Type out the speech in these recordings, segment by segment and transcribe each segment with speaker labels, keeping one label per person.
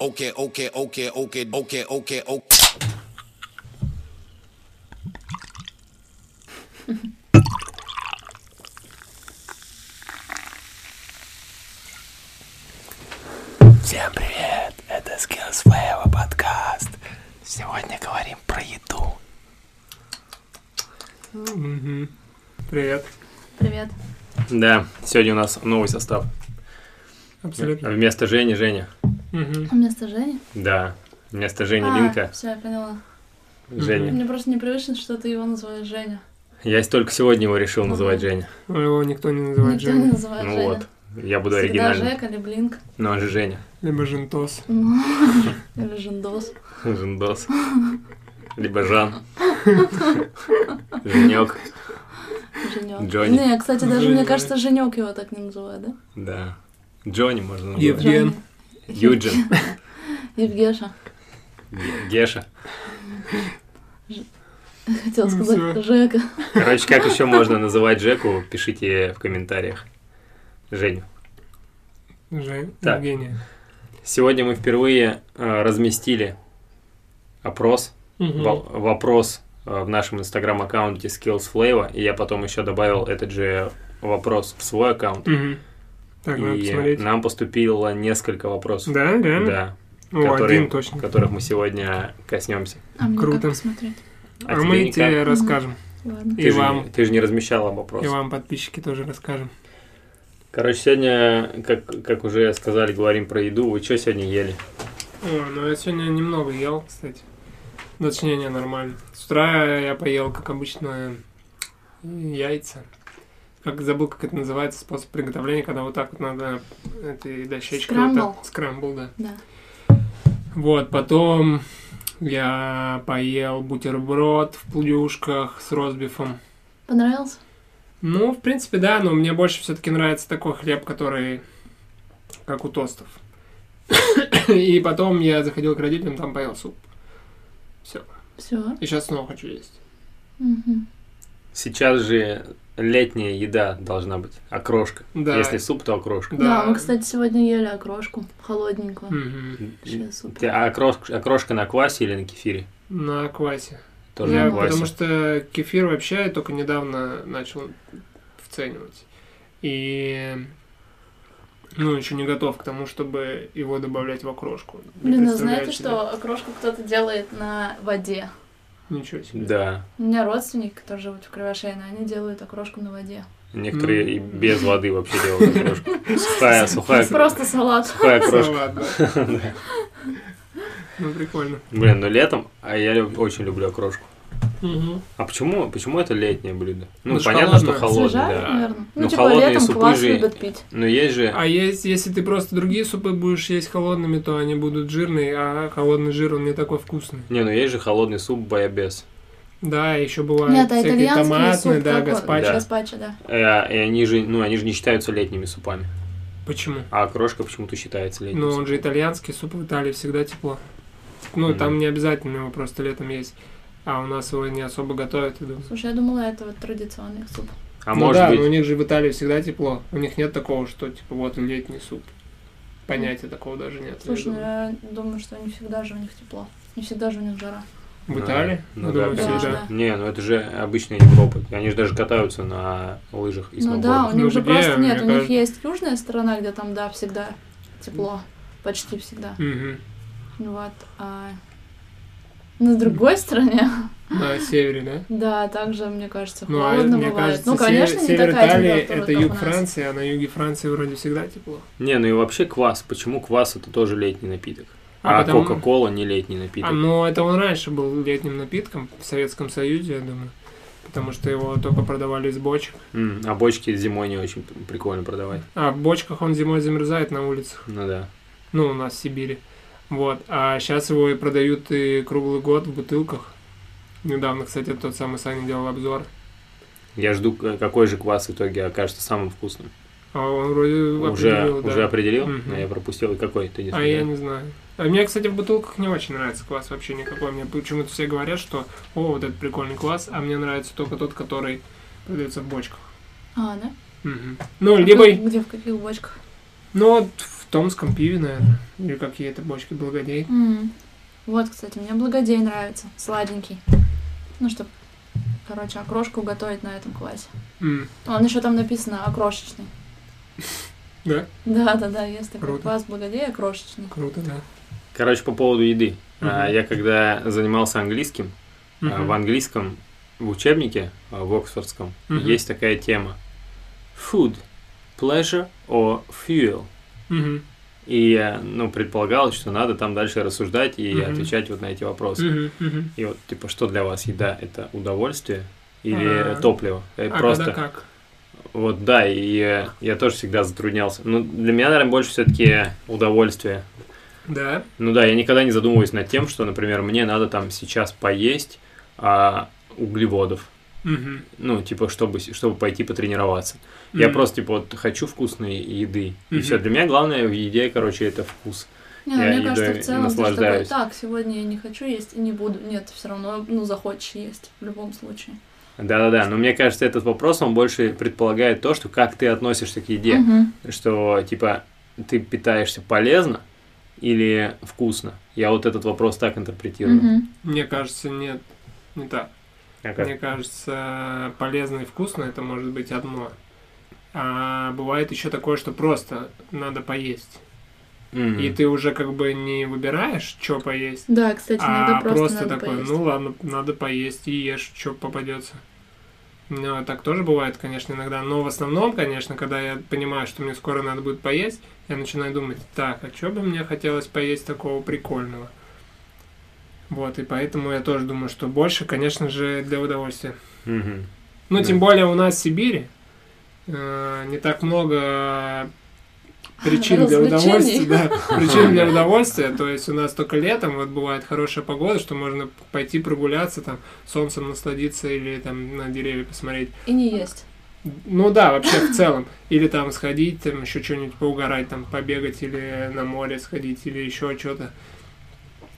Speaker 1: okay, okay, okay, okay, okay, okay, okay.
Speaker 2: Всем привет! Это Skills Flavor подкаст. Сегодня говорим про еду.
Speaker 3: Привет.
Speaker 4: Привет.
Speaker 5: Да, сегодня у нас новый состав.
Speaker 3: Абсолютно.
Speaker 5: Вместо Жени Женя.
Speaker 3: Мгм.
Speaker 4: Вместо Жени?
Speaker 5: Да. Вместо Жени
Speaker 4: А.
Speaker 5: Линка
Speaker 4: все, я поняла.
Speaker 5: Женя.
Speaker 4: Мне просто непривычно, что ты его называешь Женя.
Speaker 5: Я только сегодня его решил называть Женя.
Speaker 3: Ну, Его никто не называет
Speaker 4: Никто не
Speaker 3: Женя.
Speaker 4: называет
Speaker 5: Ну
Speaker 4: А, Женя.
Speaker 5: вот. Я буду
Speaker 4: Всегда
Speaker 5: оригинальным.
Speaker 4: Жека или Блинк.
Speaker 5: Но он же Женя.
Speaker 3: Либо Жентос.
Speaker 4: Ну. Или Жендос.
Speaker 5: Жендос. Либо Жан. Женек.
Speaker 4: Женек.
Speaker 5: Джонни.
Speaker 4: Не, кстати, даже
Speaker 3: Женя,
Speaker 4: мне
Speaker 3: да.
Speaker 4: кажется, Женек его так не называют, да?
Speaker 5: Да. Джонни можно
Speaker 3: Евген.
Speaker 5: назвать. Юджин.
Speaker 4: Джонни. Евгеша.
Speaker 5: Ге- Геша.
Speaker 4: Хотела
Speaker 3: Ну,
Speaker 4: сказать Жека.
Speaker 5: Короче, как еще можно называть Джеку, пишите в комментариях. Женю.
Speaker 3: Жень.
Speaker 5: Так.
Speaker 3: Евгения.
Speaker 5: Сегодня мы впервые э, разместили опрос
Speaker 3: Мгм.
Speaker 5: Во- вопрос э, в нашем инстаграм-аккаунте SkillsFlava, и я потом еще добавил этот же вопрос в свой аккаунт.
Speaker 3: Мгм. Так, надо
Speaker 5: И
Speaker 3: посмотреть.
Speaker 5: нам поступило несколько вопросов,
Speaker 3: Да, реально?
Speaker 5: да,
Speaker 3: О,
Speaker 5: которые-
Speaker 3: один точно.
Speaker 5: которых мы сегодня коснемся.
Speaker 4: А мне
Speaker 3: Круто.
Speaker 4: как посмотреть?
Speaker 3: А,
Speaker 5: тебе
Speaker 3: мы
Speaker 5: никак?
Speaker 3: тебе расскажем.
Speaker 4: Ладно.
Speaker 5: Ты
Speaker 3: и
Speaker 5: же
Speaker 3: вам.
Speaker 5: не- ты же не размещала вопрос.
Speaker 3: И вам подписчики тоже расскажем.
Speaker 5: Короче, сегодня, как, как уже сказали, говорим про еду. Вы что сегодня ели?
Speaker 3: О, ну я сегодня немного ел, кстати. Ну, Точнее, не, нормально. С утра я поел, как обычно, яйца. Как забыл, как это называется, способ приготовления, когда вот так вот надо этой дощечкой... вот так- Скрамбл, да.
Speaker 4: Да.
Speaker 3: Вот, потом я поел бутерброд в плюшках с розбифом.
Speaker 4: Понравился?
Speaker 3: Ну, в принципе, да, но мне больше все-таки нравится такой хлеб, который как у тостов. И потом я заходил к родителям, там поел суп.
Speaker 4: Все.
Speaker 3: И сейчас снова хочу есть.
Speaker 5: Сейчас же летняя еда должна быть, окрошка.
Speaker 3: Да.
Speaker 5: Если суп, то окрошка.
Speaker 4: Да, мы, кстати, сегодня ели окрошку холодненькую.
Speaker 3: Мгм.
Speaker 4: Вообще супер.
Speaker 5: Ты- а окрош- окрошка на квасе или на кефире?
Speaker 3: На квасе.
Speaker 5: Тоже
Speaker 3: Да,
Speaker 5: на
Speaker 4: Ну,
Speaker 5: квасе.
Speaker 3: потому что кефир вообще я только недавно начал вценивать. И ну, еще не готов к тому, чтобы его добавлять в окрошку. Не
Speaker 4: Блин, а
Speaker 3: представляю
Speaker 4: знаете,
Speaker 3: себе.
Speaker 4: что окрошку кто-то делает на воде?
Speaker 3: Ничего себе.
Speaker 5: Да.
Speaker 4: У меня родственники, которые живут в Кривошейно, они делают окрошку на воде.
Speaker 5: Некоторые
Speaker 3: М.
Speaker 5: и без воды вообще делают окрошку. Сухая, сухая,
Speaker 4: Просто салат.
Speaker 5: сухая окрошка.
Speaker 3: Салат, да. Ну, прикольно.
Speaker 5: Блин, ну летом, а я люб- очень люблю окрошку.
Speaker 3: Мгм.
Speaker 5: А почему, почему это летнее блюдо? Ну,
Speaker 3: Ну, ж
Speaker 5: понятно, что
Speaker 3: холодное.
Speaker 5: холодное,
Speaker 4: Свежая,
Speaker 5: да.
Speaker 4: наверное. Ну,
Speaker 5: Ну,
Speaker 4: типа
Speaker 5: холодные
Speaker 4: летом
Speaker 5: супы
Speaker 4: квас
Speaker 5: же-
Speaker 4: любят пить.
Speaker 5: Но есть же...
Speaker 3: А есть, если ты просто другие супы будешь есть холодными, то они будут жирные, а холодный жир, он не такой вкусный.
Speaker 5: Не, ну есть же холодный суп боябес.
Speaker 3: Да, еще бывают
Speaker 4: Нет, а
Speaker 3: всякие
Speaker 4: итальянский
Speaker 3: томатные,
Speaker 4: суп
Speaker 3: да,
Speaker 4: такой.
Speaker 3: гаспачо.
Speaker 5: Да.
Speaker 4: Гаспачо, да.
Speaker 5: Э, И они же, ну, они же не считаются летними супами.
Speaker 3: Почему?
Speaker 5: А окрошка почему-то считается летним
Speaker 3: Ну, он
Speaker 5: супом.
Speaker 3: же итальянский, суп в Италии всегда тепло. Ну,
Speaker 5: Мгм.
Speaker 3: там не обязательно его просто летом есть. А у нас его не особо готовят, я думаю.
Speaker 4: Слушай, я думала, это вот традиционный суп.
Speaker 5: А
Speaker 3: ну
Speaker 5: может
Speaker 3: да,
Speaker 5: быть...
Speaker 3: но у них же в Италии всегда тепло. У них нет такого, что типа вот летний суп. Понятия такого даже нет. я
Speaker 4: Слушай, ну,
Speaker 3: думаю.
Speaker 4: я думаю, что не всегда же у них тепло. Не всегда же у них жара.
Speaker 3: В
Speaker 5: Да,
Speaker 3: Италии?
Speaker 5: ну
Speaker 3: Я
Speaker 5: да,
Speaker 3: думаю,
Speaker 5: конечно.
Speaker 3: всегда.
Speaker 4: Да.
Speaker 5: Не, ну это же обычная Европа. Они же даже катаются на лыжах и
Speaker 4: ну да, у
Speaker 5: сноубордах.
Speaker 3: Ну,
Speaker 4: них же
Speaker 3: где,
Speaker 4: просто
Speaker 3: мне
Speaker 4: нет. У них
Speaker 3: кажется.
Speaker 4: есть южная сторона, где там, да, всегда тепло. Почти всегда.
Speaker 3: Мгм.
Speaker 4: Вот. А на другой стороне,
Speaker 3: На севере, да?
Speaker 4: да, также, мне кажется,
Speaker 3: Ну, а
Speaker 4: холодно
Speaker 3: мне
Speaker 4: бывает.
Speaker 3: кажется,
Speaker 4: ну, конечно,
Speaker 3: север, север
Speaker 4: не такая
Speaker 3: Италии
Speaker 4: температура,
Speaker 3: это
Speaker 4: как
Speaker 3: юг
Speaker 4: у нас.
Speaker 3: Франции, а на юге Франции вроде всегда тепло.
Speaker 5: Не, ну и вообще квас. Почему квас это тоже летний напиток? А,
Speaker 3: потому-
Speaker 5: Кока-кола не летний напиток.
Speaker 3: А, но это он раньше был летним напитком в Советском Союзе, я думаю. Потому что его только продавали из бочек.
Speaker 5: М, а бочки зимой не очень п- прикольно продавать.
Speaker 3: А в бочках он зимой замерзает на улицах.
Speaker 5: Ну да.
Speaker 3: Ну, у нас в Сибири. Вот. А сейчас его и продают и круглый год в бутылках. Недавно, кстати, тот самый Саня делал обзор.
Speaker 5: Я жду, к- какой же квас в итоге окажется самым вкусным.
Speaker 3: А он вроде
Speaker 5: уже
Speaker 3: определил, да.
Speaker 5: уже определил,
Speaker 3: Мгм.
Speaker 5: но я пропустил. И какой ты не
Speaker 3: А я
Speaker 5: смотрел?
Speaker 3: не знаю. А мне, кстати, в бутылках не очень нравится квас вообще никакой. Мне почему-то все говорят, что о, вот этот прикольный квас, а мне нравится только тот, который продается в бочках.
Speaker 4: А, да?
Speaker 3: Мгм. Ну,
Speaker 4: А
Speaker 3: либо,
Speaker 4: как- Где, в каких бочках?
Speaker 3: ну, вот в томском пиве, наверное. Или какие-то бочки благодей.
Speaker 4: М. Вот, кстати, мне благодей нравится. Сладенький. Ну, чтоб, короче, окрошку готовить на этом классе.
Speaker 3: М,
Speaker 4: Он еще там написано окрошечный.
Speaker 3: Да?
Speaker 4: Да, да, да, есть такой
Speaker 3: Круто.
Speaker 4: класс благодей окрошечный.
Speaker 3: Круто, да.
Speaker 5: Короче, по поводу еды. А,
Speaker 3: Мгм.
Speaker 5: Я когда занимался английским, А,
Speaker 3: Мгм.
Speaker 5: В английском, в учебнике, а, в оксфордском,
Speaker 3: Мгм.
Speaker 5: есть такая тема. Food, pleasure or fuel.
Speaker 3: Мгм.
Speaker 5: И, э, ну, предполагалось, что надо там дальше рассуждать и
Speaker 3: Мгм.
Speaker 5: отвечать вот на эти вопросы.
Speaker 3: Мгм, мгм.
Speaker 5: И вот, типа, что для вас еда? Это удовольствие или
Speaker 3: А.
Speaker 5: топливо? Э,
Speaker 3: А
Speaker 5: Просто.
Speaker 3: когда как?
Speaker 5: Вот, да, и э, я тоже всегда затруднялся. Ну, для меня, наверное, больше все-таки удовольствие.
Speaker 3: Да.
Speaker 5: Ну да, я никогда не задумываюсь над тем, что, например, мне надо там сейчас поесть а, углеводов.
Speaker 3: Мгм.
Speaker 5: ну, типа, чтобы, чтобы пойти потренироваться. Я
Speaker 3: М.
Speaker 5: просто, типа, вот хочу вкусной еды. И
Speaker 3: Мгм.
Speaker 5: все, для меня главное в еде, короче, это вкус.
Speaker 4: Не,
Speaker 5: Я
Speaker 4: ну, мне
Speaker 5: едой
Speaker 4: кажется, в целом ты же такой,
Speaker 5: наслаждаюсь.
Speaker 4: так, сегодня я не хочу есть и не буду. Нет, все равно, ну, захочешь есть в любом случае.
Speaker 5: Да-да-да, но мне кажется, этот вопрос, он больше предполагает то, что как ты относишься к еде.
Speaker 4: Мгм.
Speaker 5: Что, типа, ты питаешься полезно или вкусно. Я вот этот вопрос так интерпретирую.
Speaker 4: Мгм.
Speaker 3: Мне кажется, нет, не так.
Speaker 5: А как?
Speaker 3: Мне кажется, полезно и вкусно это может быть одно. А бывает еще такое, что просто надо поесть.
Speaker 5: М.
Speaker 3: И ты уже как бы не выбираешь, что поесть,
Speaker 4: Да, кстати, иногда
Speaker 3: а
Speaker 4: просто,
Speaker 3: просто
Speaker 4: надо
Speaker 3: такой,
Speaker 4: поесть.
Speaker 3: ну ладно, надо поесть и ешь, что попадется. Ну, так тоже бывает, конечно, иногда. Но в основном, конечно, когда я понимаю, что мне скоро надо будет поесть, я начинаю думать, так, а что бы мне хотелось поесть такого прикольного? Вот, и поэтому я тоже думаю, что больше, конечно же, для удовольствия.
Speaker 5: Мгм.
Speaker 3: Ну,
Speaker 5: Да.
Speaker 3: тем более у нас в Сибири э, не так много причин для
Speaker 4: Развлечений.
Speaker 3: удовольствия. Да, причин для удовольствия. То есть у нас только летом вот бывает хорошая погода, что можно пойти прогуляться, там, солнцем насладиться или там на деревья посмотреть.
Speaker 4: И не есть.
Speaker 3: Ну да, вообще в целом. Или там сходить, там еще что-нибудь поугарать, там побегать или на море сходить, или еще что-то.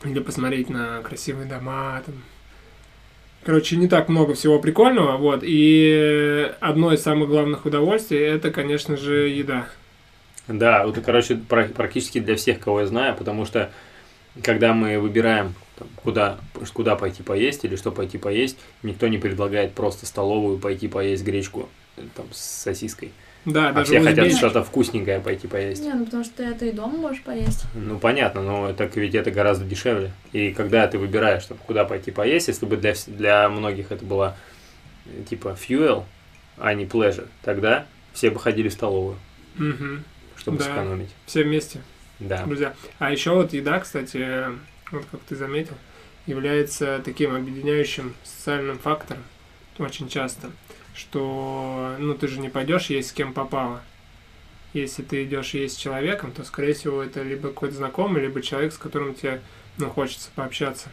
Speaker 3: Или посмотреть на красивые дома, там. Короче, не так много всего прикольного, вот. И одно из самых главных удовольствий это, конечно же, еда.
Speaker 5: Да, вот, короче, пра- практически для всех, кого я знаю, потому что когда мы выбираем, там, куда, куда пойти поесть или что пойти поесть, никто не предлагает просто столовую пойти поесть гречку э, там, с сосиской.
Speaker 3: Да,
Speaker 5: А
Speaker 3: даже
Speaker 5: все
Speaker 3: в
Speaker 5: хотят
Speaker 3: Узбек-
Speaker 5: что-то вкусненькое пойти поесть.
Speaker 4: Не, ну потому что ты это и дома можешь поесть.
Speaker 5: Ну, понятно, но так ведь это гораздо дешевле. И когда ты выбираешь, там, куда пойти поесть, если бы для, вс- для многих это было э, типа fuel, а не pleasure, тогда все бы ходили в столовую,
Speaker 3: Мгм.
Speaker 5: чтобы
Speaker 3: Да.
Speaker 5: сэкономить.
Speaker 3: Все вместе,
Speaker 5: Да.
Speaker 3: друзья. А еще вот еда, кстати, э, вот как ты заметил, является таким объединяющим социальным фактором очень часто, что ну ты же не пойдешь есть с кем попало. Если ты идешь есть с человеком, то, скорее всего, это либо какой-то знакомый, либо человек, с которым тебе ну, хочется пообщаться.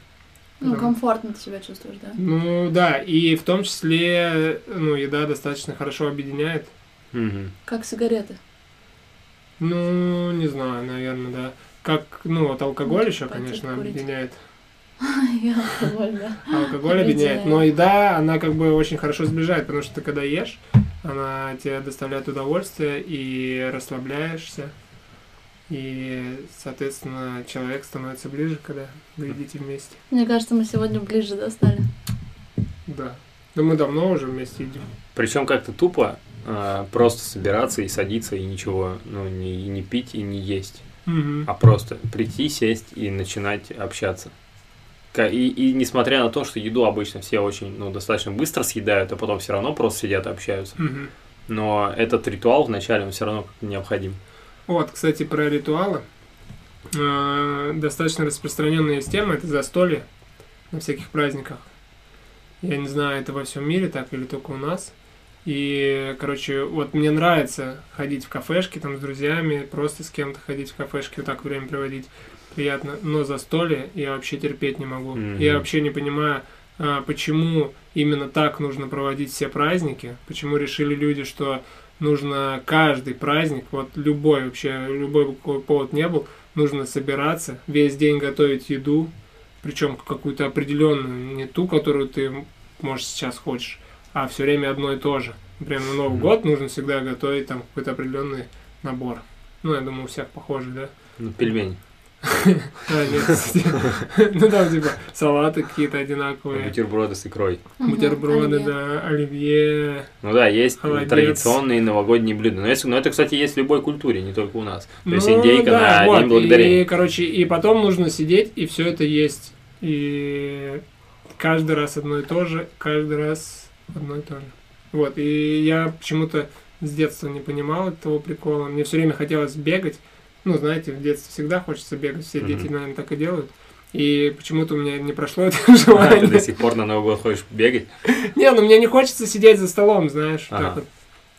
Speaker 4: Ну,
Speaker 3: Да.
Speaker 4: комфортно ты себя чувствуешь, да?
Speaker 3: Ну да, и в том числе, э, ну, еда достаточно хорошо объединяет.
Speaker 5: Мгм.
Speaker 4: Как сигареты.
Speaker 3: Ну, не знаю, наверное, да. Как, ну, вот алкоголь
Speaker 4: Ну,
Speaker 3: еще,
Speaker 4: пойти
Speaker 3: конечно,
Speaker 4: покурить.
Speaker 3: объединяет.
Speaker 4: Я алкоголь, да.
Speaker 3: Алкоголь объединяет. Но еда, она как бы очень хорошо сближает, потому что ты когда ешь, она тебе доставляет удовольствие и расслабляешься. И, соответственно, человек становится ближе, когда вы едите вместе.
Speaker 4: Мне кажется, мы сегодня ближе достали.
Speaker 3: Да. Да мы давно уже вместе едим.
Speaker 5: Причем как-то тупо а, просто собираться и садиться и ничего, ну, не, и не пить и не есть, а просто прийти, сесть и начинать общаться. Ка- И, и несмотря на то, что еду обычно все очень, ну, достаточно быстро съедают, а потом все равно просто сидят и общаются.
Speaker 3: Мгм.
Speaker 5: Но этот ритуал вначале, он все равно как-то необходим.
Speaker 3: Вот, кстати, про ритуалы. Э, Достаточно распространенная есть тема, это застолье на всяких праздниках. Я не знаю, это во всем мире так или только у нас. И, короче, вот мне нравится ходить в кафешки там с друзьями, просто с кем-то ходить в кафешки, вот так время проводить приятно. Но застолье я вообще терпеть не могу.
Speaker 5: Мгм.
Speaker 3: Я вообще не понимаю, а, почему именно так нужно проводить все праздники, почему решили люди, что нужно каждый праздник, вот любой вообще, любой бы какой повод не был, нужно собираться, весь день готовить еду, причем какую-то определенную, не ту, которую ты, может, сейчас хочешь, а все время одно и то же. Например, на Новый
Speaker 5: Мгм.
Speaker 3: год нужно всегда готовить там какой-то определенный набор. Ну, я думаю, у всех похожий, да?
Speaker 5: Ну, пельмени.
Speaker 3: А, нет, кстати. Ну, там, типа, салаты какие-то одинаковые.
Speaker 5: Бутерброды с икрой.
Speaker 4: Мгм,
Speaker 3: Бутерброды,
Speaker 4: оливье.
Speaker 3: да, оливье.
Speaker 5: Ну да, есть
Speaker 3: Холодец.
Speaker 5: традиционные новогодние блюда. Но, если, но это, кстати, есть в любой культуре, не только у нас. То есть
Speaker 3: Ну,
Speaker 5: индейка
Speaker 3: да,
Speaker 5: на
Speaker 3: вот,
Speaker 5: День благодарения.
Speaker 3: И, короче, и потом нужно сидеть и все это есть. И каждый раз одно и то же, каждый раз одно и то же. Вот, и я почему-то с детства не понимал этого прикола. Мне все время хотелось бегать. Ну, знаете, в детстве всегда хочется бегать. Все дети,
Speaker 5: Мгм.
Speaker 3: наверное, так и делают. И почему-то у меня не прошло это
Speaker 5: А, ты до
Speaker 3: желание.
Speaker 5: сих пор на Новый год ходишь бегать.
Speaker 3: Не, ну мне не хочется сидеть за столом, знаешь,
Speaker 5: Ага.
Speaker 3: так вот.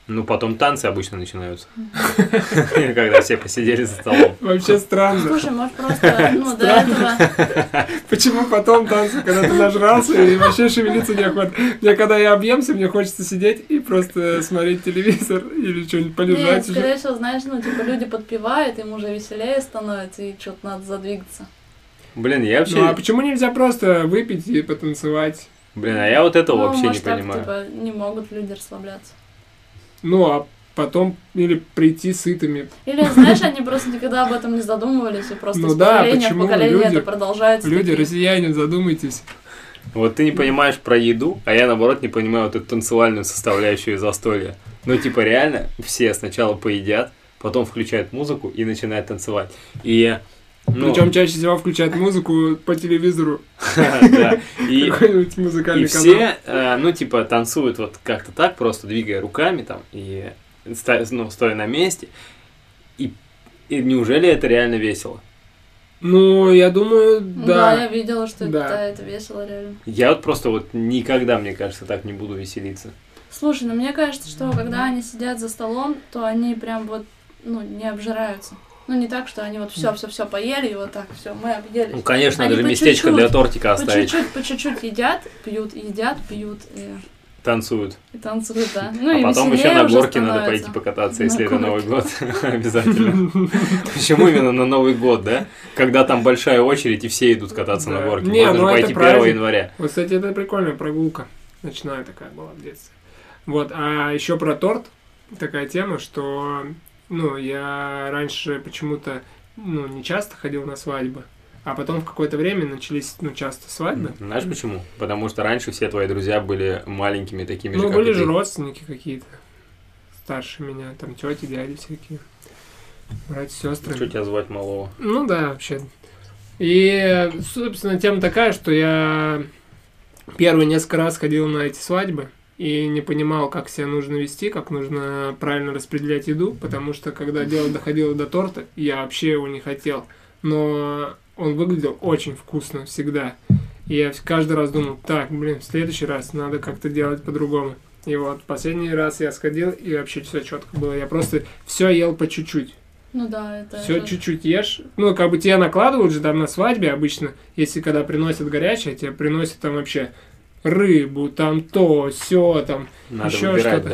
Speaker 5: Ну, потом танцы обычно начинаются. Когда все посидели за столом.
Speaker 3: Вообще странно.
Speaker 4: Слушай, может просто, ну, до этого...
Speaker 3: Почему потом танцы, когда ты нажрался и вообще шевелиться неохота? Мне когда я объемся, мне хочется сидеть и просто смотреть телевизор или что-нибудь
Speaker 4: Нет,
Speaker 3: полежать уже.
Speaker 4: скорее всего, знаешь, ну, типа, люди подпевают, им уже веселее становится, и что-то надо задвигаться.
Speaker 5: Блин, я
Speaker 3: Ну а
Speaker 5: вообще...
Speaker 3: почему нельзя просто выпить и потанцевать?
Speaker 5: Блин, а я вот этого
Speaker 4: Ну,
Speaker 5: вообще не
Speaker 4: может, так,
Speaker 5: понимаю.
Speaker 4: типа, не могут люди расслабляться.
Speaker 3: Ну а потом или прийти сытыми.
Speaker 4: Или, знаешь, они просто никогда об этом не задумывались, и просто
Speaker 3: Ну
Speaker 4: из
Speaker 3: да,
Speaker 4: поколения в
Speaker 3: почему
Speaker 4: поколение
Speaker 3: люди-
Speaker 4: это продолжается.
Speaker 3: Люди,
Speaker 4: такие.
Speaker 3: россияне, задумайтесь.
Speaker 5: Вот ты не понимаешь про еду, а я, наоборот, не понимаю вот эту танцевальную составляющую застолья. Ну, типа, реально, все сначала поедят, потом включают музыку и начинают танцевать. И... Ну,
Speaker 3: Причем чаще всего включают музыку по телевизору.
Speaker 5: да. И
Speaker 3: Какой-нибудь
Speaker 5: И
Speaker 3: музыкальный канал.
Speaker 5: все, э, ну, типа, танцуют вот как-то так, просто двигая руками там и ста- ну, стоя на месте. И, и неужели это реально весело?
Speaker 3: Ну, я думаю,
Speaker 4: Ну
Speaker 3: да.
Speaker 4: я видела, что это,
Speaker 3: Да.
Speaker 4: да, это весело реально.
Speaker 5: Я вот просто вот никогда, мне кажется, так не буду веселиться.
Speaker 4: Слушай, ну мне кажется, что когда они сидят за столом, то они прям вот, ну, не обжираются. Ну, не так, что они вот все, все, все поели, и вот так, все, мы объелись.
Speaker 5: Ну, конечно,
Speaker 4: Они
Speaker 5: надо же
Speaker 4: по
Speaker 5: местечко
Speaker 4: чуть-чуть,
Speaker 5: для тортика
Speaker 4: по
Speaker 5: оставить.
Speaker 4: чуть-чуть, по чуть-чуть едят, пьют, едят, пьют и,
Speaker 5: Танцуют.
Speaker 4: и танцуют, да. Ну
Speaker 5: а
Speaker 4: и
Speaker 5: потом
Speaker 4: веселее
Speaker 5: еще на
Speaker 4: уже
Speaker 5: горке надо
Speaker 4: становится.
Speaker 5: пойти покататься,
Speaker 4: На
Speaker 5: если это
Speaker 4: горке.
Speaker 5: Новый год. Обязательно. Почему именно на Новый год, да? Когда там большая очередь и все идут кататься на
Speaker 3: Да.
Speaker 5: горке.
Speaker 3: Не,
Speaker 5: Можно
Speaker 3: ну,
Speaker 5: же
Speaker 3: это
Speaker 5: пойти 1
Speaker 3: праздник.
Speaker 5: января.
Speaker 3: Вот, кстати, это прикольная прогулка. Ночная такая была в детстве. Вот, а еще про торт такая тема, что, ну, я раньше почему-то, ну, не часто ходил на свадьбы, а потом в какое-то время начались, ну, часто свадьбы.
Speaker 5: Знаешь почему? Потому что раньше все твои друзья были маленькими такими же,
Speaker 3: Ну,
Speaker 5: как
Speaker 3: были
Speaker 5: и
Speaker 3: же
Speaker 5: ты.
Speaker 3: родственники какие-то старше меня, там тети, дяди всякие, братья, сестры.
Speaker 5: Что тебя звать малого?
Speaker 3: Ну да, вообще. И, собственно, тема такая, что я первые несколько раз ходил на эти свадьбы и не понимал, как себя нужно вести, как нужно правильно распределять еду, потому что когда дело доходило до торта, я вообще его не хотел. Но он выглядел очень вкусно всегда. И я вс- каждый раз думал, так, блин, в следующий раз надо как-то делать по-другому. И вот последний раз я сходил, и вообще все четко было. Я просто все ел по чуть-чуть.
Speaker 4: Ну да, это...
Speaker 3: Все
Speaker 4: это-
Speaker 3: чуть-чуть ешь. Ну, как бы тебе накладывают же там на свадьбе обычно, если когда приносят горячее, тебе приносят там вообще рыбу, там то, все там.
Speaker 5: Надо
Speaker 3: Ещё
Speaker 5: выбирать,
Speaker 3: что-то.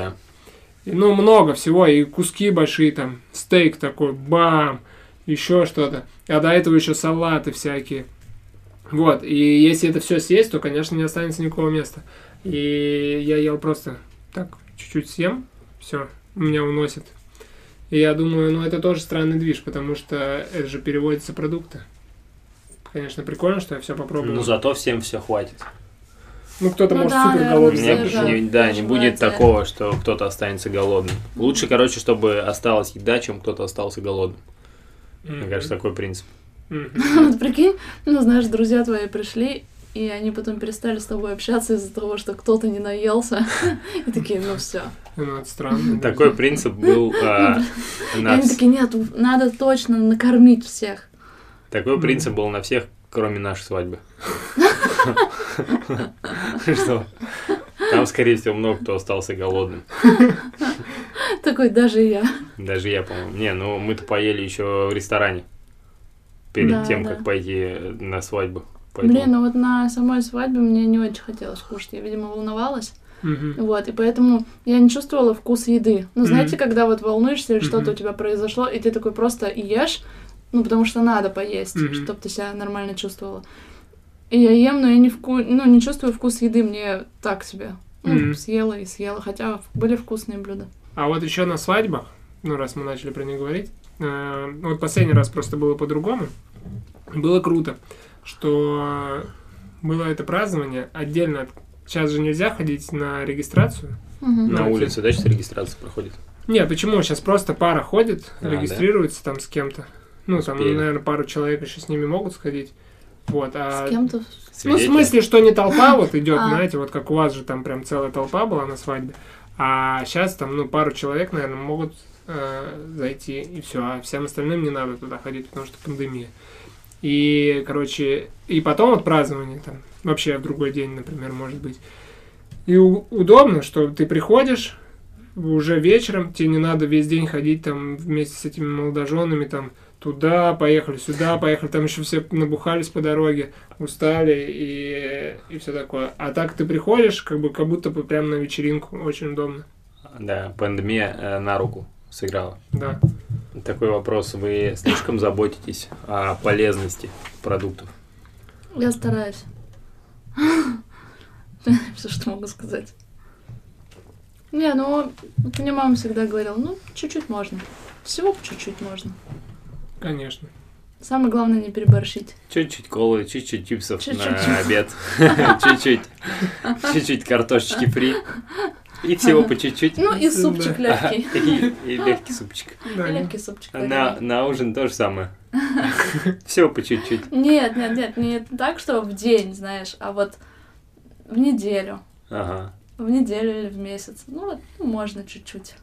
Speaker 5: да.
Speaker 3: И, ну, много всего, и куски большие там, стейк такой, бам, еще что-то. А до этого еще салаты всякие. Вот, и если это все съесть, то, конечно, не останется никакого места. И я ел просто так, чуть-чуть съем, все, меня уносит. И я думаю, ну это тоже странный движ, потому что это же переводится продукты. Конечно, прикольно, что я все попробовал.
Speaker 5: Ну,
Speaker 3: Ну,
Speaker 5: зато всем все хватит.
Speaker 3: кто-то
Speaker 4: Ну
Speaker 3: может
Speaker 4: да,
Speaker 3: супер
Speaker 4: наверное,
Speaker 3: голодный.
Speaker 5: Мне
Speaker 4: Все
Speaker 3: быть.
Speaker 4: же
Speaker 5: не- да, не
Speaker 4: желают
Speaker 5: будет
Speaker 4: тебя.
Speaker 5: такого, что кто-то останется голодным. Лучше, короче, чтобы осталась еда, чем кто-то остался голодным.
Speaker 3: Мгм.
Speaker 5: Мне кажется, такой принцип.
Speaker 3: Мгм.
Speaker 4: Вот прикинь, ну, знаешь, друзья твои пришли, и они потом перестали с тобой общаться из-за того, что кто-то не наелся. И такие, ну все.
Speaker 3: Ну, это странно. да.
Speaker 5: Такой принцип был э, на
Speaker 4: Они
Speaker 5: вс-
Speaker 4: такие, нет, надо точно накормить всех.
Speaker 5: такой принцип был на всех, кроме нашей свадьбы. Что? Там, скорее всего, много кто остался голодным.
Speaker 4: Такой, даже я.
Speaker 5: Даже я, по-моему. Не, ну мы-то поели еще в ресторане. Перед
Speaker 4: Да,
Speaker 5: тем,
Speaker 4: да.
Speaker 5: как пойти на свадьбу. Поэтому-
Speaker 4: Блин, ну вот на самой свадьбе мне не очень хотелось кушать. Я, видимо, волновалась.
Speaker 3: Мгм.
Speaker 4: Вот, и поэтому я не чувствовала вкус еды. Ну,
Speaker 3: Мгм.
Speaker 4: знаете, когда вот волнуешься или что-то
Speaker 3: Мгм.
Speaker 4: у тебя произошло, и ты такой просто ешь, ну, потому что надо поесть,
Speaker 3: Мгм.
Speaker 4: чтобы ты себя нормально чувствовала. И я ем, но я не, вку... ну, не чувствую вкус еды, мне так себе. Ну,
Speaker 3: Мгм.
Speaker 4: съела и съела, хотя были вкусные блюда.
Speaker 3: А вот еще на свадьбах, ну раз мы начали про них говорить, э, ну, вот последний раз просто было по-другому. Было круто, что было это празднование отдельно. от- Сейчас же нельзя ходить на регистрацию.
Speaker 4: Мгм.
Speaker 5: На
Speaker 3: окей.
Speaker 5: улице, да, сейчас регистрация проходит?
Speaker 3: Не, почему? Сейчас просто пара ходит,
Speaker 5: А,
Speaker 3: регистрируется там с кем-то. Ну, там,
Speaker 5: Успели.
Speaker 3: наверное, пару человек еще с ними могут сходить. Вот, а...
Speaker 4: С кем-то.
Speaker 3: Ну, в
Speaker 5: Свидетели?
Speaker 3: смысле, что не толпа вот идет,
Speaker 4: А.
Speaker 3: знаете, вот как у вас же там прям целая толпа была на свадьбе. А сейчас там, ну, пару человек, наверное, могут э, зайти, и все. А всем остальным не надо туда ходить, потому что пандемия. И, короче, и потом вот празднование там, вообще в другой день, например, может быть. И у- удобно, что ты приходишь уже вечером, тебе не надо весь день ходить там вместе с этими молодоженами там туда, поехали сюда, поехали, там еще все набухались по дороге, устали и, и все такое. А так ты приходишь, как бы как будто бы прям на вечеринку, очень удобно.
Speaker 5: Да, пандемия э, на руку сыграла.
Speaker 3: Да.
Speaker 5: Такой вопрос. Вы слишком заботитесь о полезности продуктов?
Speaker 4: Я стараюсь. Все, что могу сказать. Не, ну, вот мне мама всегда говорила, ну, чуть-чуть можно. Всего по чуть-чуть можно.
Speaker 3: Конечно.
Speaker 4: Самое главное не переборщить.
Speaker 5: Чуть-чуть колы, чуть-чуть чипсов
Speaker 4: Чуть-чуть.
Speaker 5: на обед, чуть-чуть, чуть-чуть картошечки фри и всего по чуть-чуть.
Speaker 4: Ну и
Speaker 3: Да.
Speaker 4: супчик легкий.
Speaker 5: И, и легкий супчик.
Speaker 3: Да,
Speaker 4: И
Speaker 3: не-
Speaker 4: Легкий супчик.
Speaker 5: А На,
Speaker 4: вареный.
Speaker 5: на ужин то же самое. Всего по чуть-чуть.
Speaker 4: Нет, нет, нет, не так, что в день, знаешь, а вот в неделю.
Speaker 5: Ага.
Speaker 4: В неделю или в месяц. Ну вот, ну, можно чуть-чуть.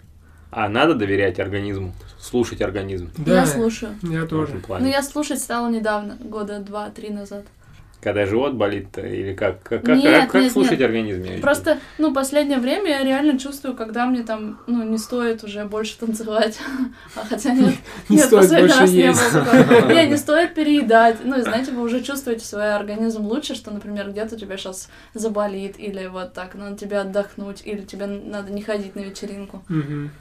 Speaker 5: А надо доверять организму, слушать организм.
Speaker 4: Я
Speaker 3: Да,
Speaker 4: слушаю.
Speaker 3: я
Speaker 5: в этом
Speaker 3: тоже.
Speaker 4: Ну,
Speaker 5: плане.
Speaker 4: я слушать стала недавно, года два-три назад.
Speaker 5: Когда живот болит э, или как? Как, как,
Speaker 4: Нет,
Speaker 5: как- как
Speaker 4: нет,
Speaker 5: слушать
Speaker 4: нет.
Speaker 5: организм? я
Speaker 4: Просто, ну, последнее время я реально чувствую, когда мне там, ну, не стоит уже больше танцевать. А хотя нет,
Speaker 3: Не
Speaker 4: нет,
Speaker 3: стоит
Speaker 4: последний
Speaker 3: больше
Speaker 4: раз не
Speaker 3: есть.
Speaker 4: было такого. Не, не стоит переедать. Ну, и знаете, вы уже чувствуете свой организм лучше, что, например, где-то у тебя сейчас заболит, или вот так, надо тебе отдохнуть, или тебе надо не ходить на вечеринку.
Speaker 3: Мгм.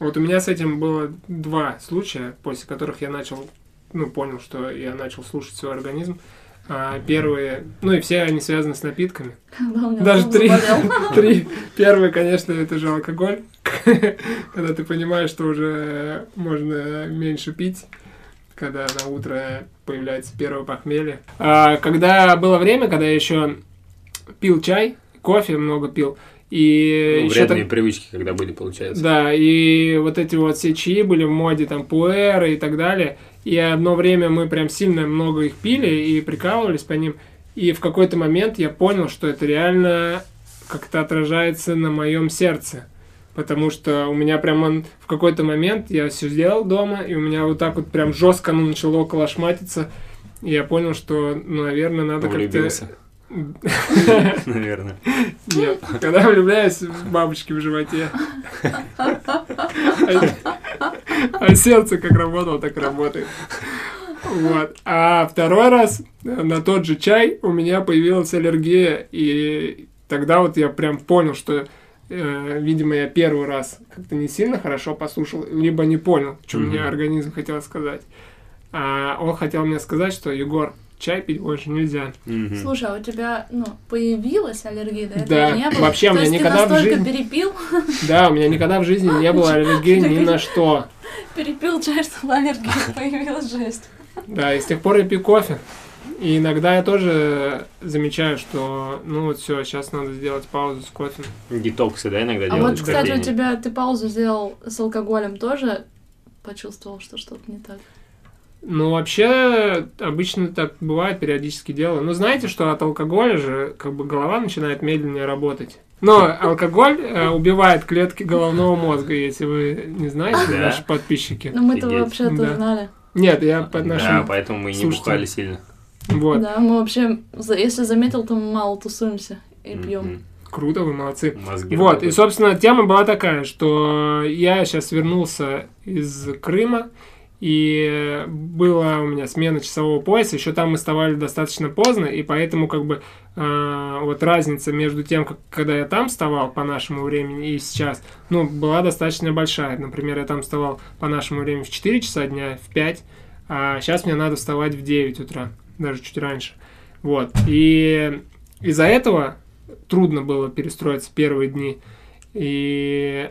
Speaker 3: Вот у меня с этим было два случая, после которых я начал, ну, понял, что я начал слушать свой организм. А, первые, ну и все они связаны с напитками.
Speaker 4: Когда у меня
Speaker 3: Даже
Speaker 4: зуб
Speaker 3: три.
Speaker 4: заболел.
Speaker 3: Три. Первый, конечно, это же алкоголь. Когда ты понимаешь, что уже можно меньше пить, когда на утро появляется первое похмелье. А, когда было время, когда я еще пил чай, кофе много пил, и
Speaker 5: Ну,
Speaker 3: еще
Speaker 5: вредные привычки, когда были, получается.
Speaker 3: да, и вот эти вот все чаи были в моде, там, пуэры и так далее. И одно время мы прям сильно много их пили и прикалывались по ним. И в какой-то момент я понял, что это реально как-то отражается на моем сердце. Потому что у меня прям он в какой-то момент я все сделал дома, и у меня вот так вот прям жестко оно начало колошматиться. И я понял, что, ну, наверное, надо
Speaker 5: Влюбился,
Speaker 3: как-то...
Speaker 5: наверное.
Speaker 3: Нет, когда влюбляюсь в бабочки в животе. А а сердце как работало, так и работает. Вот. А второй раз э, на тот же чай у меня появилась аллергия, и тогда вот я прям понял, что, э, видимо, я первый раз как-то не сильно хорошо послушал, либо не понял, что
Speaker 5: Мгм.
Speaker 3: мне организм хотел сказать. А он хотел мне сказать, что Егор, чай пить больше нельзя.
Speaker 5: Мгм.
Speaker 4: Слушай, а у тебя, ну, появилась аллергия, да? Этого
Speaker 3: Да,
Speaker 4: не было?
Speaker 3: вообще у
Speaker 4: То
Speaker 3: меня
Speaker 4: есть ты
Speaker 3: никогда в
Speaker 4: настолько
Speaker 3: жизни-
Speaker 4: перепил,
Speaker 3: Да, у меня никогда в жизни не было аллергии ни на что.
Speaker 4: перепил чай, чтобы аллергия появилась, жесть.
Speaker 3: Да, и с тех пор я пью кофе. И иногда я тоже замечаю, что ну вот все, сейчас надо сделать паузу с кофе.
Speaker 5: Детоксы, да, иногда
Speaker 4: А вот,
Speaker 5: делаешь каждый
Speaker 4: кстати, у
Speaker 5: день?
Speaker 4: тебя ты паузу сделал с алкоголем тоже почувствовал, что что-то не так.
Speaker 3: Ну, вообще, обычно так бывает, периодически делаю. Ну, знаете, что от алкоголя же как бы голова начинает медленнее работать. Но алкоголь э, убивает клетки головного мозга, если вы не знаете,
Speaker 5: Да.
Speaker 3: наши подписчики.
Speaker 4: Но Ну, мы-то
Speaker 5: Офигеть.
Speaker 4: вообще-то
Speaker 3: Да.
Speaker 4: знали.
Speaker 3: Нет, я под
Speaker 5: Да,
Speaker 3: нашим...
Speaker 5: поэтому мы и не
Speaker 3: Слушайте.
Speaker 5: бухали сильно.
Speaker 3: Вот,
Speaker 4: Да, мы вообще, за- если заметил, то мы мало тусуемся и пьем.
Speaker 5: Мгм.
Speaker 3: круто, вы молодцы.
Speaker 5: Мозги
Speaker 3: Вот, и,
Speaker 5: работают.
Speaker 3: собственно, тема была такая, что я сейчас вернулся из Крыма, и была у меня смена часового пояса, еще там мы вставали достаточно поздно, и поэтому как бы э, вот разница между тем, как, когда я там вставал по нашему времени и сейчас, ну, была достаточно большая. Например, я там вставал по нашему времени в 4 часа дня, в 5, а сейчас мне надо вставать в 9 утра, даже чуть раньше. Вот, и из-за этого трудно было перестроиться первые дни. И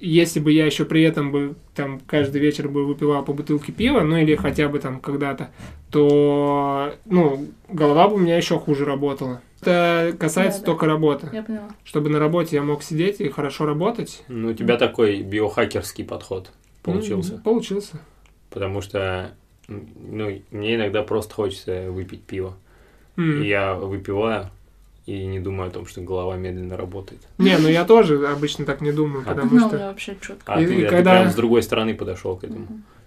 Speaker 3: если бы я еще при этом бы там каждый вечер бы выпивал по бутылке пива, ну или хотя бы там когда-то, то, ну, голова бы у меня еще хуже работала. Это касается
Speaker 4: Да, да.
Speaker 3: только работы.
Speaker 4: Я поняла.
Speaker 3: Чтобы на работе я мог сидеть и хорошо работать.
Speaker 5: Ну, у тебя такой биохакерский подход
Speaker 3: ну,
Speaker 5: получился.
Speaker 3: получился.
Speaker 5: Потому что, м, ну, мне иногда просто хочется выпить пиво.
Speaker 3: М.
Speaker 5: И я выпиваю и не думаю о том, что голова медленно работает.
Speaker 3: Не, ну я тоже обычно так не думаю,
Speaker 5: А
Speaker 3: потому
Speaker 4: Ну,
Speaker 3: что...
Speaker 4: я вообще четко.
Speaker 5: А
Speaker 3: И-
Speaker 5: ты,
Speaker 3: и
Speaker 5: а ты
Speaker 3: когда-
Speaker 5: прям с другой стороны подошел к этому.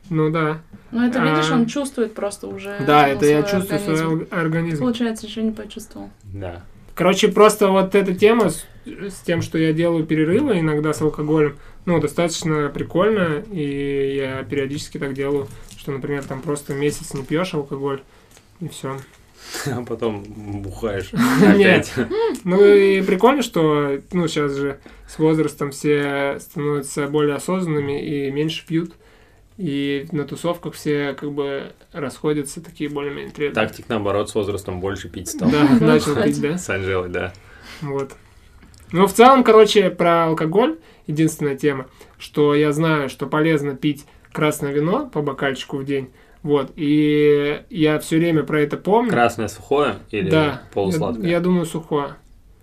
Speaker 3: Ну да.
Speaker 4: Ну, это, видишь,
Speaker 3: А.
Speaker 4: он чувствует просто уже.
Speaker 3: Да,
Speaker 4: ну,
Speaker 3: это я
Speaker 4: свой
Speaker 3: чувствую
Speaker 4: организм.
Speaker 3: свой организм.
Speaker 4: Получается, еще не почувствовал.
Speaker 5: Да.
Speaker 3: Короче, просто вот эта тема с, с тем, что я делаю перерывы иногда с алкоголем, ну, достаточно прикольно, и я периодически так делаю, что, например, там просто месяц не пьешь алкоголь, и все.
Speaker 5: А потом бухаешь
Speaker 3: Нет.
Speaker 5: опять.
Speaker 3: Ну и прикольно, что, ну, сейчас же с возрастом все становятся более осознанными и меньше пьют, и на тусовках все как бы расходятся такие более-менее трезвые.
Speaker 5: Тактик, наоборот, с возрастом больше пить стал.
Speaker 3: Да,
Speaker 4: Ну,
Speaker 3: начал
Speaker 4: кстати.
Speaker 3: пить, да?
Speaker 5: С Анжелой, да.
Speaker 3: Вот. Ну, в целом, короче, про алкоголь единственная тема, что я знаю, что полезно пить красное вино по бокальчику в день. Вот. И я все время про это помню.
Speaker 5: Красное сухое или
Speaker 3: да. Я,
Speaker 5: полусладкое?
Speaker 3: я думаю, сухое.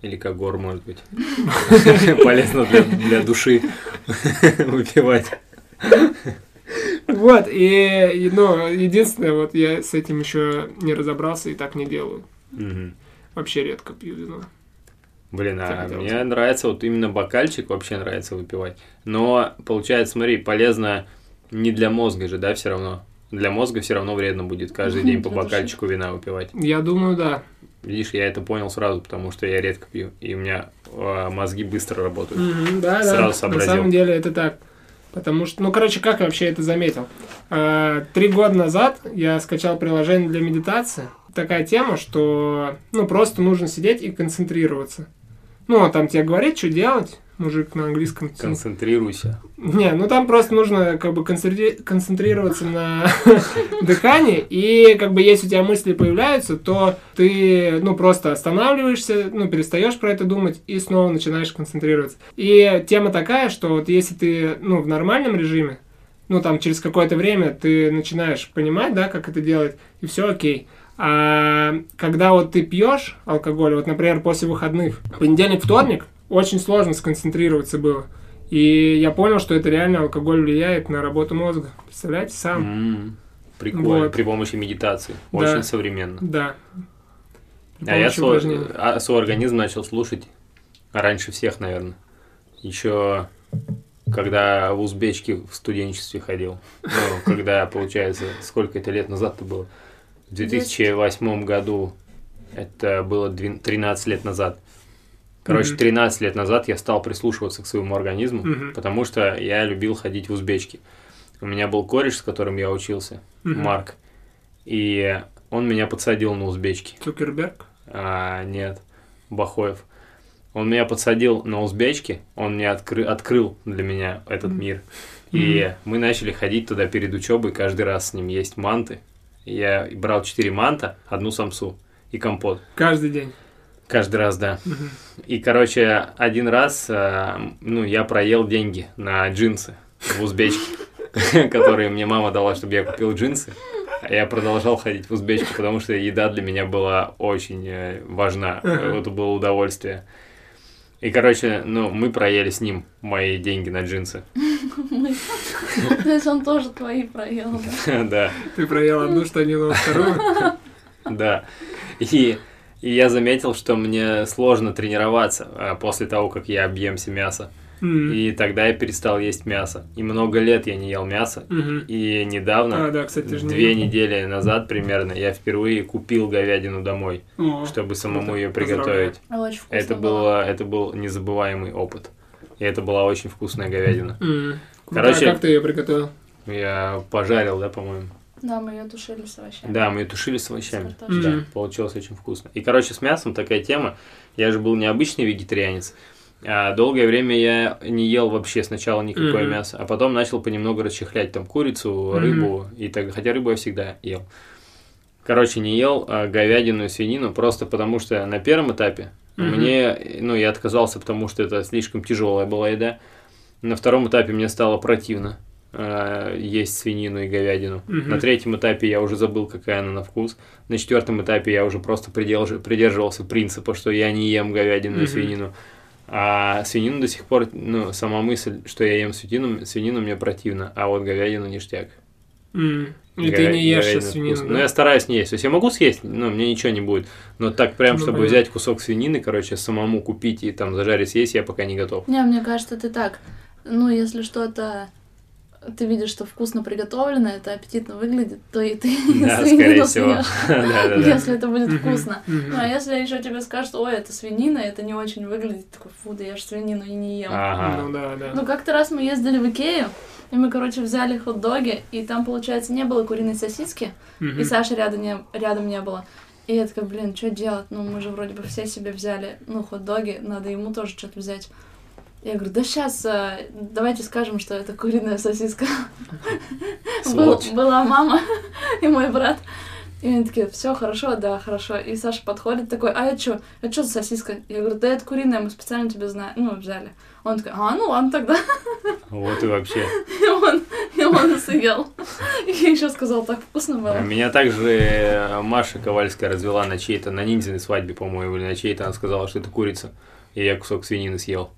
Speaker 5: Или когор, может быть. Полезно для, для души выпивать.
Speaker 3: Вот. И, и, ну, единственное, вот я с этим еще не разобрался и так не делаю.
Speaker 5: Мгм.
Speaker 3: Вообще редко пью вино.
Speaker 5: Блин, а
Speaker 3: Так делать.
Speaker 5: мне нравится вот именно бокальчик, вообще нравится выпивать. Но получается, смотри, полезно не для мозга же, да, все равно. Для мозга все равно вредно будет каждый
Speaker 4: Мгм,
Speaker 5: день по
Speaker 4: для души.
Speaker 5: бокальчику вина выпивать.
Speaker 3: Я думаю, да.
Speaker 5: Видишь, я это понял сразу, потому что я редко пью, и у меня э, мозги быстро работают.
Speaker 3: Мгм, да,
Speaker 5: Сразу
Speaker 3: да.
Speaker 5: сообразил.
Speaker 3: На самом деле это так. Потому что, ну, короче, как я вообще это заметил? А, Три года назад я скачал приложение для медитации. Такая тема, что, ну, просто нужно сидеть и концентрироваться. Ну, он там тебе говорит, что делать, мужик на английском.
Speaker 5: Концентрируйся.
Speaker 3: Не, ну там просто нужно как бы концентри- концентрироваться на дыхании, и как бы если у тебя мысли появляются, то ты, ну, просто останавливаешься, ну, перестаешь про это думать и снова начинаешь концентрироваться. И тема такая, что вот если ты, ну, в нормальном режиме, ну, там, через какое-то время ты начинаешь понимать, да, как это делать, и все окей. А когда вот ты пьешь алкоголь, вот, например, после выходных, понедельник, вторник, очень сложно сконцентрироваться было. И я понял, что это реально алкоголь влияет на работу мозга. Представляете, сам?
Speaker 5: М, Прикольно.
Speaker 3: Вот.
Speaker 5: При помощи медитации.
Speaker 3: Да.
Speaker 5: Очень современно.
Speaker 3: Да. При
Speaker 5: А я
Speaker 3: помощи
Speaker 5: свой,
Speaker 3: упражнений.
Speaker 5: а, свой организм начал слушать раньше всех, наверное. Еще когда в Узбечке в студенчестве ходил. Ну, когда, получается, сколько это лет назад-то было? В 2008 году. Это было двен- 13 лет назад. Короче,
Speaker 3: Мгм.
Speaker 5: 13 лет назад я стал прислушиваться к своему организму,
Speaker 3: Мгм.
Speaker 5: потому что я любил ходить в Узбечки. У меня был кореш, с которым я учился,
Speaker 3: Мгм.
Speaker 5: Марк. И он меня подсадил на узбечки.
Speaker 3: Цукерберг.
Speaker 5: А, нет, Бахоев. Он меня подсадил на узбечки, он мне откры- открыл для меня этот
Speaker 3: Мгм.
Speaker 5: мир. И мы начали ходить туда перед учебой, каждый раз с ним есть манты. Я брал 4 манта, одну самсу и компот.
Speaker 3: Каждый день.
Speaker 5: Каждый раз, да.
Speaker 3: Мгм.
Speaker 5: И, короче, один раз, э, ну, я проел деньги на джинсы в узбечке, которые мне мама дала, чтобы я купил джинсы. А я продолжал ходить в узбечке, потому что еда для меня была очень э, важна.
Speaker 3: Ага.
Speaker 5: Это было удовольствие. И, короче, ну, мы проели с ним мои деньги на джинсы.
Speaker 4: Мы- То есть он тоже твои проел, да?
Speaker 5: Да.
Speaker 3: Ты проел одну штанину, а вторую.
Speaker 5: Да. И, и я заметил, что мне сложно тренироваться э, после того, как я объемся мяса.
Speaker 3: Мгм.
Speaker 5: И тогда я перестал есть мясо. И много лет я не ел мясо.
Speaker 3: Мгм.
Speaker 5: И недавно,
Speaker 3: А, да, кстати, ты же не
Speaker 5: две
Speaker 3: ел.
Speaker 5: недели назад примерно, я впервые купил говядину домой,
Speaker 3: О,
Speaker 5: чтобы самому ее
Speaker 3: Ну, Поздравляю.
Speaker 5: приготовить.
Speaker 4: А Очень вкусно
Speaker 5: Это
Speaker 4: было.
Speaker 5: было, это был незабываемый опыт. И это была очень вкусная говядина.
Speaker 3: Мгм. Круто.
Speaker 5: Короче-
Speaker 3: А как ты ее приготовил?
Speaker 5: Я пожарил, да, по-моему.
Speaker 4: Да, мы ее тушили с овощами.
Speaker 5: Да, мы ее тушили с овощами.
Speaker 4: С картошкой.
Speaker 5: Да,
Speaker 3: Мгм.
Speaker 5: получилось очень вкусно. И, короче, с мясом такая тема. Я же был необычный вегетарианец. А долгое время я не ел вообще сначала никакое
Speaker 3: Мгм.
Speaker 5: мясо, а потом начал понемногу расчехлять там курицу,
Speaker 3: Мгм.
Speaker 5: рыбу и так Хотя рыбу я всегда ел. Короче, не ел а, говядину и свинину просто потому, что на первом этапе
Speaker 3: Мгм.
Speaker 5: мне, ну, я отказался, потому что это слишком тяжелая была еда. На втором этапе мне стало противно э, есть свинину и говядину.
Speaker 3: Мгм.
Speaker 5: На третьем этапе я уже забыл, какая она на вкус. На четвертом этапе я уже просто приделж- придерживался принципа, что я не ем говядину и
Speaker 3: Мгм.
Speaker 5: свинину. А свинину до сих пор, ну, сама мысль, что я ем свинину, свинину мне противно, а вот говядину ништяк.
Speaker 3: М. И ты
Speaker 5: Говя-
Speaker 3: не ешь
Speaker 5: говядина
Speaker 3: сейчас свинину,
Speaker 5: вкусно.
Speaker 3: да?
Speaker 5: Ну, я стараюсь не есть. То есть я могу съесть, но мне ничего не будет. Но так прям,
Speaker 3: Ну,
Speaker 5: чтобы
Speaker 3: понятно.
Speaker 5: взять кусок свинины, короче, самому купить и там зажарить съесть, я пока не готов.
Speaker 4: Не, мне кажется, ты так. Ну, если что-то э, ты видишь, что вкусно приготовлено, это аппетитно выглядит, то и ты
Speaker 5: Да, скорее
Speaker 4: свинину
Speaker 5: всего.
Speaker 4: съешь,
Speaker 5: Да-да-да.
Speaker 4: если это будет
Speaker 3: Мгм,
Speaker 4: вкусно.
Speaker 3: мгм.
Speaker 4: Ну, а если еще тебе скажут, ой, это свинина, это не очень выглядит, такой, фу, да я же свинину и не ем.
Speaker 5: Ага.
Speaker 3: Ну да, да.
Speaker 4: Ну, как-то раз мы ездили в Икею, и мы, короче, взяли хот-доги, и там, получается, не было куриной сосиски,
Speaker 3: Мгм.
Speaker 4: и Саши рядом не, рядом не было. И я такая, блин, что делать? Ну, мы же вроде бы все себе взяли, ну, хот-доги, надо ему тоже что-то взять. Я говорю, да сейчас, давайте скажем, что это куриная сосиска. Был-
Speaker 5: Сволочь.
Speaker 4: была мама и мой брат. И они такие, все хорошо, да, хорошо. И Саша подходит такой, а это что? Это что за сосиска? Я говорю, да это куриная, мы специально тебе знаем, ну, взяли. Он такой, а, ну ладно тогда.
Speaker 5: Вот и вообще.
Speaker 4: И он, и он съел. И еще сказал, так вкусно было.
Speaker 5: Меня также э, Маша Ковальская развела на чьей-то, на ниндзиной свадьбе, по-моему, или на чьей-то, она сказала, что это курица. И я кусок свинины съел.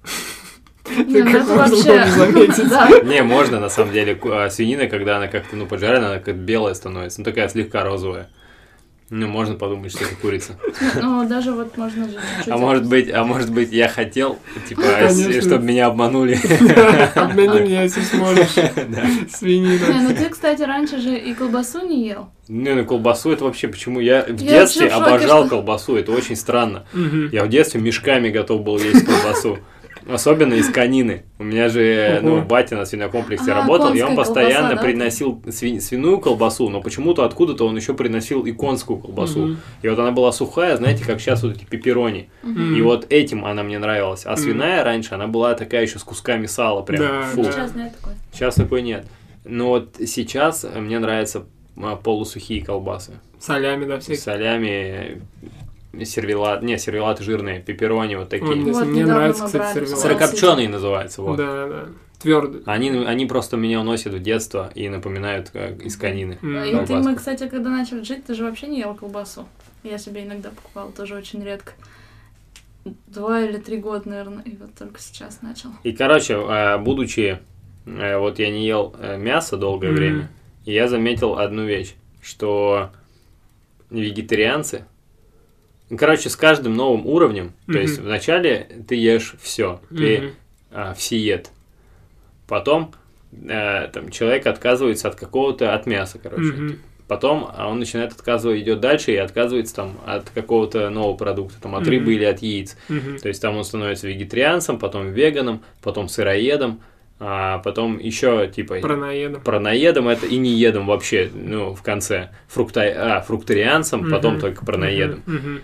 Speaker 4: Не, ну
Speaker 3: как
Speaker 4: это
Speaker 3: можно было не
Speaker 4: вообще...
Speaker 3: заметить?
Speaker 4: Да,
Speaker 5: Не, можно, на самом деле, ку- а свинина, когда она как-то, ну, поджарена, она как белая становится, ну, такая слегка розовая. Ну, можно подумать, что это курица.
Speaker 4: ну даже вот можно же чуть-чуть...
Speaker 5: А может быть, а может быть, я хотел, типа,
Speaker 3: Конечно.
Speaker 5: чтобы меня обманули.
Speaker 3: Обмени меня, если сможешь.
Speaker 4: Не,
Speaker 3: Свинина.
Speaker 4: ну ты, кстати, раньше же и колбасу не ел.
Speaker 5: Не, ну колбасу это вообще почему? Я в
Speaker 4: Я
Speaker 5: детстве
Speaker 4: вообще в шоке,
Speaker 5: обожал
Speaker 4: что-
Speaker 5: колбасу, это очень странно.
Speaker 3: Мгм.
Speaker 5: Я в детстве мешками готов был есть колбасу. Особенно из конины. У меня же, ну,
Speaker 3: Ого.
Speaker 5: батя на свинокомплексе
Speaker 4: А,
Speaker 5: работал, и он
Speaker 4: конская
Speaker 5: постоянно
Speaker 4: колбаса, да?
Speaker 5: приносил свин- свиную колбасу, но почему-то откуда-то он еще приносил и конскую колбасу.
Speaker 3: Мгм.
Speaker 5: И вот она была сухая, знаете, как сейчас вот эти пепперони. И вот этим она мне нравилась. А
Speaker 3: Мгм.
Speaker 5: свиная раньше, она была такая еще с кусками сала прям.
Speaker 3: Да,
Speaker 5: Фу.
Speaker 3: да.
Speaker 4: Сейчас нет такой.
Speaker 5: Сейчас такой нет. Но вот сейчас мне нравятся а, полусухие колбасы.
Speaker 3: Солями, да,
Speaker 5: С
Speaker 3: всякие.
Speaker 5: солями, э, сервелат, не, сервелаты жирные, пепперони вот
Speaker 3: Вот,
Speaker 5: такие.
Speaker 4: Вот
Speaker 3: Мне
Speaker 4: недавно
Speaker 3: нравится,
Speaker 4: мы
Speaker 3: кстати,
Speaker 4: брали.
Speaker 3: сервелат.
Speaker 5: Сырокопченые называются, вот.
Speaker 3: Да, да. Твердый.
Speaker 5: Они, они просто меня уносят в детство и напоминают э, из конины.
Speaker 4: Ну, И ты,
Speaker 5: Колбаску.
Speaker 4: мы, кстати, когда начали жить, ты же вообще не ел колбасу. Я себе иногда покупала, тоже очень редко. Два или три года, наверное, и вот только сейчас начал.
Speaker 5: И, короче, э, будучи, э, вот я не ел э, мясо долгое
Speaker 3: Мгм.
Speaker 5: время, и я заметил одну вещь, что вегетарианцы, ну, короче, с каждым новым уровнем, то
Speaker 3: Мгм.
Speaker 5: есть вначале ты ешь все, ты
Speaker 3: Мгм.
Speaker 5: а, всеед. Потом э, там человек отказывается от какого-то от мяса, короче.
Speaker 3: Мгм.
Speaker 5: Потом а он начинает отказывать, идет дальше и отказывается там от какого-то нового продукта, там от
Speaker 3: Мгм.
Speaker 5: рыбы или от яиц.
Speaker 3: Мгм.
Speaker 5: То есть там он становится вегетарианцем, потом веганом, потом сыроедом, а потом еще типа
Speaker 3: Параноеда.
Speaker 5: праноедом это и неедом вообще, ну в конце фрукта, а, фруктарианцем, потом
Speaker 3: Мгм.
Speaker 5: только праноедом.
Speaker 3: Мгм.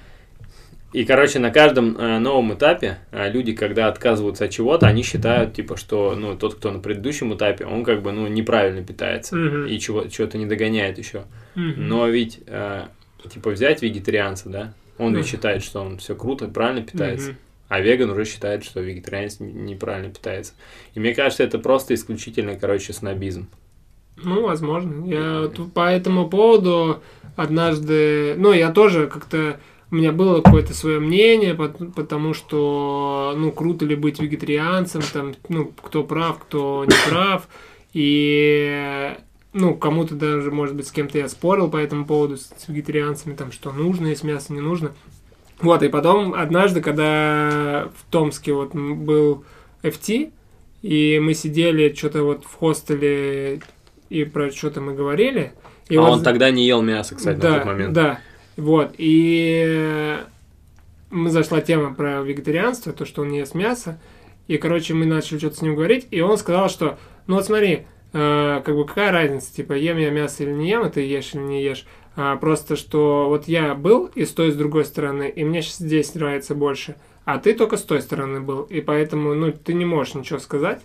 Speaker 5: И, короче, на каждом э, новом этапе э, люди, когда отказываются от чего-то, они считают, типа, что, ну, тот, кто на предыдущем этапе, он как бы, ну, неправильно питается
Speaker 3: Мгм.
Speaker 5: и ну, чего- чего-то не догоняет еще.
Speaker 3: Мгм.
Speaker 5: Но ведь, э, типа, взять вегетарианца, да, он ведь
Speaker 3: Мгм.
Speaker 5: считает, что он все круто, правильно питается.
Speaker 3: Мгм.
Speaker 5: А веган уже считает, что вегетарианец н- неправильно питается. И мне кажется, это просто исключительно, короче, снобизм.
Speaker 3: Ну, возможно. Я ту- по этому поводу однажды... Ну, я тоже как-то... У меня было какое-то свое мнение, пот- потому что, ну, круто ли быть вегетарианцем, там, ну, кто прав, кто не прав. И, ну, кому-то даже, может быть, с кем-то я спорил по этому поводу, с, с вегетарианцами, там, что нужно, есть мясо, не нужно. Вот, и потом однажды, когда в Томске вот м, был FT, и мы сидели что-то вот в хостеле и про что-то мы говорили. И
Speaker 5: а
Speaker 3: вот
Speaker 5: он тогда не ел мясо, кстати,
Speaker 3: да,
Speaker 5: на тот момент.
Speaker 3: Да, вот, и э, мы зашла тема про вегетарианство, то, что он не ест мясо, и, короче, мы начали что-то с ним говорить, и он сказал, что, ну вот смотри, э, как бы какая разница, типа, ем я мясо или не ем, а ты ешь или не ешь, А, просто что вот я был и с той, и с другой стороны, и мне сейчас здесь нравится больше, а ты только с той стороны был, и поэтому, ну, ты не можешь ничего сказать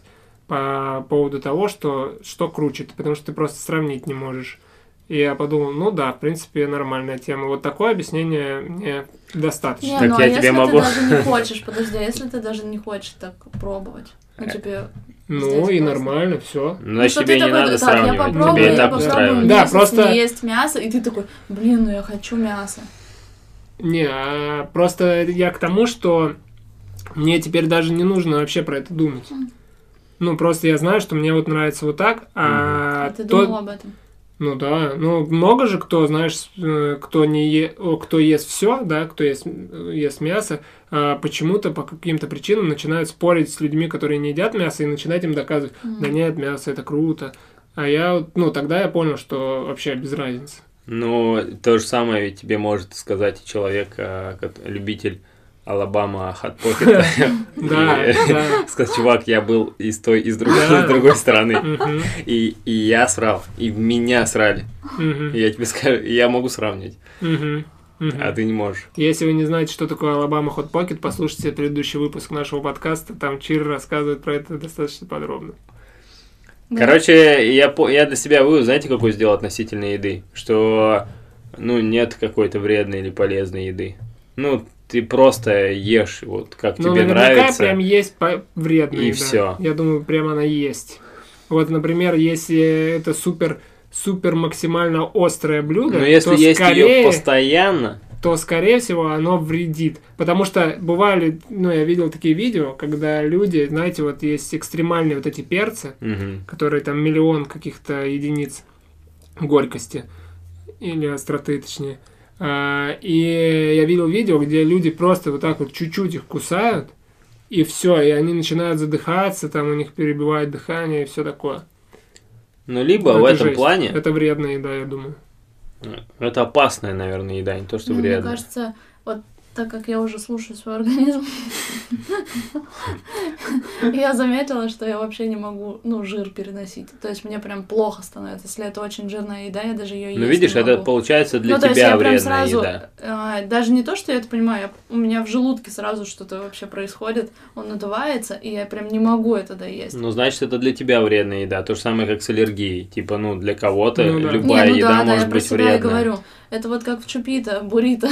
Speaker 3: по поводу того, что, что круче, потому что ты просто сравнить не можешь. И я подумал, ну да, в принципе, нормальная тема. Вот такое объяснение мне достаточно.
Speaker 4: Не,
Speaker 5: Так
Speaker 4: ну
Speaker 5: я
Speaker 4: а
Speaker 5: тебе
Speaker 4: если
Speaker 5: могу- Э.
Speaker 4: ты даже не хочешь, подожди, а если ты даже не хочешь так пробовать? Ну, тебе
Speaker 3: Ну
Speaker 4: Кстати,
Speaker 3: и
Speaker 4: классно.
Speaker 3: нормально, все.
Speaker 5: Ну, Значит,
Speaker 4: Ну, что
Speaker 5: тебе
Speaker 4: ты
Speaker 5: не
Speaker 4: такой,
Speaker 5: надо
Speaker 4: так, я
Speaker 5: сравнивать.
Speaker 4: попробую,
Speaker 5: Тебе
Speaker 4: я
Speaker 5: это
Speaker 4: попробую,
Speaker 5: устраивает.
Speaker 4: мне
Speaker 3: Да,
Speaker 4: да, просто...
Speaker 3: просто-
Speaker 4: не есть мясо, и ты такой, блин, ну я хочу мясо.
Speaker 3: Не, а просто я к тому, что мне теперь даже не нужно вообще про это думать.
Speaker 4: Мгм.
Speaker 3: Ну, просто я знаю, что мне вот нравится вот так, а,
Speaker 4: А ты
Speaker 3: то-
Speaker 4: думал об этом?
Speaker 3: Ну да, ну много же кто, знаешь, с- э, кто не е... о, кто ест все, да, кто ест, м, ест мясо, а, почему-то по каким-то причинам начинают спорить с людьми, которые не едят мясо, и начинать им доказывать,
Speaker 4: Мгм.
Speaker 3: да нет, мясо это круто. А я, вот, ну тогда я понял, что вообще без разницы.
Speaker 5: Ну, то же самое ведь тебе может сказать и человек, а, кот- любитель Алабама хатпокета.
Speaker 3: Да,
Speaker 5: И,
Speaker 3: да.
Speaker 5: Сказать, чувак, я был из той, из другой,
Speaker 3: Да.
Speaker 5: с другой стороны.
Speaker 3: Мгм,
Speaker 5: И, и я срал, и в меня срали.
Speaker 3: мгм,
Speaker 5: Я тебе скажу, я могу сравнивать,
Speaker 3: мгм, мгм.
Speaker 5: а ты не можешь.
Speaker 3: Если вы не знаете, что такое Alabama Hot Pocket, послушайте предыдущий выпуск нашего подкаста, там Чир рассказывает про это достаточно подробно.
Speaker 4: Да.
Speaker 5: Короче, я, по- я для себя вывод, знаете, какой сделал относительно еды? Что, ну, нет какой-то вредной или полезной еды. Ну, ты просто ешь, вот, как
Speaker 3: Ну,
Speaker 5: А тебе
Speaker 3: наверняка
Speaker 5: нравится.
Speaker 3: прям есть по- вредная
Speaker 5: И
Speaker 3: еда.
Speaker 5: всё.
Speaker 3: Я думаю, прям она есть. Вот, например, если это супер супер максимально острое блюдо,
Speaker 5: Но Ну, если
Speaker 3: то,
Speaker 5: есть
Speaker 3: скорее,
Speaker 5: ее постоянно,
Speaker 3: то скорее всего оно вредит. Потому что бывали, ну, я видел такие видео, когда люди, знаете, вот есть экстремальные вот эти перцы,
Speaker 5: мгм,
Speaker 3: которые там миллион каких-то единиц горькости или остроты, точнее. А, И я видел видео, где люди просто вот так вот чуть-чуть их кусают, и все, и они начинают задыхаться, там у них перебивает дыхание и все такое.
Speaker 5: Ну, либо
Speaker 3: Ну,
Speaker 5: в
Speaker 3: это
Speaker 5: этом
Speaker 3: жесть.
Speaker 5: плане,
Speaker 3: Это вредная еда, я думаю.
Speaker 5: это опасная, наверное, еда, не то, что
Speaker 4: Ну, мне
Speaker 5: вредная.
Speaker 4: кажется, вот так как я уже слушаю свой организм, я заметила, что я вообще не могу, ну, жир переносить. То есть мне прям плохо становится. Если это очень жирная еда, я даже ее есть
Speaker 5: Ну, видишь,
Speaker 4: не
Speaker 5: это
Speaker 4: могу.
Speaker 5: получается для
Speaker 4: ну, то есть
Speaker 5: тебя
Speaker 4: я прям
Speaker 5: вредная
Speaker 4: сразу,
Speaker 5: еда.
Speaker 4: э, даже не то, что я это понимаю, я- у меня в желудке сразу что-то вообще происходит, он надувается, и я прям не могу это доесть.
Speaker 5: Ну, значит, это для тебя вредная еда. То же самое, как с аллергией. Типа, ну, для кого-то
Speaker 3: Ну, да.
Speaker 5: любая
Speaker 4: не, ну
Speaker 5: еда
Speaker 4: да, да, я
Speaker 5: может
Speaker 4: про
Speaker 5: быть
Speaker 4: себя и
Speaker 5: вредная.
Speaker 4: говорю. Это вот как в чупито, бурито.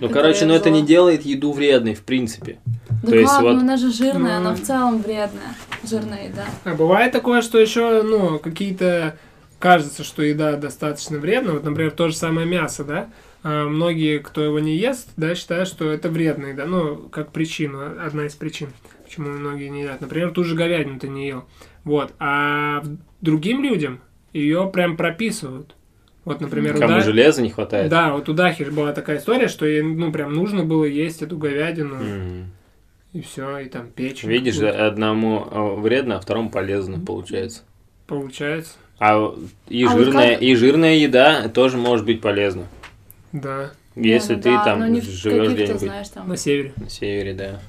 Speaker 5: Ну,
Speaker 4: Это
Speaker 5: короче,
Speaker 4: я
Speaker 5: но это не
Speaker 4: взяла.
Speaker 5: делает еду вредной, в принципе.
Speaker 4: Да
Speaker 5: То есть
Speaker 4: как,
Speaker 5: вот-
Speaker 4: ну она же жирная,
Speaker 3: Ну.
Speaker 4: она в целом вредная. Жирная еда.
Speaker 3: А бывает такое, что еще, ну, какие-то кажется, что еда достаточно вредна. Вот, например, то же самое мясо, да? А многие, кто его не ест, да, считают, что это вредно еда. Ну, как причину, одна из причин, почему многие не едят. Например, ту же говядину ты не ел. Вот. А в- другим людям ее прям прописывают. Вот, например,
Speaker 4: ну,
Speaker 3: у
Speaker 5: Кому
Speaker 3: Да-
Speaker 5: железа не хватает.
Speaker 3: Да, вот у Дахи же была такая история, что ей, ну, прям нужно было есть эту говядину,
Speaker 5: М.
Speaker 3: и все, и там печень.
Speaker 5: Видишь,
Speaker 3: какую-то.
Speaker 5: одному э, вредно, а второму полезно, получается.
Speaker 3: Получается,
Speaker 5: А и,
Speaker 4: А вот
Speaker 5: жирная,
Speaker 4: как-
Speaker 5: и жирная еда тоже может быть полезна.
Speaker 3: да,
Speaker 5: Если
Speaker 4: ну
Speaker 5: ты
Speaker 4: да, но
Speaker 5: там
Speaker 4: не в
Speaker 5: живешь
Speaker 4: каких-то,
Speaker 5: где-нибудь
Speaker 4: знаешь, там...
Speaker 3: на севере.
Speaker 5: на севере, да.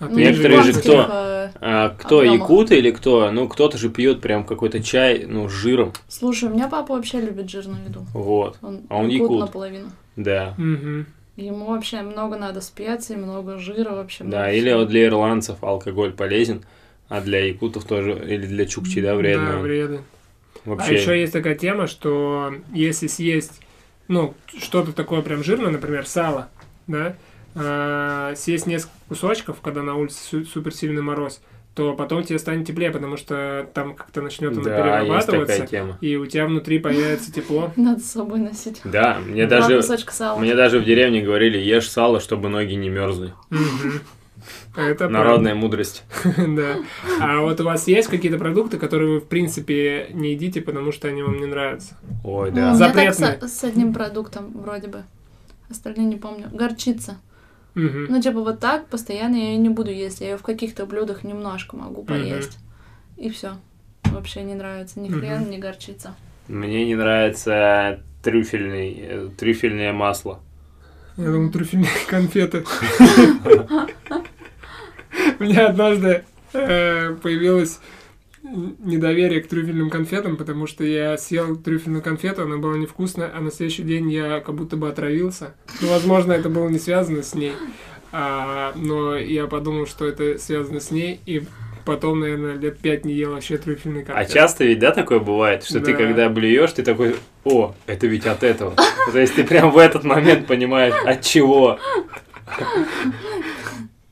Speaker 3: А ты
Speaker 4: ну,
Speaker 5: Некоторые
Speaker 3: живёшь
Speaker 5: же
Speaker 3: на
Speaker 5: кто?
Speaker 4: японских, э,
Speaker 5: А кто,
Speaker 4: Объёма.
Speaker 5: якуты или кто? Ну, кто-то же пьет прям какой-то чай, ну, с жиром.
Speaker 4: Слушай, у меня папа вообще любит жирную еду.
Speaker 5: Вот,
Speaker 4: Он,
Speaker 5: А он якут.
Speaker 4: наполовину.
Speaker 5: да.
Speaker 3: Мгм.
Speaker 4: Ему вообще много надо специй, много жира вообще. много
Speaker 5: Да, или
Speaker 4: всего.
Speaker 5: вот для ирландцев алкоголь полезен, а для якутов тоже, или для чукчи, да,
Speaker 3: Да,
Speaker 5: вредно.
Speaker 3: вредно. А еще
Speaker 5: Вообще,
Speaker 3: есть такая тема, что если съесть, ну, что-то такое прям жирное, например, сало, да, а, съесть несколько кусочков, когда на улице су- супер сильный мороз, то потом тебе станет теплее, потому что там как-то начнет оно
Speaker 5: да, есть такая
Speaker 3: перерабатываться,
Speaker 5: тема.
Speaker 3: и у тебя внутри появится тепло.
Speaker 4: Надо с собой носить.
Speaker 5: Да, мне
Speaker 4: Два
Speaker 5: даже,
Speaker 4: кусочка сала.
Speaker 5: мне даже в деревне говорили, ешь сало, чтобы ноги не мерзли.
Speaker 3: Мгм. Это правда.
Speaker 5: Народная мудрость.
Speaker 3: Да. А вот у вас есть какие-то продукты, которые вы, в принципе, не едите, потому что они вам не нравятся?
Speaker 5: Ой,
Speaker 4: Ну,
Speaker 5: да.
Speaker 4: у меня так
Speaker 3: Запретные.
Speaker 4: с, с одним продуктом вроде бы. Остальные не помню. Горчица.
Speaker 3: Мгм.
Speaker 4: Ну, типа вот так постоянно я ее не буду есть. Я ее в каких-то блюдах немножко могу поесть. И все. Вообще не нравится ни хрен,
Speaker 3: Мгм.
Speaker 4: ни горчица.
Speaker 5: Мне не нравится трюфельный, э, трюфельное масло.
Speaker 3: Я думал, трюфельные конфеты. У меня однажды э, появилось н- недоверие к трюфельным конфетам, потому что я съел трюфельную конфету, она была невкусная, а на следующий день я как будто бы отравился. Ну, возможно, это было не связано с ней, а, но я подумал, что это связано с ней, и потом, наверное, лет пять не ел вообще трюфельные
Speaker 5: А
Speaker 3: конфеты.
Speaker 5: часто ведь, да, такое бывает, что ты
Speaker 3: Да.
Speaker 5: когда блюешь, ты такой, о, это ведь от этого. То есть ты прям в этот момент понимаешь, от чего.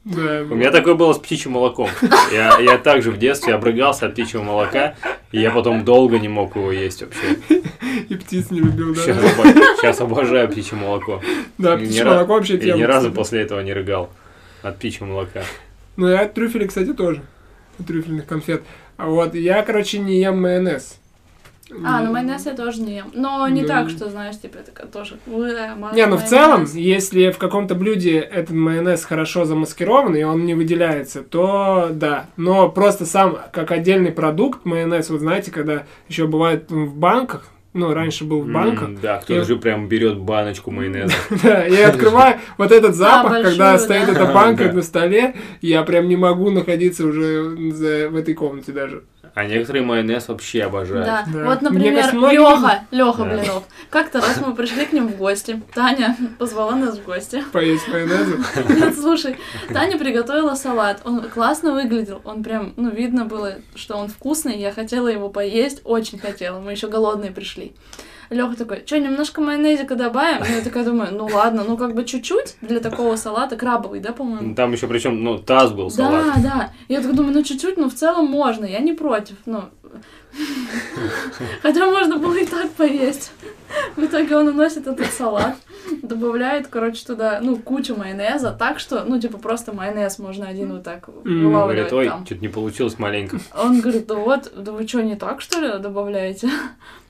Speaker 3: Да.
Speaker 5: У меня такое было с птичьим молоком. Я, я также в детстве обрыгался от птичьего молока, и я потом долго не мог его есть вообще.
Speaker 3: И птиц не любил,
Speaker 5: Сейчас,
Speaker 3: да?
Speaker 5: обожаю, сейчас обожаю птичье молоко.
Speaker 3: Да,
Speaker 5: И ни
Speaker 3: птичье
Speaker 5: ра-
Speaker 3: молоко вообще
Speaker 5: И
Speaker 3: тема.
Speaker 5: ни разу
Speaker 3: кстати.
Speaker 5: после этого не рыгал от птичьего молока.
Speaker 3: Ну, я от трюфелей, кстати, тоже. От трюфельных конфет. А вот я, короче, не ем майонез.
Speaker 4: А, ну
Speaker 3: М,
Speaker 4: майонез я тоже не ем. Но не
Speaker 3: Ну.
Speaker 4: так, что, знаешь, типа, я такая тоже... «Э, мало
Speaker 3: Не, ну в
Speaker 4: майонеза».
Speaker 3: целом, если в каком-то блюде этот майонез хорошо замаскирован и он не выделяется, то да. Но просто сам как отдельный продукт майонез, вот знаете, когда еще бывает м, в банках, ну раньше был в банках,
Speaker 5: М, Да, кто-то
Speaker 3: Я-
Speaker 5: же прям берет баночку майонеза.
Speaker 3: да, я открываю вот этот запах,
Speaker 4: А, большую,
Speaker 3: когда стоит
Speaker 4: да?
Speaker 3: эта
Speaker 5: А,
Speaker 3: банка
Speaker 5: да.
Speaker 3: на столе, я прям не могу находиться уже за- в этой комнате даже.
Speaker 5: А некоторые майонез вообще обожают.
Speaker 4: Да.
Speaker 3: Да.
Speaker 4: вот,
Speaker 3: Мне
Speaker 4: например,
Speaker 3: кажется, многие
Speaker 4: Леха, Леха
Speaker 5: Да.
Speaker 4: Блинов. Как-то раз мы пришли к ним в гости. Таня позвала нас в гости.
Speaker 3: Поесть майонеза.
Speaker 4: Нет, слушай, Таня приготовила салат. Он классно выглядел. Он прям, ну, видно было, что он вкусный. Я хотела его поесть, очень хотела. Мы еще голодные пришли. Леха такой, что, немножко майонезика добавим? Ну, я такая думаю, ну ладно, ну как бы чуть-чуть для такого салата, крабовый, да, по-моему?
Speaker 5: Ну, Там еще причем, ну, таз был салат.
Speaker 4: Да, да. Я так думаю, ну чуть-чуть, но в целом можно, я не против. Ну. Хотя можно было и так поесть. В итоге он уносит этот салат, добавляет, короче, туда, ну, кучу майонеза, так что, ну, типа, просто майонез можно один вот так
Speaker 5: Он Говорит, ой, типа.
Speaker 4: вылавливать там.
Speaker 5: что-то не получилось маленько.
Speaker 4: Он говорит, да вот, да вы что, не так, что ли, добавляете?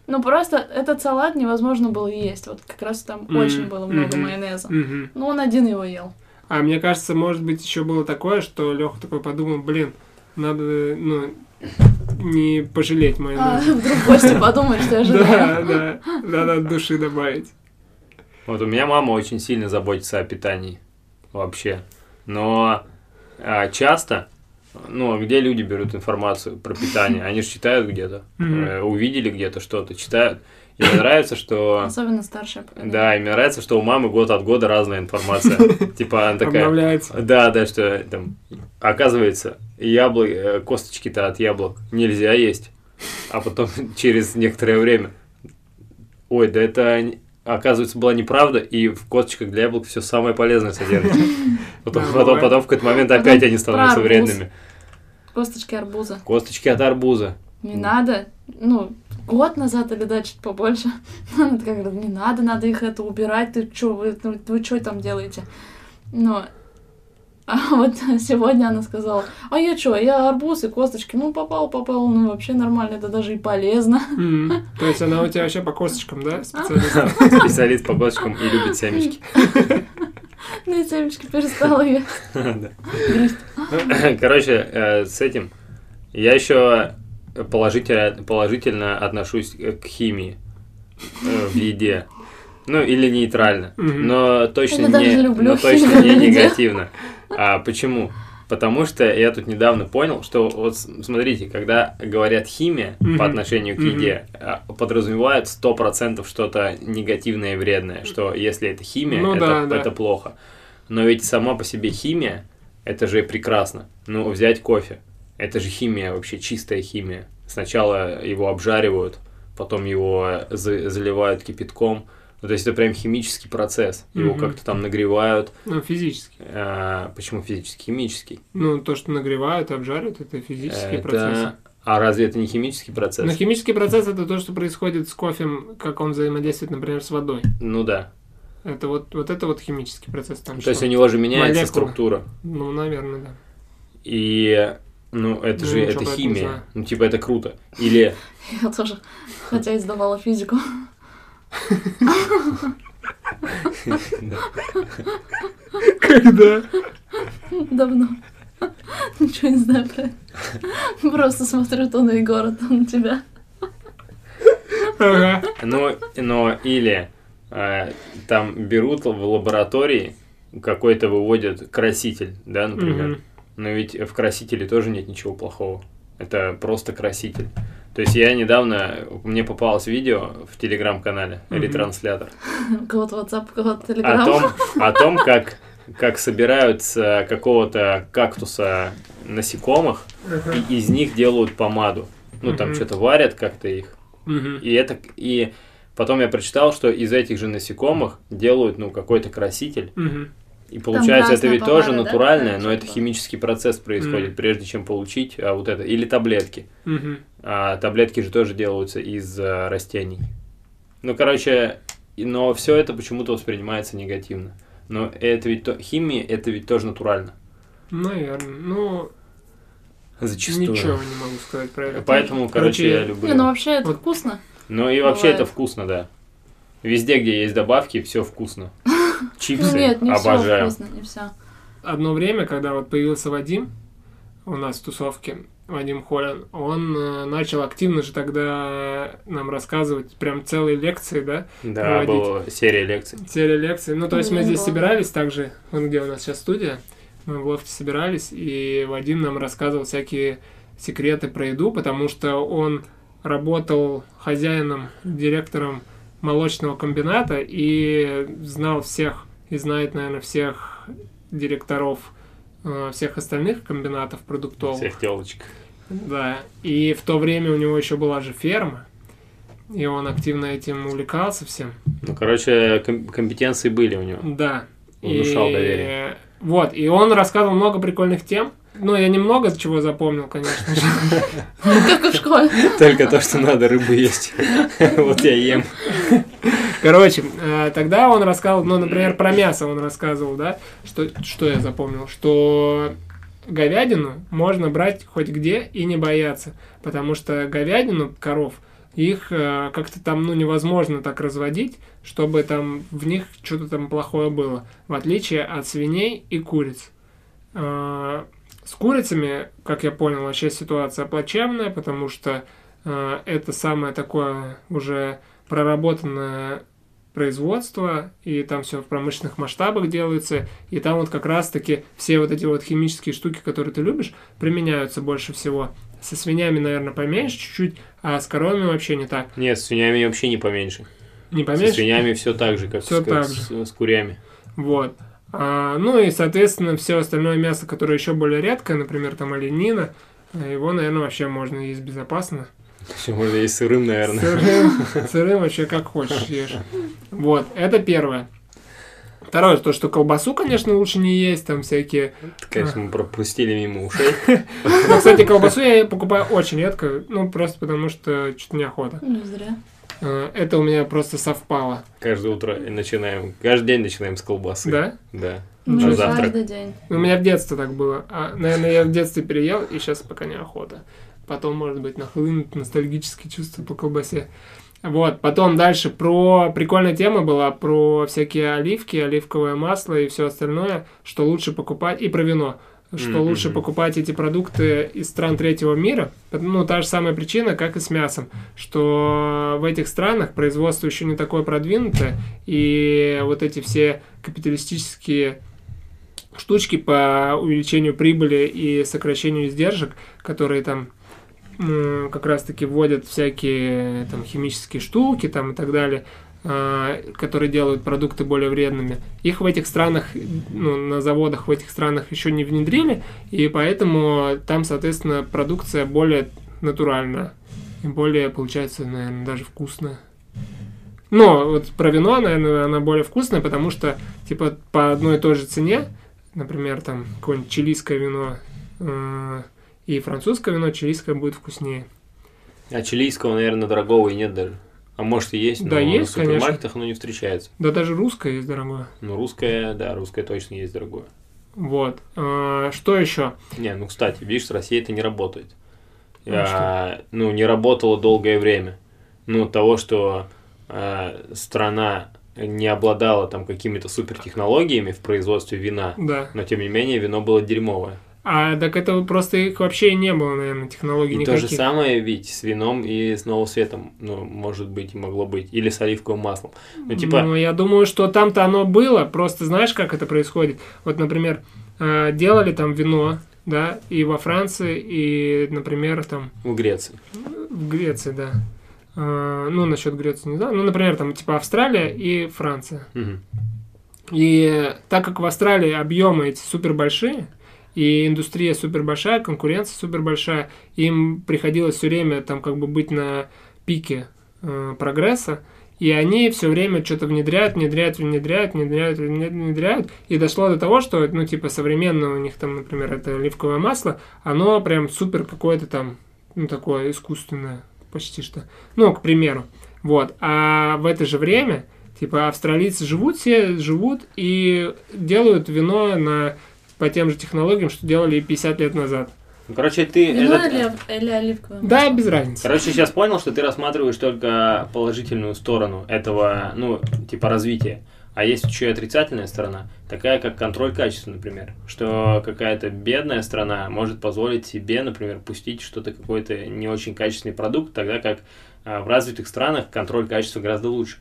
Speaker 4: Ну, просто этот салат невозможно было есть, вот как раз там
Speaker 3: М,
Speaker 4: очень было много
Speaker 3: мгм.
Speaker 4: майонеза.
Speaker 3: Мгм.
Speaker 4: Ну, он один его ел.
Speaker 3: А мне кажется, может быть, еще было такое, что Леха такой подумал, блин, надо, ну, не пожалеть
Speaker 4: А,
Speaker 3: майонез.
Speaker 4: вдруг гости подумают, что я жалею.
Speaker 3: Да, да, надо от души добавить.
Speaker 5: Вот у меня мама очень сильно заботится о питании вообще. Но а, часто, ну, а где люди берут информацию про питание? Они же читают где-то,
Speaker 3: Мгм.
Speaker 5: э, увидели где-то что-то, читают. И мне нравится, что...
Speaker 4: Особенно старшее поколение.
Speaker 5: Типа, Да, и мне нравится, что у мамы год от года разная информация. Типа она такая...
Speaker 3: Обновляется.
Speaker 5: Да, да, что там... Оказывается, ябло... э, косточки-то от яблок нельзя есть. А потом через некоторое время... Ой, да это, не- оказывается, была неправда, и в косточках для яблок все самое полезное содержится. Потом,
Speaker 3: Да,
Speaker 5: потом,
Speaker 3: бывает.
Speaker 5: потом в какой-то момент
Speaker 4: Потом
Speaker 5: опять они
Speaker 4: про
Speaker 5: становятся
Speaker 4: арбуз.
Speaker 5: вредными.
Speaker 4: Косточки арбуза.
Speaker 5: Косточки от арбуза.
Speaker 4: Не
Speaker 5: Мгм.
Speaker 4: надо. Ну, год назад или да, чуть побольше. Она такая говорит, не надо, надо их это убирать. Ты что, вы, ну, вы что там делаете? Но а вот сегодня она сказала, а я что, я арбуз и косточки, ну попал, попал, ну вообще нормально, это даже и полезно.
Speaker 3: Мгм. То есть она у тебя вообще по косточкам,
Speaker 4: А.
Speaker 3: да, специалист?
Speaker 5: Специалист по косточкам и любит семечки.
Speaker 4: Ну и семечки перестала я.
Speaker 5: Да. Короче, э, с этим я еще положительно, положительно отношусь э, к химии э, в еде. Ну, или нейтрально.
Speaker 3: Мгм.
Speaker 5: Но точно
Speaker 4: Я
Speaker 5: не,
Speaker 4: даже люблю
Speaker 5: но точно
Speaker 4: химию
Speaker 5: не
Speaker 4: в еде.
Speaker 5: негативно. А почему? Потому что я тут недавно понял, что вот с- смотрите, когда говорят химия
Speaker 3: Мгм.
Speaker 5: по отношению к
Speaker 3: Мгм.
Speaker 5: еде, а, подразумевают 100% что-то негативное и вредное, что если это химия,
Speaker 3: Ну
Speaker 5: это,
Speaker 3: да, да.
Speaker 5: это плохо. Но ведь сама по себе химия, это же прекрасно. Ну, взять кофе. Это же химия вообще, чистая химия. Сначала его обжаривают, потом его за- заливают кипятком. Ну, то есть это прям химический процесс. Его
Speaker 3: Мгм.
Speaker 5: как-то там нагревают.
Speaker 3: Ну, физически.
Speaker 5: А, почему физически? Химический.
Speaker 3: Ну, то, что нагревают, обжаривают, это физические
Speaker 5: Это-
Speaker 3: процессы.
Speaker 5: А разве это не химический процесс?
Speaker 3: Но химический процесс это то, что происходит с кофем, как он взаимодействует, например, с водой.
Speaker 5: Ну да.
Speaker 3: Это вот, вот это вот химический процесс там.
Speaker 5: То есть
Speaker 3: Ну что?
Speaker 5: у него же меняется
Speaker 3: Молекулы.
Speaker 5: структура.
Speaker 3: Ну, наверное, да.
Speaker 5: И ну, это
Speaker 3: Ну,
Speaker 5: же
Speaker 3: ничего
Speaker 5: это
Speaker 3: про это не знаю.
Speaker 5: химия. Ну, типа, это круто. Или
Speaker 4: Я тоже, хотя и сдавала физику.
Speaker 3: Когда?
Speaker 4: Давно. Ничего не знаю про это. Просто смотрю то на Егора, то на тебя.
Speaker 3: Ага.
Speaker 5: Ну, но или э, там берут в лаборатории какой-то выводят краситель, да, например.
Speaker 3: Мгм.
Speaker 5: Но ведь в красителе тоже нет ничего плохого. Это просто краситель. То есть я недавно, мне попалось видео в телеграм-канале,
Speaker 3: Мгм.
Speaker 5: ретранслятор,
Speaker 4: У Кого-то WhatsApp, у кого-то
Speaker 5: о
Speaker 4: Telegram.
Speaker 5: том, о том, как, как собирают с э, какого-то кактуса насекомых,
Speaker 3: Ага.
Speaker 5: и из них делают помаду. Ну, там
Speaker 3: Мгм.
Speaker 5: что-то варят как-то их,
Speaker 3: Мгм.
Speaker 5: и это и потом я прочитал, что из этих же насекомых делают ну какой-то краситель,
Speaker 3: Мгм.
Speaker 5: И получается, это
Speaker 4: красная
Speaker 5: ведь
Speaker 4: помада,
Speaker 5: тоже
Speaker 4: да, типа?
Speaker 5: натуральное, но
Speaker 4: какая-то
Speaker 5: это
Speaker 4: была?
Speaker 5: химический процесс происходит,
Speaker 3: Мгм.
Speaker 5: прежде чем получить а, вот это. Или таблетки.
Speaker 3: Мгм.
Speaker 5: А таблетки же тоже делаются из а, растений. Ну, короче, и- но все это почему-то воспринимается негативно. Но это ведь то- химия, это ведь тоже натурально.
Speaker 3: Наверное. Ну,
Speaker 5: Зачастую.
Speaker 3: ничего не могу сказать про это.
Speaker 5: Поэтому, короче,
Speaker 3: Короче,
Speaker 5: я люблю.
Speaker 4: Не, ну вообще это
Speaker 3: Вот.
Speaker 4: вкусно.
Speaker 5: Ну и вообще
Speaker 4: Бывает.
Speaker 5: это вкусно, да. Везде, где есть добавки, все вкусно.
Speaker 4: Ну
Speaker 5: Чипсы
Speaker 4: нет, не все
Speaker 5: обожаю.
Speaker 4: вкусно, не все.
Speaker 3: Одно время, когда вот появился Вадим у нас в тусовке, Вадим Холин, он э, начал активно же тогда нам рассказывать прям целые лекции, да,
Speaker 5: Да,
Speaker 3: Проводить.
Speaker 5: была серия лекций.
Speaker 3: телелекции. Ну, то есть мы
Speaker 4: Не
Speaker 3: здесь
Speaker 4: было.
Speaker 3: собирались также, вон где у нас сейчас студия, мы в лофте собирались, и Вадим нам рассказывал всякие секреты про еду, потому что он работал хозяином, директором молочного комбината и знал всех, и знает, наверное, всех директоров э, всех остальных комбинатов продуктовых.
Speaker 5: Всех телочек.
Speaker 3: Да, и в то время у него еще была же ферма, и он активно этим увлекался всем.
Speaker 5: Ну, короче, ком- компетенции были у него.
Speaker 3: Да.
Speaker 5: Внушал доверие.
Speaker 3: Вот, и он рассказывал много прикольных тем. Ну, я немного чего запомнил, конечно же.
Speaker 4: Как и в школе.
Speaker 5: Только то, что надо рыбу есть. Вот я ем.
Speaker 3: Короче, э, тогда он рассказывал, ну, например, про мясо он рассказывал, да, что, что я запомнил, что говядину можно брать хоть где и не бояться, потому что говядину, коров, их э, как-то там, ну, невозможно так разводить, чтобы там в них что-то там плохое было, в отличие от свиней и куриц. Э, С курицами, как я понял, вообще ситуация плачевная, потому что э, это самое такое уже проработанное производство, и там все в промышленных масштабах делается, и там вот как раз-таки все вот эти вот химические штуки, которые ты любишь, применяются больше всего. Со свинями, наверное, поменьше чуть-чуть, а с коровами вообще не так.
Speaker 5: Нет, с свиньями вообще не поменьше.
Speaker 3: Не
Speaker 5: С
Speaker 3: поменьше?
Speaker 5: свиньями все так же, как,
Speaker 3: Всё
Speaker 5: с,
Speaker 3: так
Speaker 5: как с- с курями.
Speaker 3: Вот. А, ну и, соответственно, все остальное мясо, которое еще более редкое, например, там оленина, э, его, наверное, вообще можно есть безопасно.
Speaker 5: Все можно и сырым, наверное.
Speaker 3: Сырым, сырым вообще как хочешь ешь. Вот, это первое. Второе, то, что колбасу, конечно, лучше не есть, там всякие...
Speaker 5: Это, Конечно, мы пропустили мимо ушей.
Speaker 3: Но, кстати, колбасу я покупаю очень редко, ну, просто потому что что-то неохота.
Speaker 4: Ну, зря.
Speaker 3: Э, Это у меня просто совпало,
Speaker 5: Каждое утро начинаем, каждый день начинаем с колбасы.
Speaker 3: да?
Speaker 5: Да.
Speaker 4: Ну,
Speaker 5: На
Speaker 4: не
Speaker 5: завтрак.
Speaker 4: каждый день.
Speaker 3: У меня в детстве так было. А, наверное, я в детстве переел, и сейчас пока неохота. Потом, может быть, нахлынут ностальгические чувства по колбасе. Вот, потом дальше про... Прикольная тема была про всякие оливки, оливковое масло и все остальное, что лучше покупать, и про вино, что
Speaker 5: Мгм.
Speaker 3: лучше покупать эти продукты из стран третьего мира. Ну, та же самая причина, как и с мясом, что в этих странах производство еще не такое продвинутое, и вот эти все капиталистические штучки по увеличению прибыли и сокращению издержек, которые там м, как раз-таки вводят всякие там химические штуки там и так далее, а, которые делают продукты более вредными. Их в этих странах, ну, на заводах в этих странах еще не внедрили, и поэтому там, соответственно, продукция более натуральная и более, получается, наверное, даже вкусная. Но вот про вино, наверное, она более вкусная, потому что, типа, по одной и той же цене, например, там, какое-нибудь чилийское вино э, и французское вино, чилийское будет вкуснее.
Speaker 5: А чилийского, наверное, дорогого и нет даже. А может и есть, но
Speaker 3: Да, есть,
Speaker 5: в супермаркетах оно не встречается.
Speaker 3: Да даже русское есть дорогое.
Speaker 5: Ну, русское, да, русское точно есть дорогое.
Speaker 3: Вот. А, что еще?
Speaker 5: Не, ну, кстати, видишь, с Россией это не работает.
Speaker 3: Ну,
Speaker 5: А, ну, не работало долгое время. Ну, от того, что а, страна не обладала там какими-то супертехнологиями в производстве вина,
Speaker 3: Да.
Speaker 5: но, тем не менее, вино было дерьмовое.
Speaker 3: А так это просто их вообще и не было, наверное, технологий
Speaker 5: И
Speaker 3: никаких.
Speaker 5: то же самое ведь с вином и с новосветом, ну, может быть, и могло быть. Или с оливковым маслом. Ну, типа,
Speaker 3: Ну, я думаю, что там-то оно было, просто знаешь, как это происходит? Вот, например, э, делали там вино, да, и во Франции, и, например, там
Speaker 5: в Греции.
Speaker 3: В Греции, да. А, Ну, насчет Греции не знаю. Ну, например, там типа Австралия и Франция.
Speaker 5: Мгм.
Speaker 3: И так как в Австралии объемы эти супер большие, и индустрия супер большая, конкуренция супер большая, им приходилось все время там как бы быть на пике э, прогресса, И они все время что-то внедряют, внедряют, внедряют, внедряют, внедряют, внедряют. И дошло до того, что, ну, типа, современное у них там, например, это оливковое масло, оно прям супер какое-то там, ну, такое искусственное почти что. Ну, к примеру. Вот. А в это же время, типа, австралийцы живут все, живут и делают вино на, по тем же технологиям, что делали и 50 лет назад.
Speaker 5: Ну, Короче, ты...
Speaker 4: Вино
Speaker 5: этот-
Speaker 4: или, или оливковое?
Speaker 3: Да, без разницы.
Speaker 5: Короче, сейчас понял, что ты рассматриваешь только положительную сторону этого, ну, типа развития. А есть еще и отрицательная сторона, такая как контроль качества, например. Что какая-то бедная страна может позволить себе, например, пустить что-то, какой-то не очень качественный продукт, тогда как а, в развитых странах контроль качества гораздо лучше.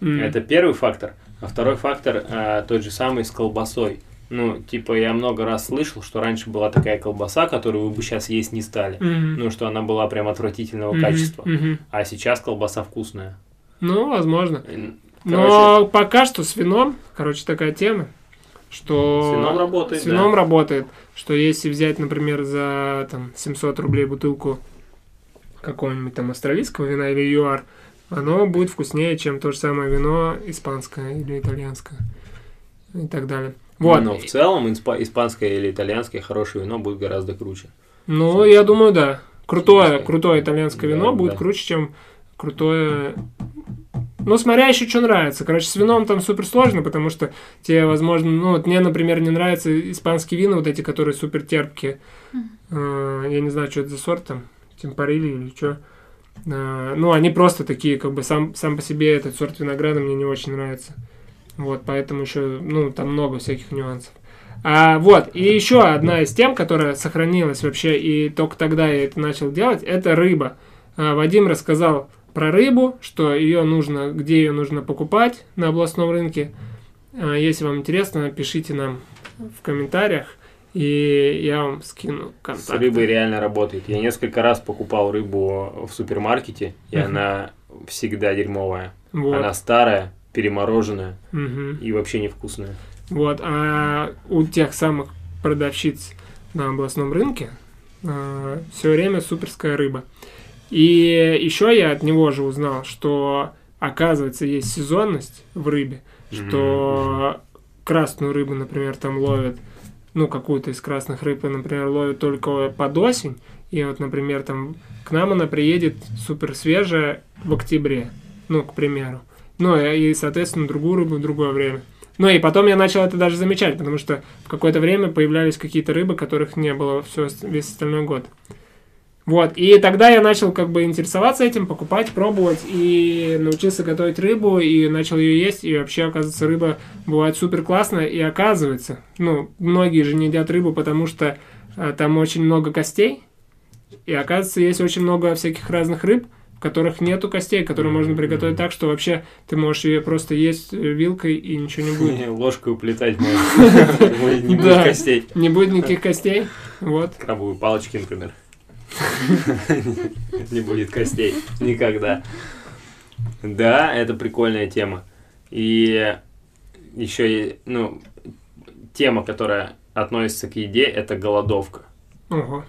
Speaker 3: М.
Speaker 5: Это первый фактор. А второй фактор а, тот же самый с колбасой. Ну, типа, я много раз слышал, что раньше была такая колбаса, которую вы бы сейчас есть не стали.
Speaker 3: М.
Speaker 5: Ну, что она была прям отвратительного
Speaker 3: Мгм,
Speaker 5: качества.
Speaker 3: мгм.
Speaker 5: А сейчас колбаса вкусная.
Speaker 3: Ну, возможно.
Speaker 5: М,
Speaker 3: Но пока что с вином, короче, такая тема, что...
Speaker 5: С вином работает,
Speaker 3: С вином
Speaker 5: да.
Speaker 3: работает, что если взять, например, за там, 700 рублей бутылку какого-нибудь там австралийского вина или ЮАР, оно будет вкуснее, чем то же самое вино испанское или итальянское и так далее. Вот.
Speaker 5: Но в целом инспа- испанское или итальянское хорошее вино будет гораздо круче.
Speaker 3: Ну, я думаю, да. Крутое,
Speaker 5: Итальянское.
Speaker 3: крутое итальянское
Speaker 5: Да,
Speaker 3: вино будет
Speaker 5: да.
Speaker 3: круче, чем крутое... Ну, смотря еще, что нравится. Короче, с вином там супер сложно, потому что тебе, возможно... Ну, вот мне, например, не нравятся испанские вина, вот эти, которые супер терпкие. Э, Я не знаю, что это за сорт там, темпорили или что. Ну, они просто такие, как бы сам, сам по себе этот сорт винограда мне не очень нравится. Вот, поэтому еще, ну, там много всяких нюансов. А, вот, и еще одна из тем, которая сохранилась вообще, и только тогда я это начал делать, это рыба. А, Вадим рассказал про рыбу, что ее нужно, где ее нужно покупать на областном рынке. А, Если вам интересно, пишите нам в комментариях, и я вам скину
Speaker 5: С
Speaker 3: контакт.
Speaker 5: рыбой реально работает. Я несколько раз покупал рыбу в супермаркете, и
Speaker 3: Мгм.
Speaker 5: она всегда дерьмовая.
Speaker 3: Вот.
Speaker 5: Она старая, перемороженная
Speaker 3: Мгм.
Speaker 5: и вообще невкусная.
Speaker 3: Вот, а у тех самых продавщиц на областном рынке все время суперская рыба. И еще я от него же узнал, что оказывается есть сезонность в рыбе, что красную рыбу, например, там ловят, ну какую-то из красных рыб, например, ловят только под осень. И вот, например, там к нам она приедет супер свежая в октябре, ну, к примеру. Ну, и, и, соответственно, другую рыбу в другое время. Ну, и потом я начал это даже замечать, потому что в какое-то время появлялись какие-то рыбы, которых не было все, ост- весь остальной год. Вот, и тогда я начал как бы интересоваться этим, покупать, пробовать, и научился готовить рыбу, и начал ее есть, и вообще, оказывается, рыба бывает супер классная, и оказывается, ну, многие же не едят рыбу, потому что а, там очень много костей, и оказывается, есть очень много всяких разных рыб, в которых нету костей, которые можно приготовить так, что вообще ты можешь ее просто есть э, вилкой и ничего не будет.
Speaker 5: Ложкой уплетать можно. Не будет
Speaker 3: Да.
Speaker 5: костей.
Speaker 3: Не будет никаких костей. Вот.
Speaker 5: Крабовые палочки, например. Не будет костей. Никогда. Да, это прикольная тема. И еще, и, ну, тема, которая относится к еде, это голодовка.
Speaker 3: Ого.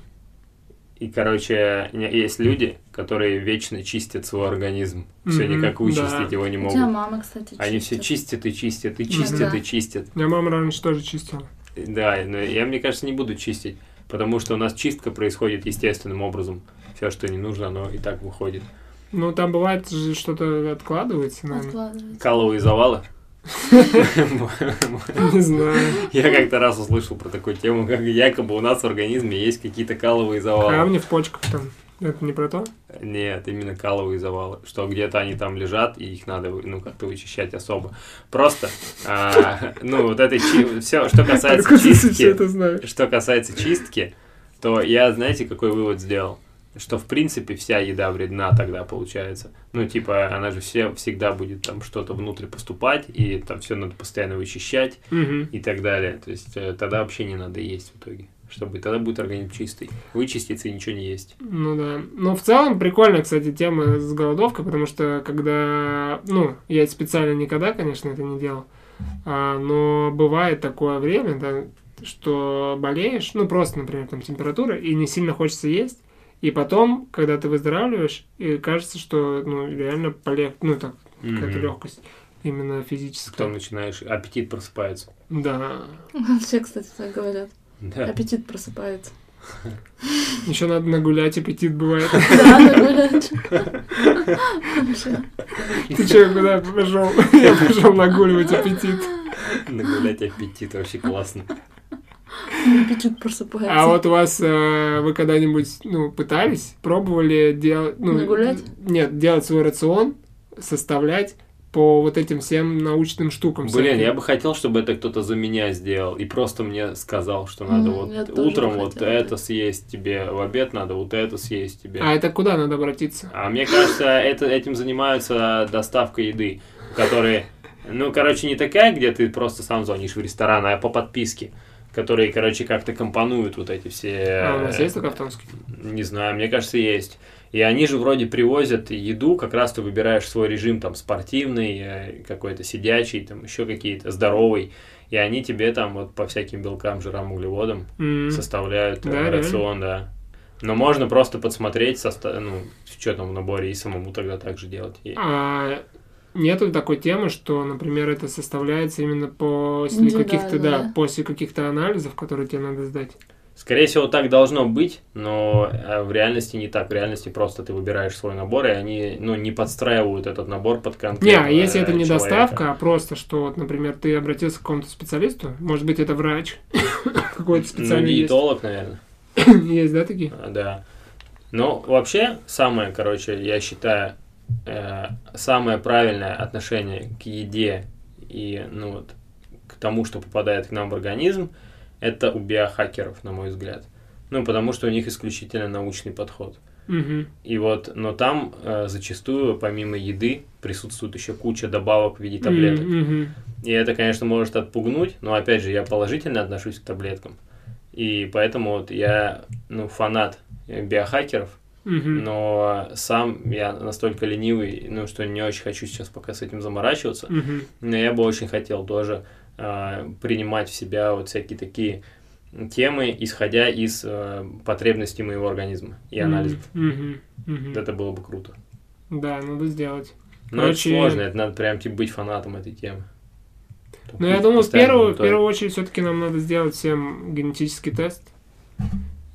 Speaker 5: И, короче, не- есть люди, которые вечно чистят свой организм. Все
Speaker 3: Мгм,
Speaker 5: никак вычистить
Speaker 3: да.
Speaker 5: его не
Speaker 4: У тебя
Speaker 5: могут.
Speaker 4: мама, кстати,
Speaker 5: Они все
Speaker 4: чистит.
Speaker 5: чистят и чистят, и
Speaker 3: Ну
Speaker 5: чистят,
Speaker 4: да.
Speaker 5: и чистят.
Speaker 3: У меня мама раньше тоже чистила.
Speaker 5: Да, но я, мне кажется, не буду чистить, потому что у нас чистка происходит естественным образом. Все, что не нужно, оно и так выходит.
Speaker 3: Ну, там бывает же что-то откладывается, наверное.
Speaker 4: Откладывается.
Speaker 5: Каловые завалы.
Speaker 3: Не знаю.
Speaker 5: Я как-то раз услышал про такую тему, как якобы у нас в организме есть какие-то каловые завалы.
Speaker 3: Камни в почках там. Это не про то?
Speaker 5: Нет, именно каловые завалы. Что где-то они там лежат, и их надо вы- ну, как-то вычищать особо. Просто, а, ну, вот это все, что касается
Speaker 3: Откуда ты все
Speaker 5: чистки.
Speaker 3: это знаешь?
Speaker 5: Что касается чистки, то я, знаете, какой вывод сделал? Что, в принципе, вся еда вредна тогда получается. Ну, типа, она же все, всегда будет там что-то внутрь поступать, и там все надо постоянно вычищать
Speaker 3: Мгм.
Speaker 5: и так далее. То есть э, тогда вообще не надо есть в итоге. Чтобы тогда будет организм чистый. Вычиститься и ничего не есть.
Speaker 3: Ну да. Ну, в целом, прикольная, кстати, тема с голодовкой, потому что когда... Ну, я специально никогда, конечно, это не делал, а, но бывает такое время, да, что болеешь, ну, просто, например, там температура, и не сильно хочется есть, и потом, когда ты выздоравливаешь, и кажется, что, ну, реально полег... Ну, так, какая-то
Speaker 5: Мгм.
Speaker 3: легкость именно
Speaker 5: Потом
Speaker 3: физическая.
Speaker 5: начинаешь, аппетит просыпается.
Speaker 3: Да.
Speaker 4: Все, кстати, так говорят.
Speaker 5: Да.
Speaker 4: Аппетит просыпается.
Speaker 3: Еще надо нагулять, аппетит бывает.
Speaker 4: Да, надо гулять. Вообще.
Speaker 3: Ты че, куда пошел? Я пошел нагуливать аппетит.
Speaker 5: Нагулять аппетит вообще классно.
Speaker 4: Аппетит
Speaker 3: А
Speaker 4: просыпается.
Speaker 3: вот у вас, э, вы когда-нибудь, ну, пытались, пробовали делать... Ну,
Speaker 4: Нагулять?
Speaker 3: Нет, делать свой рацион, составлять по вот этим всем научным штукам.
Speaker 5: Блин,
Speaker 3: всяким.
Speaker 5: я бы хотел, чтобы это кто-то за меня сделал и просто мне сказал, что
Speaker 4: М,
Speaker 5: надо
Speaker 4: я
Speaker 5: вот
Speaker 4: тоже
Speaker 5: утром
Speaker 4: бы
Speaker 5: вот
Speaker 4: хотела,
Speaker 5: это
Speaker 4: да.
Speaker 5: съесть тебе, в обед надо вот это съесть тебе.
Speaker 3: А это куда надо обратиться?
Speaker 5: А мне кажется, это, этим занимаются доставка еды, которые, ну, короче, не такая, где ты просто сам звонишь в ресторан, а по подписке, которые, короче, как-то компонуют вот эти все... э,
Speaker 3: А у нас есть такой автомский?
Speaker 5: Не знаю, мне кажется, есть. И они же вроде привозят еду, как раз ты выбираешь свой режим, там, спортивный, э, какой-то сидячий, там, еще какие-то, здоровый. И они тебе там вот по всяким белкам, жирам, углеводам
Speaker 3: М.
Speaker 5: составляют э,
Speaker 3: Да, реально.
Speaker 5: рацион, да. Но можно просто подсмотреть, соста- ну, что там в наборе, и самому тогда так же делать. И-
Speaker 3: А нету такой темы, что, например, это составляется именно после
Speaker 4: Индивидуально,
Speaker 3: каких-то, да,
Speaker 4: да.
Speaker 3: после каких-то анализов, которые тебе надо сдать.
Speaker 5: Скорее всего, так должно быть, но э, в реальности не так. В реальности просто ты выбираешь свой набор, и они, ну, не подстраивают этот набор под
Speaker 3: Не,
Speaker 5: конкретного
Speaker 3: а если это не
Speaker 5: э, человека.
Speaker 3: доставка, а просто, что, вот, например, ты обратился к какому-то специалисту, может быть, это врач, какой-то
Speaker 5: Ну,
Speaker 3: специалист.
Speaker 5: диетолог, наверное.
Speaker 3: Есть, да, такие?
Speaker 5: А, Да. Ну, вообще, самое, короче, я считаю, э, самое правильное отношение к еде и, ну вот, к тому, что попадает к нам в организм, это у биохакеров, на мой взгляд. Ну, потому что у них исключительно научный подход.
Speaker 3: Мгм.
Speaker 5: И вот, но там э, зачастую, помимо еды, присутствует еще куча добавок в виде таблеток.
Speaker 3: Мгм.
Speaker 5: И это, конечно, может отпугнуть, но опять же, я положительно отношусь к таблеткам. И поэтому вот я ну, фанат э, биохакеров,
Speaker 3: Мгм.
Speaker 5: но сам я настолько ленивый, ну, что не очень хочу сейчас пока с этим заморачиваться.
Speaker 3: Мгм.
Speaker 5: Но я бы очень хотел тоже э, принимать в себя вот всякие такие темы, исходя из э, потребностей моего организма и анализов.
Speaker 3: Мгм. Мгм.
Speaker 5: Вот Это было бы круто.
Speaker 3: Да, надо сделать.
Speaker 5: Но это
Speaker 3: Короче,
Speaker 5: сложно, это надо прям типа быть фанатом этой темы.
Speaker 3: Но Ну, я думаю, в
Speaker 5: Ну, Постоянно
Speaker 3: первую, в
Speaker 5: мониторить.
Speaker 3: первую очередь все-таки нам надо сделать всем генетический тест.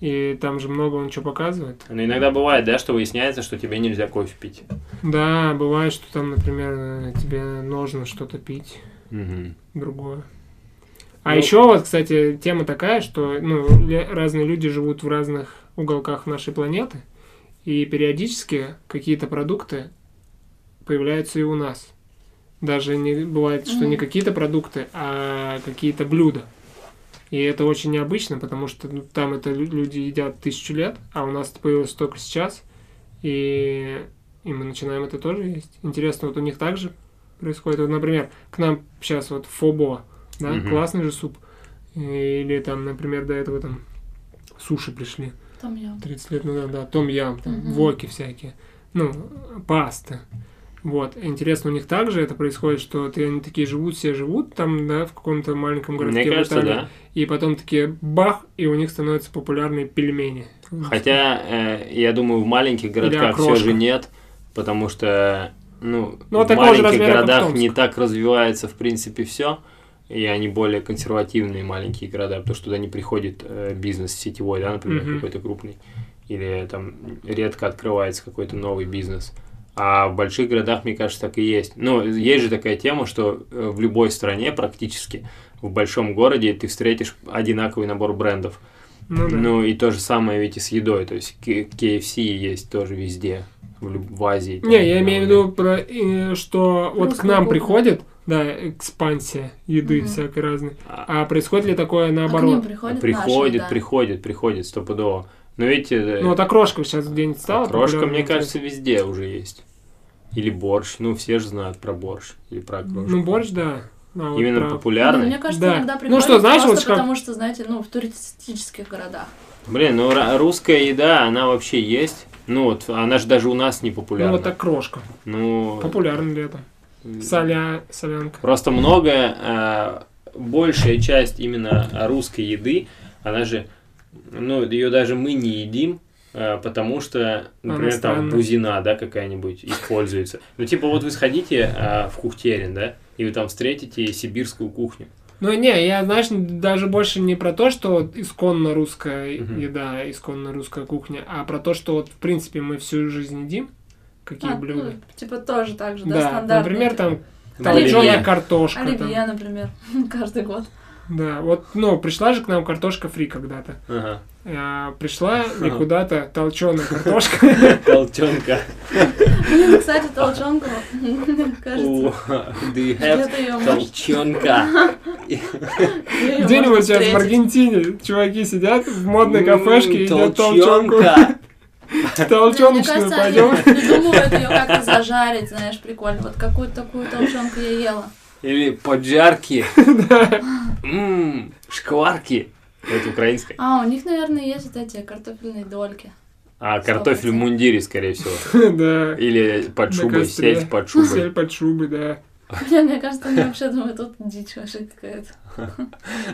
Speaker 3: И там же много он что показывает.
Speaker 5: Ну, иногда бывает, да, что выясняется, что тебе нельзя кофе пить.
Speaker 3: Да, бывает, что там, например, э, тебе нужно что-то пить другое. А
Speaker 5: Ну-
Speaker 3: еще вот, кстати, тема такая, что ну, ле- разные люди живут в разных уголках нашей планеты, и периодически какие-то продукты появляются и у нас. Даже не бывает, что не
Speaker 4: Мгм.
Speaker 3: какие-то продукты, а какие-то блюда. И это очень необычно, потому что ну, там это лю- люди едят тысячу лет, а у нас это появилось только сейчас. И, и мы начинаем это тоже есть. Интересно, вот у них также происходит. Вот, например, к нам сейчас вот фобо, да,
Speaker 5: Мгм.
Speaker 3: классный же суп. Или там, например, до этого там суши пришли
Speaker 4: Там я.
Speaker 3: 30 лет назад, да, том ям, там,
Speaker 4: Мгм.
Speaker 3: воки всякие, ну, пасты. Вот, интересно, у них также это происходит, что ты, они такие живут, все живут там, да, в каком-то маленьком городке.
Speaker 5: Мне
Speaker 3: в
Speaker 5: кажется,
Speaker 3: Италии.
Speaker 5: да.
Speaker 3: И потом такие бах, и у них становятся популярные пельмени.
Speaker 5: Хотя, э, я думаю, в маленьких городках все
Speaker 3: окрошка.
Speaker 5: же нет, потому что, ну,
Speaker 3: Ну, а
Speaker 5: в
Speaker 3: такого же
Speaker 5: маленьких
Speaker 3: размера, как
Speaker 5: городах
Speaker 3: Томск.
Speaker 5: не так развивается, в принципе, все. И они более консервативные маленькие города, потому что туда не приходит э, бизнес сетевой, да, например,
Speaker 3: Мгм.
Speaker 5: какой-то крупный. Или там редко открывается какой-то новый бизнес. А в больших городах, мне кажется, так и есть. Ну, есть же такая тема, что э, в любой стране практически, в большом городе ты встретишь одинаковый набор брендов.
Speaker 3: Ну да.
Speaker 5: Ну и то же самое ведь и с едой, то есть К- KFC есть тоже везде, в, люб- в Азии. там,
Speaker 3: Не, я имею
Speaker 5: наверное.
Speaker 3: в виду, про, э, что вот к
Speaker 4: Русская
Speaker 3: нам
Speaker 4: кухня.
Speaker 3: приходит, да, экспансия еды
Speaker 4: Мгм.
Speaker 3: всякой разной.
Speaker 5: А-
Speaker 3: А происходит ли такое
Speaker 4: А к ним
Speaker 3: наоборот?
Speaker 4: приходят
Speaker 5: Приходит,
Speaker 4: наши, да.
Speaker 5: приходит, приходит, стопудово. Но ведь э,
Speaker 3: Ну вот окрошка сейчас где-нибудь стала
Speaker 5: окрошка,
Speaker 3: популярной,
Speaker 5: мне кажется, везде уже есть. Или борщ, ну все же знают про борщ или про
Speaker 3: интересно?
Speaker 5: окрошку.
Speaker 3: Ну борщ, да. А вот
Speaker 5: Именно
Speaker 3: про-
Speaker 5: популярный.
Speaker 4: Ну, Мне кажется,
Speaker 3: Да.
Speaker 4: иногда
Speaker 3: Ну
Speaker 4: приходят
Speaker 3: что, знаешь,
Speaker 4: просто
Speaker 3: вот как-
Speaker 4: потому что, знаете, ну, в туристических городах.
Speaker 5: Блин, ну ра- русская еда, она вообще есть. Ну вот, она же даже у нас не
Speaker 3: Ну
Speaker 5: популярна.
Speaker 3: вот окрошка.
Speaker 5: Ну,
Speaker 3: Популярно летом.
Speaker 5: м,
Speaker 3: Соля, солянка.
Speaker 5: Просто многое, э, большая часть именно русской еды, она же, ну, ее даже мы не едим, э, потому что,
Speaker 3: Она
Speaker 5: например, там
Speaker 3: странная.
Speaker 5: бузина, да, какая-нибудь используется. Ну, типа, вот вы сходите э, в Кухтерин, да, и вы там встретите сибирскую кухню.
Speaker 3: Ну, не, я, знаешь, даже больше не про то, что вот исконно русская
Speaker 5: Мгм.
Speaker 3: еда, исконно русская кухня, а про то, что вот, в принципе, мы всю жизнь едим, какие
Speaker 4: А,
Speaker 3: блюда.
Speaker 4: ну, типа тоже так же, да,
Speaker 3: да,
Speaker 4: стандартные.
Speaker 3: например, там
Speaker 4: Оливье.
Speaker 3: толченая картошка. там.
Speaker 4: Оливье, например, каждый год.
Speaker 3: Да, вот, ну, пришла же к нам картошка фри когда-то.
Speaker 5: Ага.
Speaker 3: А, пришла и куда-то толченая картошка.
Speaker 5: Толченка.
Speaker 4: Блин, кстати, толчонку,
Speaker 5: У,
Speaker 4: кажется,
Speaker 5: Do you have
Speaker 4: где-то ее может...
Speaker 5: толченка?
Speaker 3: Где-нибудь сейчас в Аргентине чуваки сидят в модной кафешке и
Speaker 5: М,
Speaker 3: едят толченку.
Speaker 4: Мне
Speaker 3: Толченочную
Speaker 4: кажется, они
Speaker 3: пойдем.
Speaker 4: придумывают ее как-то зажарить, знаешь, прикольно. Вот какую-то такую толчонку я ела.
Speaker 5: Или поджарки. М, Шкварки. Ну, Это украинское.
Speaker 4: А, у них, наверное, есть вот эти картофельные дольки.
Speaker 5: А картофель в мундире, скорее всего.
Speaker 3: Да.
Speaker 5: Или под
Speaker 3: На
Speaker 5: шубой,
Speaker 3: костре.
Speaker 5: сеть под
Speaker 3: Сель
Speaker 5: шубой.
Speaker 3: под шубы, да.
Speaker 4: Блин, мне кажется, они вообще думают, тут дичь вообще какая-то.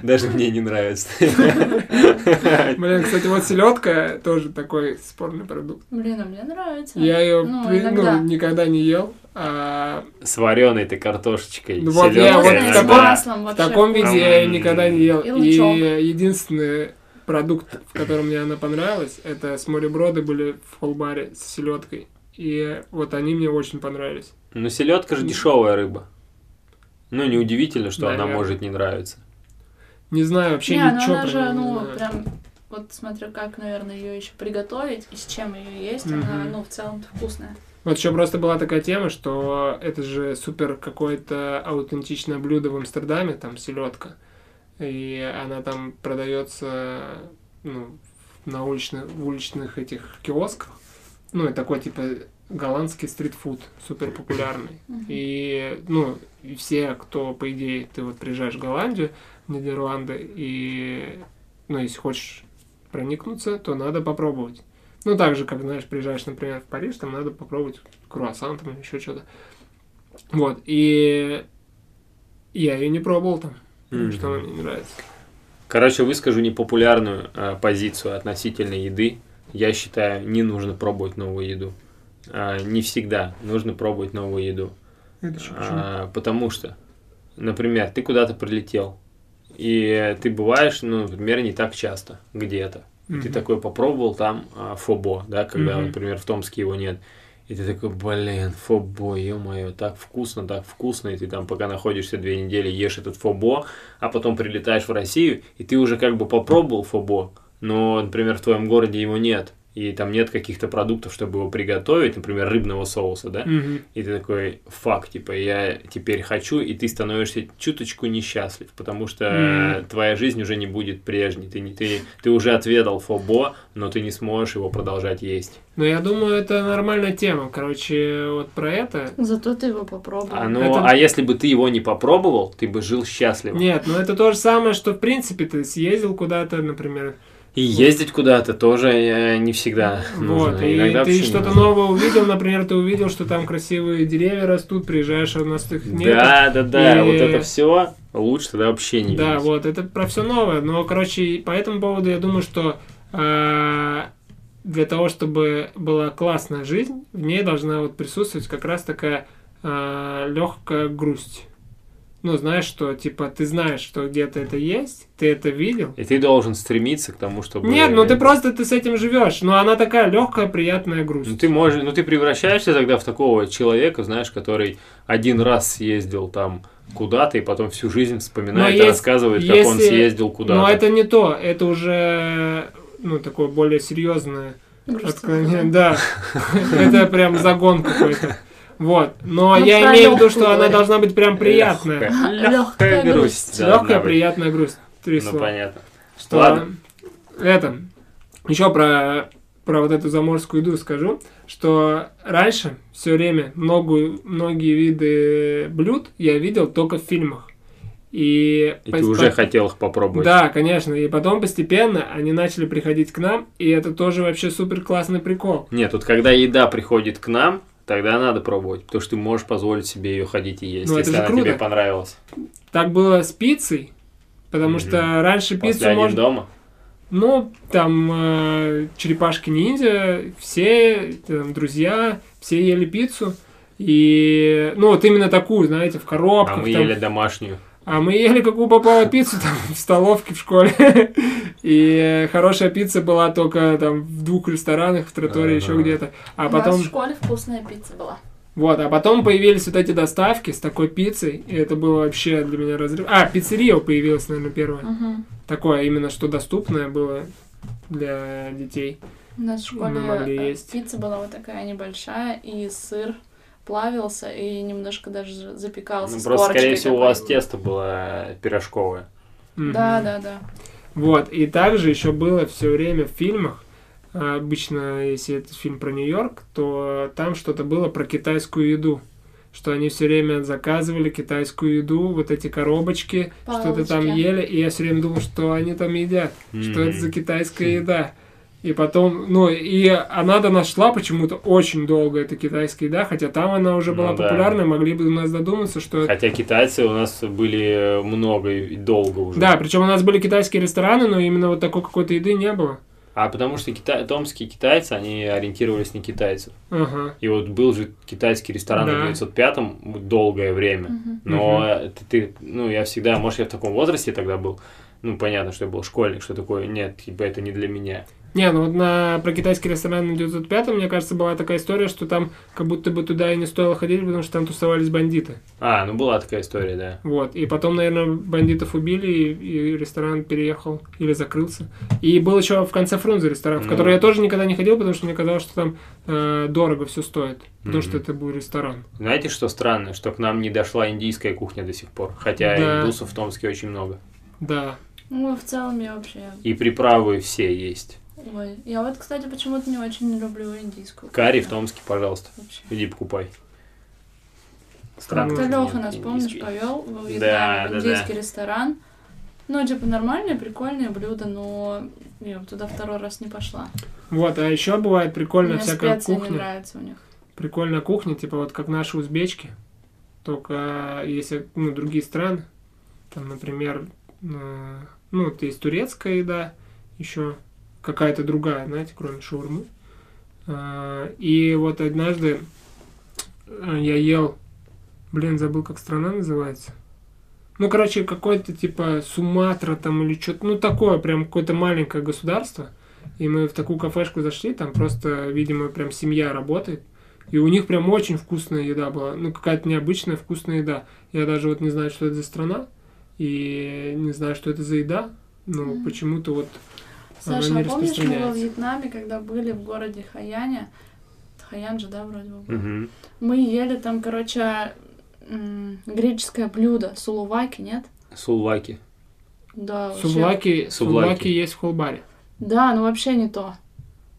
Speaker 5: Даже мне не нравится.
Speaker 3: Блин, кстати, вот селедка тоже такой спорный продукт.
Speaker 4: Блин, а мне нравится.
Speaker 3: Я ее
Speaker 4: Ну, иногда.
Speaker 3: никогда не ел. а
Speaker 5: С вареной-то картошечкой.
Speaker 3: Ну вот я
Speaker 5: селёдкой,
Speaker 3: вот в
Speaker 4: Вкусная, с
Speaker 3: таком-
Speaker 5: она-
Speaker 4: маслом
Speaker 3: в
Speaker 4: вообще.
Speaker 3: таком виде я ее
Speaker 5: М.
Speaker 3: никогда не ел.
Speaker 4: И
Speaker 3: И
Speaker 4: лучок.
Speaker 3: единственный продукт, в котором мне она понравилась, это смореброды были в холбаре с селедкой. И вот они мне очень понравились.
Speaker 5: Ну, селедка же дешевая рыба. Ну, неудивительно, что она
Speaker 3: Наверное.
Speaker 5: может не нравиться.
Speaker 3: Не знаю вообще
Speaker 4: Не, ну
Speaker 3: ничего
Speaker 4: она
Speaker 3: про
Speaker 4: же,
Speaker 3: неё не
Speaker 4: ну,
Speaker 3: знаю.
Speaker 4: прям, вот смотрю, как, наверное, ее еще приготовить и с чем ее есть.
Speaker 3: Мгм.
Speaker 4: Она, ну, в целом-то вкусная.
Speaker 3: Вот еще просто была такая тема, что это же супер какое-то аутентичное блюдо в Амстердаме, там селедка. И она там продается ну, на уличных, в уличных этих киосках. Ну, и такой типа голландский стритфуд, супер популярный.
Speaker 4: Мгм.
Speaker 3: И, ну, и все, кто, по идее, ты вот приезжаешь в Голландию, в Нидерланды, и, ну, если хочешь проникнуться, то надо попробовать. Ну, так же, как, знаешь, приезжаешь, например, в Париж, там надо попробовать круассан, там еще что-то. Вот, и я ее не пробовал там, потому что она мне не нравится.
Speaker 5: Короче, выскажу непопулярную э, позицию относительно еды. Я считаю, не нужно пробовать новую еду. А, не всегда нужно пробовать новую еду.
Speaker 3: Это еще
Speaker 5: А, потому что, например, ты куда-то прилетел, и ты бываешь, ну, например, не так часто где-то. И Ты такой попробовал там а, фобо, да, когда,
Speaker 3: Мгм.
Speaker 5: например, в Томске его нет. И ты такой, блин, фобо, ё-моё, так вкусно, так вкусно. И ты там пока находишься две недели, ешь этот фобо, а потом прилетаешь в Россию, и ты уже как бы попробовал фобо, но, например, в твоем городе его нет. И там нет каких-то продуктов, чтобы его приготовить, например, рыбного соуса, да? И ты такой, фак, типа, я теперь хочу, и ты становишься чуточку несчастлив, потому что э,
Speaker 3: Мгм.
Speaker 5: твоя жизнь уже не будет прежней. Ты, не, ты, ты уже отведал фобо, но ты не сможешь его продолжать есть.
Speaker 3: Но Ну, я думаю, это нормальная тема. Короче, вот про это.
Speaker 4: Зато ты его попробовал.
Speaker 5: А, ну,
Speaker 3: Это-
Speaker 5: а если бы ты его не попробовал, ты бы жил счастливо.
Speaker 3: Нет, ну это то же самое, что в принципе ты съездил куда-то, например,
Speaker 5: И ездить куда-то тоже э, не всегда нужно.
Speaker 3: Вот, и
Speaker 5: Иногда вообще
Speaker 3: ты
Speaker 5: не
Speaker 3: что-то
Speaker 5: нужно.
Speaker 3: новое увидел, например, ты увидел, что там красивые деревья растут, приезжаешь, а у нас их нет.
Speaker 5: Да, да, да,
Speaker 3: И-
Speaker 5: вот это все лучше тогда вообще не
Speaker 3: Да,
Speaker 5: видеть.
Speaker 3: вот, это про все новое. Но, короче, и по этому поводу я думаю, что э, для того, чтобы была классная жизнь, в ней должна вот присутствовать как раз такая легкая грусть. Ну, знаешь, что, типа, ты знаешь, что где-то это есть, ты это видел.
Speaker 5: И ты должен стремиться к тому, чтобы...
Speaker 3: Нет, ну ты просто ты с этим живешь, но она такая легкая, приятная грусть.
Speaker 5: Ну ты можешь, ну ты превращаешься тогда в такого человека, знаешь, который один раз съездил там куда-то и потом всю жизнь
Speaker 3: Но
Speaker 5: вспоминает и
Speaker 3: есть-
Speaker 5: рассказывает, как он
Speaker 3: если-
Speaker 5: съездил куда-то.
Speaker 3: Но это не то, это уже ну, такое более серьезное отклонение. Да, это прям загон какой-то. Вот. Но
Speaker 4: Ну,
Speaker 3: я
Speaker 4: про
Speaker 3: имею в виду,
Speaker 4: лёгкую
Speaker 3: что она
Speaker 4: говорю.
Speaker 3: должна быть прям приятная.
Speaker 5: Лёгкая,
Speaker 4: Лёгкая грусть.
Speaker 5: должна
Speaker 3: Легкая,
Speaker 5: быть.
Speaker 3: приятная грусть. Три
Speaker 5: Ну
Speaker 3: слова.
Speaker 5: понятно.
Speaker 3: Что
Speaker 5: Ладно.
Speaker 3: это. Еще про, про вот эту заморскую еду скажу, что раньше все время многу- многие виды блюд я видел только в фильмах. И,
Speaker 5: И
Speaker 3: по-
Speaker 5: ты уже
Speaker 3: по-
Speaker 5: хотел их попробовать.
Speaker 3: Да, конечно. И потом постепенно они начали приходить к нам, и это тоже вообще супер классный прикол.
Speaker 5: Нет, вот когда еда приходит к нам, тогда надо пробовать, потому что ты можешь позволить себе ее ходить и есть,
Speaker 3: Ну, это
Speaker 5: если
Speaker 3: же
Speaker 5: она
Speaker 3: круто.
Speaker 5: тебе понравилась.
Speaker 3: Так было с пиццей, потому
Speaker 5: Мгм.
Speaker 3: что раньше
Speaker 5: После
Speaker 3: пиццу
Speaker 5: один
Speaker 3: можно...
Speaker 5: дома.
Speaker 3: Ну, там э, черепашки-ниндзя, все там, друзья, все ели пиццу. И, ну, вот именно такую, знаете, в коробках.
Speaker 5: А мы
Speaker 3: там.
Speaker 5: ели домашнюю.
Speaker 3: А мы ели какую попало пиццу там в столовке в школе. И хорошая пицца была только там в двух ресторанах, в тротуаре, еще
Speaker 5: Да-да-да.
Speaker 3: где-то. А
Speaker 4: У нас
Speaker 3: потом...
Speaker 4: в школе вкусная пицца была.
Speaker 3: Вот, а потом появились вот эти доставки с такой пиццей, и это было вообще для меня разрыв. А, пиццерия появилась, наверное, первая.
Speaker 4: Мгм.
Speaker 3: Такое именно, что доступное было для детей.
Speaker 4: У нас в школе
Speaker 3: Мы могли
Speaker 4: э,
Speaker 3: есть.
Speaker 4: пицца была вот такая небольшая, и сыр плавился и немножко даже за- запекался.
Speaker 5: Ну,
Speaker 4: с
Speaker 5: просто, скорее
Speaker 4: корочкой
Speaker 5: всего, у
Speaker 4: такой.
Speaker 5: вас тесто было пирожковое.
Speaker 3: Мгм.
Speaker 4: Да, да, да.
Speaker 3: Вот, и также еще было все время в фильмах, а, обычно, если это фильм про Нью-Йорк, то там что-то было про китайскую еду, что они все время заказывали китайскую еду, вот эти коробочки, что-то там
Speaker 4: Палочки.
Speaker 3: ели, и я все время думал, что они там едят, что это
Speaker 5: Мгм.
Speaker 3: за китайская еда. И потом, ну, и она до нас шла почему-то очень долго, эта китайская еда, хотя там она уже
Speaker 5: Ну
Speaker 3: была
Speaker 5: да.
Speaker 3: популярна, могли бы у нас додуматься, что
Speaker 5: Хотя китайцы у нас были э, много и долго уже.
Speaker 3: Да, причем у нас были китайские рестораны, но именно вот такой какой-то еды не было.
Speaker 5: А потому что кита- томские китайцы, они ориентировались на китайцев.
Speaker 3: Ага.
Speaker 5: И вот был же китайский ресторан
Speaker 3: Да.
Speaker 5: в 905 долгое время.
Speaker 4: Мгм.
Speaker 5: Но это ты, ну, я всегда, может, я в таком возрасте тогда был. Ну, понятно, что я был школьник, что такое, нет, типа, это не для меня.
Speaker 3: Не, ну вот на, про китайский ресторан на 905, мне кажется, была такая история, что там как будто бы туда и не стоило ходить, потому что там тусовались бандиты.
Speaker 5: А, ну, была такая история, да.
Speaker 3: Вот. И потом, наверное, бандитов убили, и, и ресторан переехал или закрылся. И был еще в конце Фрунзе ресторан, в
Speaker 5: Ну.
Speaker 3: который я тоже никогда не ходил, потому что мне казалось, что там э, дорого все стоит. Потому
Speaker 5: Мгм.
Speaker 3: что это был ресторан.
Speaker 5: Знаете, что странно? Что к нам не дошла индийская кухня до сих пор. Хотя
Speaker 3: Да.
Speaker 5: индусов в Томске очень много.
Speaker 3: Да.
Speaker 4: Ну, в целом я вообще...
Speaker 5: И приправы все есть.
Speaker 4: Ой, я вот, кстати, почему-то не очень люблю индийскую.
Speaker 5: Карри в
Speaker 4: кухню.
Speaker 5: Томске, пожалуйста.
Speaker 4: Вообще.
Speaker 5: Иди покупай.
Speaker 3: Странно,
Speaker 4: Как-то
Speaker 5: что
Speaker 4: Леха
Speaker 5: нет
Speaker 4: нас, помнишь,
Speaker 5: индийской.
Speaker 4: повел во Вьетнаме
Speaker 5: Да,
Speaker 4: в
Speaker 5: да,
Speaker 4: индийский ресторан. Ну, типа, нормальные, прикольные блюда, но я туда второй раз не пошла.
Speaker 3: Вот, а еще бывает прикольная
Speaker 4: Мне
Speaker 3: всякая
Speaker 4: специи не
Speaker 3: кухня.
Speaker 4: нравятся у них.
Speaker 3: Прикольная кухня, типа вот как наши узбечки, только если, ну, другие страны, там, например, э, ну, вот есть турецкая еда, еще какая-то другая, знаете, кроме шаурмы. Э, И вот однажды э, я ел, блин, забыл, как страна называется. Ну, короче, какой-то типа Суматра там или что-то, ну, такое прям какое-то маленькое государство. И мы в такую кафешку зашли, там просто, видимо, прям семья работает. И у них прям очень вкусная еда была. Ну, какая-то необычная вкусная еда. Я даже вот не знаю, что это за страна. И не знаю, что это за еда. Но
Speaker 4: Мгм.
Speaker 3: почему-то вот... Она
Speaker 4: Саша,
Speaker 3: не
Speaker 4: а помнишь, мы во
Speaker 3: распространяется.
Speaker 4: Вьетнаме, когда были в городе Хаяне? Хаян же, да, вроде бы? был?
Speaker 5: Мгм.
Speaker 4: Мы ели там, короче, м, греческое блюдо. Сулуваки, нет?
Speaker 5: Сулваки.
Speaker 4: Да, вообще.
Speaker 3: Сувлаки,
Speaker 5: Сувлаки.
Speaker 3: сувлаки есть в холбаре.
Speaker 4: Да, ну вообще не то.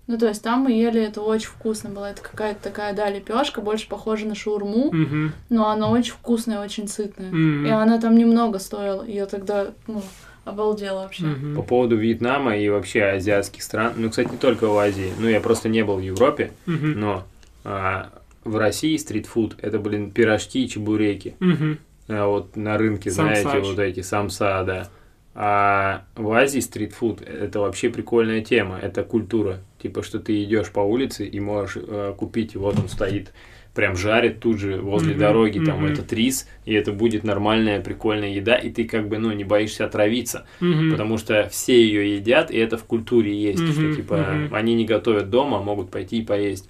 Speaker 4: Ну, то есть там мы ели, это очень вкусно было. Это какая-то такая, да, лепешка, больше похожа на шаурму,
Speaker 3: Мгм.
Speaker 4: но она очень вкусная, очень сытная.
Speaker 3: Мгм.
Speaker 4: И она там немного стоила. И Я тогда, ну, обалдела вообще.
Speaker 3: Мгм.
Speaker 5: По поводу Вьетнама и вообще азиатских стран, ну, кстати, не только в Азии, ну, я просто не был в Европе,
Speaker 3: Мгм.
Speaker 5: но а, в России стритфуд — это, блин, пирожки и чебуреки.
Speaker 3: Мгм.
Speaker 5: А вот на рынке,
Speaker 3: Самсач.
Speaker 5: знаете, вот эти самса, да. А в Азии стритфуд — это вообще прикольная тема, это культура. Типа, что ты идешь по улице и можешь э, купить, и вот он стоит, прям жарит тут же возле
Speaker 3: Мгм,
Speaker 5: дороги там
Speaker 3: мгм.
Speaker 5: этот рис, и это будет нормальная прикольная еда, и ты как бы, ну, не боишься отравиться.
Speaker 3: Мгм.
Speaker 5: Потому что все ее едят, и это в культуре есть,
Speaker 3: Мгм,
Speaker 5: что типа
Speaker 3: мгм.
Speaker 5: они не готовят дома, а могут пойти и поесть.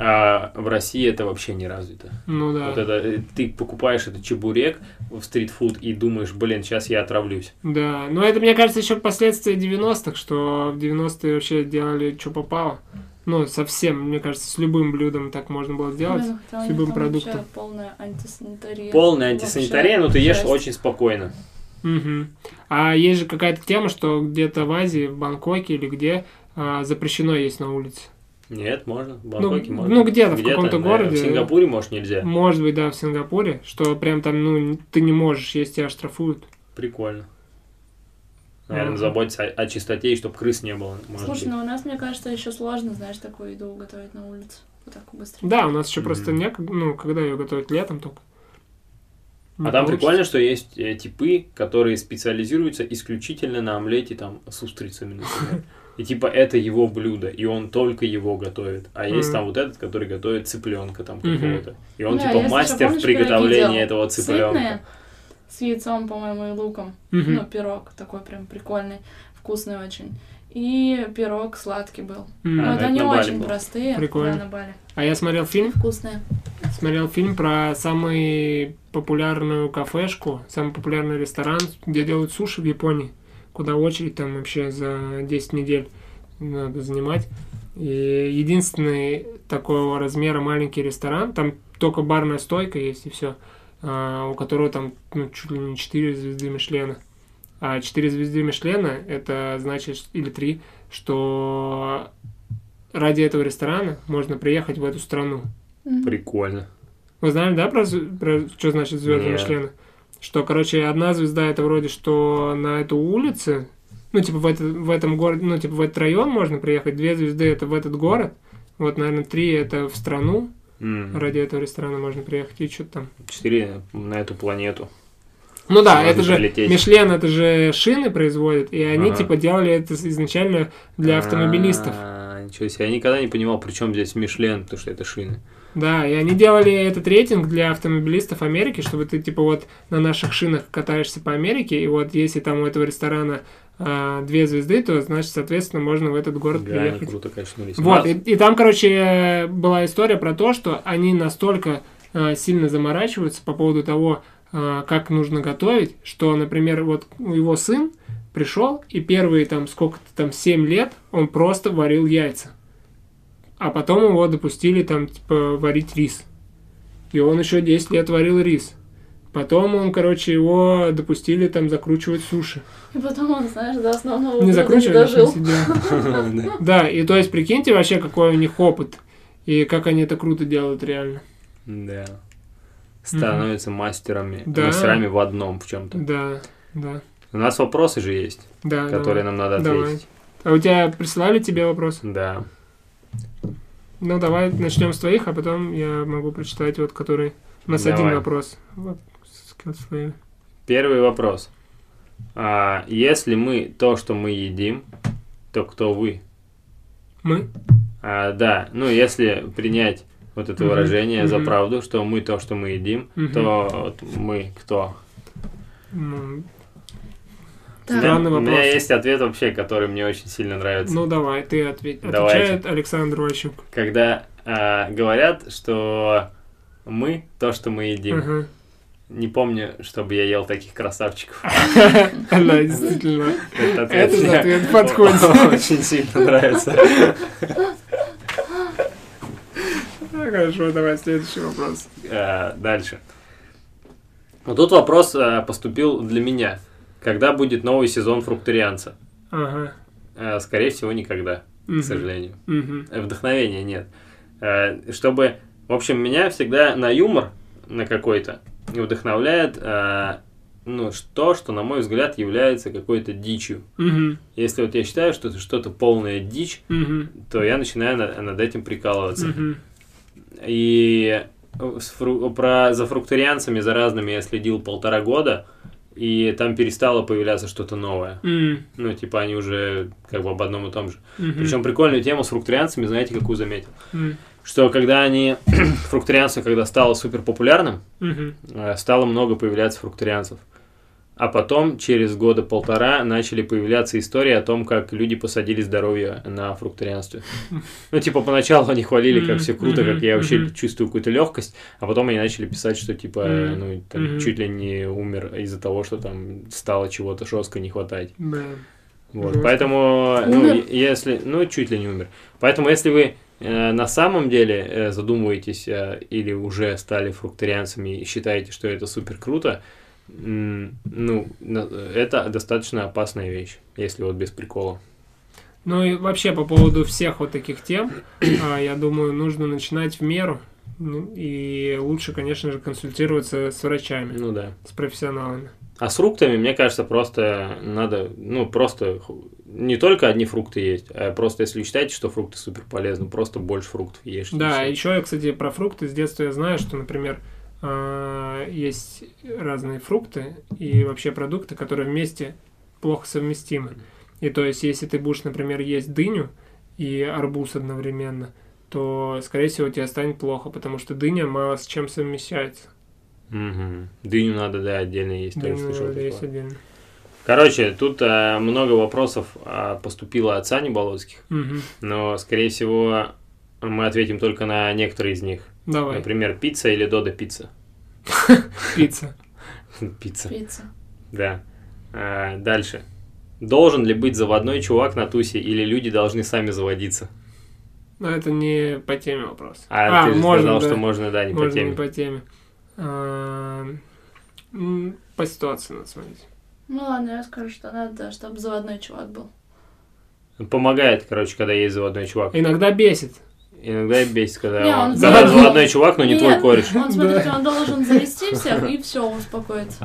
Speaker 5: А в России это вообще не развито.
Speaker 3: Ну да.
Speaker 5: Вот это э, ты покупаешь этот чебурек в стритфуд и думаешь, блин, сейчас я отравлюсь.
Speaker 3: Да, но это, мне кажется, еще последствия 90-х, что в 90-е вообще делали, что попало. Ну, совсем, мне кажется, с любым блюдом так можно было сделать.
Speaker 4: Блин, хотя у
Speaker 3: с
Speaker 4: них
Speaker 3: любым
Speaker 4: там
Speaker 3: продуктом.
Speaker 4: вообще полная антисанитария.
Speaker 5: Полная антисанитария, но ты ешь очень спокойно.
Speaker 3: Мгм. А есть же какая-то тема, что где-то в Азии, в Бангкоке или где а, запрещено есть на улице.
Speaker 5: Нет, можно. В Бангкоке
Speaker 3: Ну,
Speaker 5: можно.
Speaker 3: ну, где-то, в каком-то
Speaker 5: наверное.
Speaker 3: городе.
Speaker 5: В Сингапуре, может, нельзя.
Speaker 3: Может быть, да, в Сингапуре, что прям там, ну, ты не можешь есть, тебя штрафуют.
Speaker 5: Прикольно. Наверное,
Speaker 3: Мгм.
Speaker 5: заботиться о, о чистоте, и чтобы крыс не было. может
Speaker 4: Слушай,
Speaker 5: быть.
Speaker 4: ну у нас, мне кажется, еще сложно, знаешь, такую еду готовить на улице. Вот так быстро.
Speaker 3: Да, у нас еще просто
Speaker 5: Мгм.
Speaker 3: некогда, ну, когда ее готовят летом только. Не
Speaker 5: а там
Speaker 3: получится.
Speaker 5: прикольно, что есть э, типы, которые специализируются исключительно на омлете там с устрицами, например. И типа это его блюдо, и он только его готовит. А есть
Speaker 3: Мгм.
Speaker 5: там вот этот, который готовит цыпленка там
Speaker 3: Мгм.
Speaker 5: какого-то. И он
Speaker 4: Да,
Speaker 5: типа
Speaker 4: я слышала,
Speaker 5: мастер в
Speaker 4: а помнишь, когда я
Speaker 5: приготовлении
Speaker 4: видела
Speaker 5: этого
Speaker 4: Сытные,
Speaker 5: цыпленка.
Speaker 4: с яйцом, по-моему, и луком.
Speaker 3: Мгм.
Speaker 4: Ну, пирог такой прям прикольный, вкусный очень. И пирог сладкий был.
Speaker 3: Мгм.
Speaker 5: А,
Speaker 4: Но
Speaker 5: это
Speaker 4: это они
Speaker 5: на Бали
Speaker 4: очень
Speaker 5: было.
Speaker 4: простые.
Speaker 3: Прикольно.
Speaker 4: Да, на Бали.
Speaker 3: А я смотрел фильм,
Speaker 4: Вкусные.
Speaker 3: смотрел фильм про самую популярную кафешку, самый популярный ресторан, где делают суши в Японии, куда очередь там вообще за 10 недель надо занимать. И единственный такого размера маленький ресторан, там только барная стойка есть и все, у которого там ну, чуть ли не 4 звезды Мишлена. А 4 звезды Мишлена, это значит, или 3, что ради этого ресторана можно приехать в эту страну.
Speaker 5: Прикольно.
Speaker 3: Вы знали, да, про, зв- про что значит звезды
Speaker 5: Нет.
Speaker 3: Мишлена? Что, короче, одна звезда это вроде что на эту улицу, ну, типа в, это- в этом городе, ну, типа в этот район можно приехать, две звезды это в этот город, вот, наверное, три это в страну,
Speaker 5: М.
Speaker 3: ради этого ресторана можно приехать, и что-то там.
Speaker 5: Четыре на эту планету.
Speaker 3: Ну да,
Speaker 5: Можно
Speaker 3: это же,
Speaker 5: прилететь.
Speaker 3: Мишлен, это же шины производят, и они,
Speaker 5: Ага.
Speaker 3: типа, делали это изначально для автомобилистов.
Speaker 5: А, Ничего себе, я никогда не понимал, при чем здесь Мишлен, потому что это шины.
Speaker 3: Да, и они делали этот рейтинг для автомобилистов Америки, чтобы ты, типа, вот на наших шинах катаешься по Америке, и вот если там у этого ресторана а, две звезды, то, значит, соответственно, можно в этот город
Speaker 5: Да, они
Speaker 3: приехать.
Speaker 5: круто качнулись.
Speaker 3: Вот, и,
Speaker 5: Раз.
Speaker 3: и там, короче, э, была история про то, что они настолько э, сильно заморачиваются по поводу того, э, как нужно готовить, что, например, вот его сын пришел, и первые там сколько-то там 7 лет он просто варил яйца. А потом его допустили там, типа, варить рис. И он еще 10 лет варил рис. Потом он, короче, его допустили там закручивать суши.
Speaker 4: И потом он, знаешь, до основного блюда
Speaker 3: Не
Speaker 4: не
Speaker 3: закручивали, а в
Speaker 4: дожил.
Speaker 3: смысле, дело.
Speaker 5: Да.
Speaker 3: Да, и то есть прикиньте вообще, какой у них опыт. И как они это круто делают реально.
Speaker 5: Да. Становятся мастерами.
Speaker 3: Да.
Speaker 5: Мастерами в одном в чем-то.
Speaker 3: Да, да,
Speaker 5: У нас вопросы же есть,
Speaker 3: да.
Speaker 5: которые нам
Speaker 3: давай.
Speaker 5: надо
Speaker 3: Давай.
Speaker 5: ответить.
Speaker 3: А у тебя присылали тебе вопросы?
Speaker 5: Да.
Speaker 3: Ну, давай начнем с твоих, а потом я могу прочитать вот, который... У нас один
Speaker 5: Давай.
Speaker 3: вопрос. Вот, с Кэтслэем.
Speaker 5: Первый вопрос. А, если мы то, что мы едим, то кто вы?
Speaker 3: Мы?
Speaker 5: А, да, ну если принять вот это
Speaker 3: Мгм,
Speaker 5: выражение за
Speaker 3: мгм.
Speaker 5: правду, что мы то, что мы едим,
Speaker 3: Мгм.
Speaker 5: то вот мы кто?
Speaker 3: Ну,
Speaker 5: У
Speaker 4: Так,
Speaker 5: меня-
Speaker 3: Странный
Speaker 5: у меня
Speaker 3: вопрос.
Speaker 5: есть ответ вообще, который мне очень сильно нравится.
Speaker 3: ну, давай, ты ответь.
Speaker 5: Давайте.
Speaker 3: Отвечает Александр Ващук.
Speaker 5: Когда а, говорят, что мы то, что мы едим.
Speaker 3: Ага.
Speaker 5: Не помню, чтобы я ел таких красавчиков.
Speaker 3: Да, действительно.
Speaker 5: Этот ответ
Speaker 3: Этот
Speaker 5: мне
Speaker 3: ответ подходит.
Speaker 5: Очень сильно нравится.
Speaker 3: Хорошо, давай следующий вопрос.
Speaker 5: Э, Дальше. Вот тут вопрос э, поступил для меня. Когда будет новый сезон фрукторианца?
Speaker 3: Ага.
Speaker 5: Э, Скорее всего, никогда, к
Speaker 3: Мгм.
Speaker 5: сожалению.
Speaker 3: Мгм.
Speaker 5: Э, Вдохновения нет. Э, Чтобы... В общем, меня всегда на юмор, на какой-то, вдохновляет э, ну, то, что, на мой взгляд, является какой-то дичью.
Speaker 3: Мгм.
Speaker 5: Если вот я считаю, что это что-то полная дичь,
Speaker 3: Мгм.
Speaker 5: то я начинаю на- над этим прикалываться.
Speaker 3: Мгм.
Speaker 5: И э, с фру- про, за фрукторианцами, за разными я следил полтора года, и там перестало появляться что-то новое.
Speaker 3: М.
Speaker 5: Ну, типа, они уже как бы об одном и том же.
Speaker 3: Мгм.
Speaker 5: Причем прикольную тему с фрукторианцами, знаете, какую заметил?
Speaker 3: М.
Speaker 5: Что когда они... фрукторианство, когда стало супер популярным,
Speaker 3: Мгм.
Speaker 5: э, стало много появляться фрукторианцев. А потом, через года полтора, начали появляться истории о том, как люди посадили здоровье на фрукторианстве. Ну, типа, поначалу они хвалили, как все круто, как я вообще
Speaker 3: Мгм.
Speaker 5: чувствую какую-то легкость, а потом они начали писать, что, типа, э, ну, там,
Speaker 3: Мгм.
Speaker 5: чуть ли не умер из-за того, что там стало чего-то жестко не хватать.
Speaker 3: Блин.
Speaker 5: Вот,
Speaker 3: Жестко.
Speaker 5: поэтому, ну,
Speaker 4: Умер?
Speaker 5: е- если, ну, чуть ли не умер. Поэтому, если вы э, на самом деле э, задумываетесь э, или уже стали фрукторианцами и считаете, что это супер круто, м, ну, на- это достаточно опасная вещь, если вот без прикола.
Speaker 3: Ну и вообще по поводу всех вот таких тем, а, я думаю, нужно начинать в меру. Ну, И лучше, конечно же, консультироваться с врачами,
Speaker 5: Ну да.
Speaker 3: с профессионалами.
Speaker 5: А с фруктами, мне кажется, просто надо, ну, просто ху- не только одни фрукты есть, а просто если вы считаете, что фрукты супер полезны, просто больше фруктов ешьте.
Speaker 3: Да,
Speaker 5: и всё.
Speaker 3: еще я, кстати, про фрукты. С детства я знаю, что, например, а, а, есть разные фрукты и вообще продукты, которые вместе плохо совместимы. И то есть, если ты будешь, например, есть дыню и арбуз одновременно, то, скорее всего, тебе станет плохо, потому что дыня мало с чем совмещается.
Speaker 5: Мгм. Дыню надо, да, отдельно есть. тоже
Speaker 3: Дыню
Speaker 5: слышал
Speaker 3: надо есть
Speaker 5: такое.
Speaker 3: отдельно.
Speaker 5: Короче, тут э, много вопросов а, поступило от Сани Болотских,
Speaker 3: Мгм.
Speaker 5: но, скорее всего, мы ответим только на некоторые из них.
Speaker 3: Давай,
Speaker 5: Например, пицца или Дода пицца?
Speaker 3: пицца.
Speaker 5: Пицца,
Speaker 4: Пицца.
Speaker 5: да. А, дальше. Должен ли быть заводной чувак на тусе или люди должны сами заводиться?
Speaker 3: Но это не по теме вопрос.
Speaker 5: А, ты же сказал,
Speaker 3: да.
Speaker 5: что можно, да, не
Speaker 3: Можно
Speaker 5: по теме.
Speaker 3: не по теме. А, м, По ситуации надо смотреть.
Speaker 4: Ну ладно, я скажу, что надо, чтобы заводной чувак был.
Speaker 5: Помогает, короче, когда есть заводной чувак.
Speaker 3: Иногда бесит.
Speaker 5: Иногда бесит, когда
Speaker 4: Не,
Speaker 5: он...
Speaker 4: он
Speaker 5: когда
Speaker 3: заводной.
Speaker 5: заводной чувак, но Ну, не твой
Speaker 4: Нет,
Speaker 5: кореш.
Speaker 4: Он, смотрите, он должен завести всех и все, успокоится.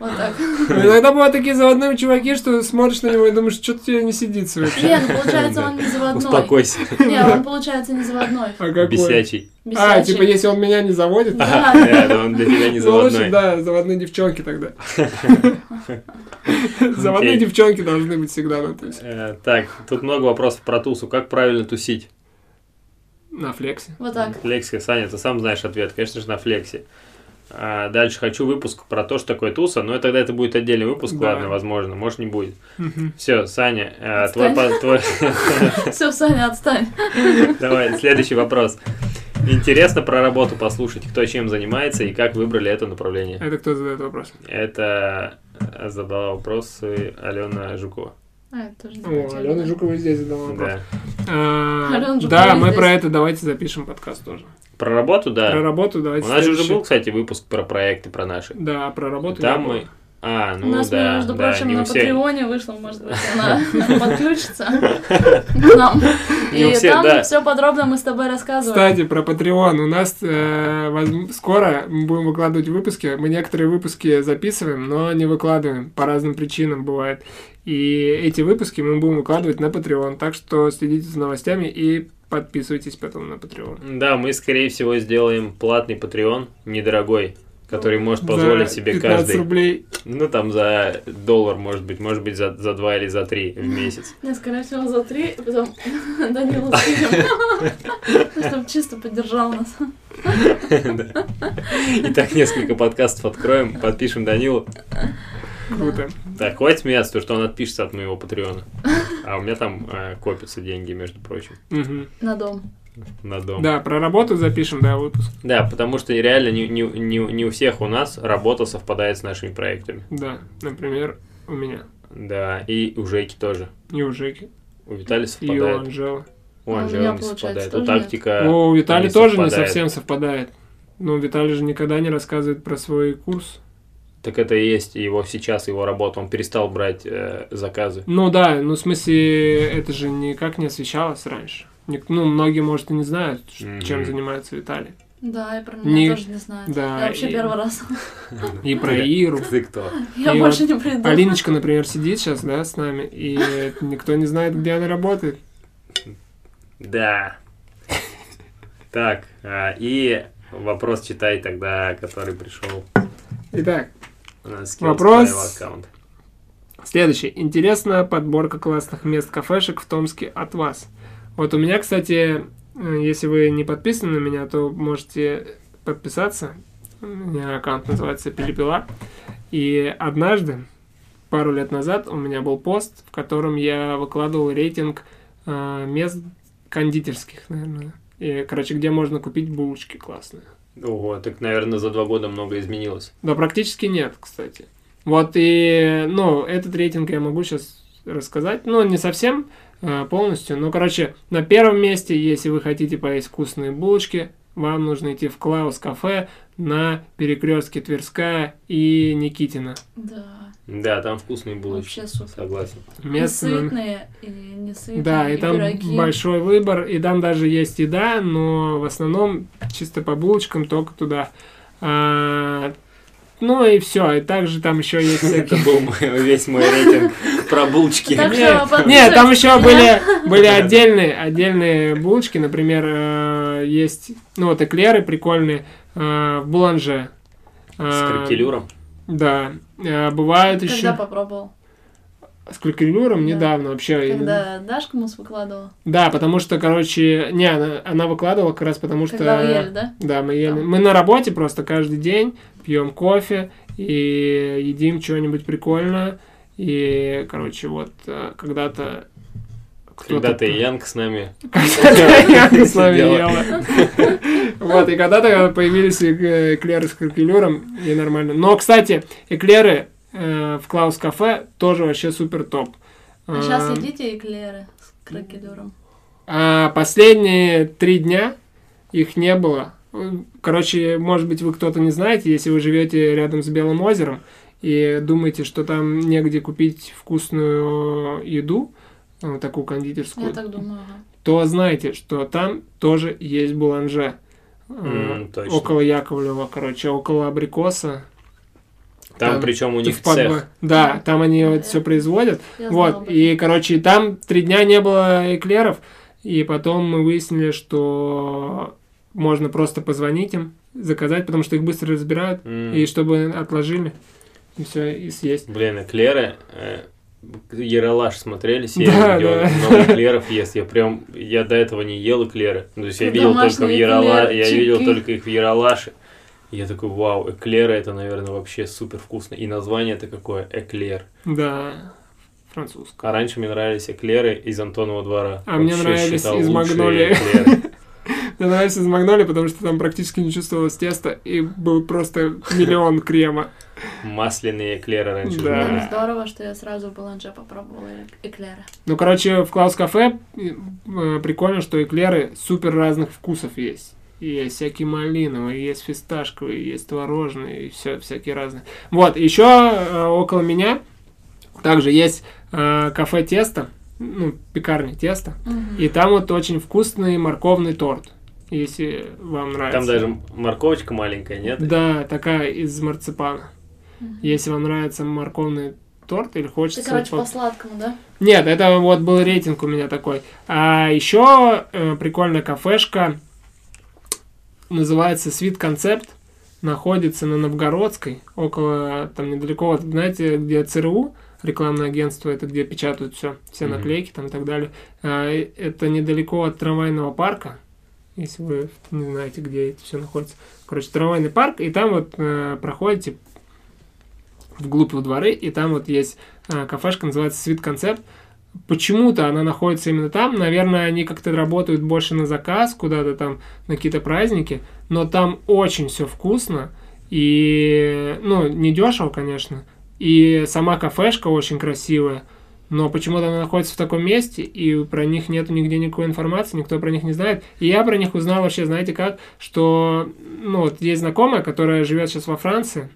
Speaker 4: Вот так.
Speaker 3: Но Иногда бывают такие заводные чуваки, что смотришь на него и думаешь, что-то тебе не сидится вообще.
Speaker 4: Нет, ну, получается, он не заводной.
Speaker 5: Успокойся,
Speaker 4: Нет, он, получается, не заводной.
Speaker 3: А какой?
Speaker 5: бесячий.
Speaker 3: А,
Speaker 4: Бесячий.
Speaker 3: типа, если он меня не заводит,
Speaker 4: Да.
Speaker 5: Ага, да, да, он для тебя не
Speaker 3: ну, лучше,
Speaker 5: заводной.
Speaker 3: да, заводные девчонки тогда. Заводные
Speaker 5: Окей.
Speaker 3: девчонки должны быть всегда ну, на тусе.
Speaker 5: Э, Так, тут много вопросов про тусу. Как правильно тусить?
Speaker 3: На флексе.
Speaker 4: Вот так.
Speaker 5: Флекси, Саня, ты сам знаешь ответ, конечно же, на флексе. А, дальше хочу выпуск про то, что такое туса, но тогда это будет отдельный выпуск,
Speaker 3: Да.
Speaker 5: ладно, возможно, может не будет.
Speaker 3: Мгм.
Speaker 5: Все, Саня, э, твой,
Speaker 4: Отстань.
Speaker 5: по- твой-
Speaker 4: Все, Саня, отстань.
Speaker 5: давай, следующий вопрос. Интересно про работу послушать, кто чем занимается и как выбрали это направление.
Speaker 3: Это кто задает вопрос?
Speaker 5: Это э, задала вопрос э, Алена Жукова.
Speaker 4: А, это тоже
Speaker 3: О,
Speaker 4: замечательно.
Speaker 3: Алена Жукова здесь задала вопрос.
Speaker 5: Да.
Speaker 3: А,
Speaker 4: Алена Жукова
Speaker 3: Да, мы
Speaker 4: здесь.
Speaker 3: про это давайте запишем подкаст тоже.
Speaker 5: Про работу,
Speaker 3: Про
Speaker 5: да.
Speaker 3: работу
Speaker 5: У
Speaker 3: давайте
Speaker 5: нас же уже
Speaker 3: следующий.
Speaker 5: был, кстати, выпуск про проекты, про наши.
Speaker 3: Да, про работу.
Speaker 5: Там
Speaker 3: не было.
Speaker 5: мы... А,
Speaker 4: У
Speaker 5: ну
Speaker 4: нас,
Speaker 5: да,
Speaker 4: между
Speaker 5: да,
Speaker 4: прочим,
Speaker 5: не
Speaker 4: на
Speaker 5: у всех.
Speaker 4: Патреоне вышло, может быть, она подключится к нам.
Speaker 5: Не у
Speaker 4: И
Speaker 5: всех, да.
Speaker 4: там все подробно мы с тобой рассказываем.
Speaker 3: Кстати, про Patreon. У нас э, воз- скоро мы будем выкладывать выпуски. Мы некоторые выпуски записываем, но не выкладываем. По разным причинам бывает. И эти выпуски мы будем выкладывать на Patreon. Так что следите за новостями и подписывайтесь потом на Patreon.
Speaker 5: Да, мы, скорее всего, сделаем платный Patreon, недорогой, который может позволить
Speaker 3: Ну, За
Speaker 5: себе
Speaker 3: 15
Speaker 5: каждый.
Speaker 3: рублей.
Speaker 5: Ну, там за доллар, может быть, может быть, за, за два или за три в месяц.
Speaker 4: Не, скорее всего, за три, потом Данилу скинем. Чтобы чисто поддержал нас.
Speaker 5: Да. И так несколько подкастов откроем, подпишем Данилу.
Speaker 3: Круто.
Speaker 5: Так, хватит смеяться, то, что он отпишется от моего Патреона. А у меня там э, копятся деньги, между прочим,
Speaker 3: Мгм.
Speaker 4: На дом.
Speaker 5: на дом.
Speaker 3: Да, про работу запишем, да, выпуск.
Speaker 5: Да, потому что реально не, не- не- не у всех у нас работа совпадает с нашими проектами.
Speaker 3: Да, например, у меня.
Speaker 5: Да, и у Жеки тоже.
Speaker 3: И у Жеки,
Speaker 5: У Виталия
Speaker 3: и у
Speaker 5: совпадает.
Speaker 3: Анжелы.
Speaker 5: У
Speaker 4: А у
Speaker 5: Анжелы
Speaker 4: меня,
Speaker 5: не
Speaker 4: получается,
Speaker 5: совпадает. У
Speaker 4: тоже нет?
Speaker 5: тактика.
Speaker 3: О, у Виталий
Speaker 5: не
Speaker 3: тоже не
Speaker 5: совпадает.
Speaker 3: совсем совпадает. Ну, Виталий же никогда не рассказывает про свой курс.
Speaker 5: Так это и есть его сейчас, его работа. Он перестал брать э, заказы.
Speaker 3: Ну да, ну в смысле, это же никак не освещалось раньше. Ник- Ну, многие, может, и не знают, ш-
Speaker 5: Мгм.
Speaker 3: чем занимается Виталий.
Speaker 4: Да, и про
Speaker 3: Не-
Speaker 4: меня тоже не знают.
Speaker 3: да,
Speaker 4: Я вообще
Speaker 3: и-
Speaker 4: первый раз.
Speaker 3: И про Иру.
Speaker 5: Ты кто?
Speaker 4: Я
Speaker 3: И
Speaker 4: больше не приду.
Speaker 3: Алиночка, например, сидит сейчас, да, с нами, и никто не знает, где она работает.
Speaker 5: Да. Так, а, и вопрос читай тогда, который пришел э,
Speaker 3: Итак,
Speaker 5: на Skills
Speaker 3: Вопрос.
Speaker 5: Live аккаунт.
Speaker 3: Следующий. Интересная подборка классных мест кафешек в Томске от вас. Вот у меня, кстати, э, если вы не подписаны на меня, то можете подписаться. У меня аккаунт называется Пилипила. И однажды, пару лет назад, у меня был пост, в котором я выкладывал рейтинг э, мест кондитерских, наверное. И, короче, где можно купить булочки классные.
Speaker 5: Ого, так, наверное, за два года много изменилось.
Speaker 3: Да, практически нет, кстати. Вот и, ну, этот рейтинг я могу сейчас рассказать, ну, не совсем э, полностью, но, короче, на первом месте, если вы хотите поесть вкусные булочки, вам нужно идти в Клаус кафе на перекрестке Тверская и Никитина.
Speaker 4: Да,
Speaker 5: Да, там вкусные булочки.
Speaker 4: вообще супер.
Speaker 5: Согласен.
Speaker 4: И
Speaker 3: Место номер-
Speaker 4: сытные, и не сытные,
Speaker 3: Да, и там
Speaker 4: пироги.
Speaker 3: большой выбор, и там даже есть еда, но в основном чисто по булочкам только туда. А, ну и все, и также там еще есть
Speaker 5: Это
Speaker 3: всякие...
Speaker 5: был мой- весь мой рейтинг про булочки.
Speaker 4: Так
Speaker 3: Нет,
Speaker 4: что подписывайтесь
Speaker 3: Нет, там еще
Speaker 4: на меня.
Speaker 3: были, были отдельные, отдельные булочки, например, э, есть, ну вот эклеры прикольные, э, э, в бланже.
Speaker 5: С
Speaker 3: Э,
Speaker 5: кракелюром.
Speaker 3: Да. Э, Бывают
Speaker 4: Когда
Speaker 3: еще...
Speaker 4: попробовал?
Speaker 3: С кракелюром
Speaker 4: Да.
Speaker 3: недавно вообще.
Speaker 4: Когда Дашка мусс выкладывала?
Speaker 3: Да, потому что, короче... Не, она, она выкладывала как раз потому что...
Speaker 4: Когда вы ели, да?
Speaker 3: Да, мы ели.
Speaker 4: Да.
Speaker 3: Мы на работе просто каждый день пьем кофе и едим что-нибудь прикольное. И, короче, вот э, когда-то... А, кто-то-
Speaker 5: Когда-то и Янг с нами.
Speaker 3: Когда-то Янка с нами
Speaker 5: Сидела.
Speaker 3: ела. Вот, и когда-то появились э, эклеры с кракелюром, и нормально. Но, кстати, эклеры э, в Клаус Кафе тоже вообще супер топ.
Speaker 4: А сейчас
Speaker 3: Эм,
Speaker 4: едите эклеры с кракелюром.
Speaker 3: а последние три дня их не было. Короче, может быть, вы кто-то не знаете, если вы живете рядом с Белым озером и думаете, что там негде купить вкусную еду, э, такую кондитерскую,
Speaker 4: Я так думаю, ага.
Speaker 3: то знайте, что там тоже есть буланже. Э,
Speaker 5: М, точно.
Speaker 3: около Яковлева, короче, около абрикоса.
Speaker 5: Там
Speaker 3: Там
Speaker 5: причем у них
Speaker 3: В подво-
Speaker 5: цех.
Speaker 3: Да, там они все производят.
Speaker 4: Я знала
Speaker 3: Вот,
Speaker 4: бы.
Speaker 3: и, короче, там три дня не было эклеров, и потом мы выяснили, что можно просто позвонить им, заказать, потому что их быстро разбирают,
Speaker 5: М.
Speaker 3: и чтобы отложили, и все, и съесть.
Speaker 5: Блин, эклеры, э, Ералаш смотрели серию,
Speaker 3: Да,
Speaker 5: где он
Speaker 3: да.
Speaker 5: много эклеров ест. Я прям, я до этого не ел эклеры. Ну, То есть я видел только в
Speaker 4: Домашние
Speaker 5: Ярала, я
Speaker 4: эклерчики.
Speaker 5: видел только их в Яралаше. И Я такой, вау, эклеры, это, наверное, вообще супер вкусно. И название это какое? Эклер.
Speaker 3: Да, французская.
Speaker 5: А раньше мне нравились эклеры из Антонова двора.
Speaker 3: А мне
Speaker 5: Вообще
Speaker 3: нравились
Speaker 5: считал
Speaker 3: из
Speaker 5: лучшие
Speaker 3: «Магнолии».
Speaker 5: эклеры.
Speaker 3: Мне нравится из Магнолии, потому что там практически не чувствовалось теста, и был просто миллион крема.
Speaker 5: Масляные эклеры раньше.
Speaker 3: Да.
Speaker 5: были.
Speaker 4: Блин, здорово, что я сразу в Буланже попробовала эк- эклеры.
Speaker 3: Ну, короче, в Клаус Кафе э, э, прикольно, что эклеры супер разных вкусов есть. Есть всякие малиновые, есть фисташковые, есть творожные, и все, всякие разные. Вот, еще около меня также есть э, кафе тесто, ну, пекарня тесто.
Speaker 4: Мгм.
Speaker 3: И там вот очень вкусный морковный торт, если вам нравится.
Speaker 5: Там даже морковочка маленькая, нет?
Speaker 3: Да, такая из марципана. Если вам нравится морковный торт или
Speaker 4: Ты,
Speaker 3: хочется...
Speaker 4: короче,
Speaker 3: вот-
Speaker 4: по сладкому, да?
Speaker 3: нет, это вот был рейтинг у меня такой. А еще э, прикольная кафешка называется Sweet Concept. Находится на Новгородской, около, там недалеко, вот, знаете, где ЦРУ, рекламное агентство, это где печатают все, все
Speaker 5: Мгм.
Speaker 3: наклейки там и так далее. А, э, это недалеко от трамвайного парка, если вы не знаете, где это все находится. Короче, трамвайный парк, и там вот э, проходите вглубь во дворы, и там вот есть э, кафешка, называется Sweet Concept. Почему-то она находится именно там. Наверное, они как-то работают больше на заказ, куда-то там, на какие-то праздники. Но там очень все вкусно. И, ну, не дешево, конечно. И сама кафешка очень красивая. Но почему-то она находится в таком месте, и про них нету нигде никакой информации, никто про них не знает. И я про них узнал вообще, знаете как, что, ну, вот есть знакомая, которая живет сейчас во Франции,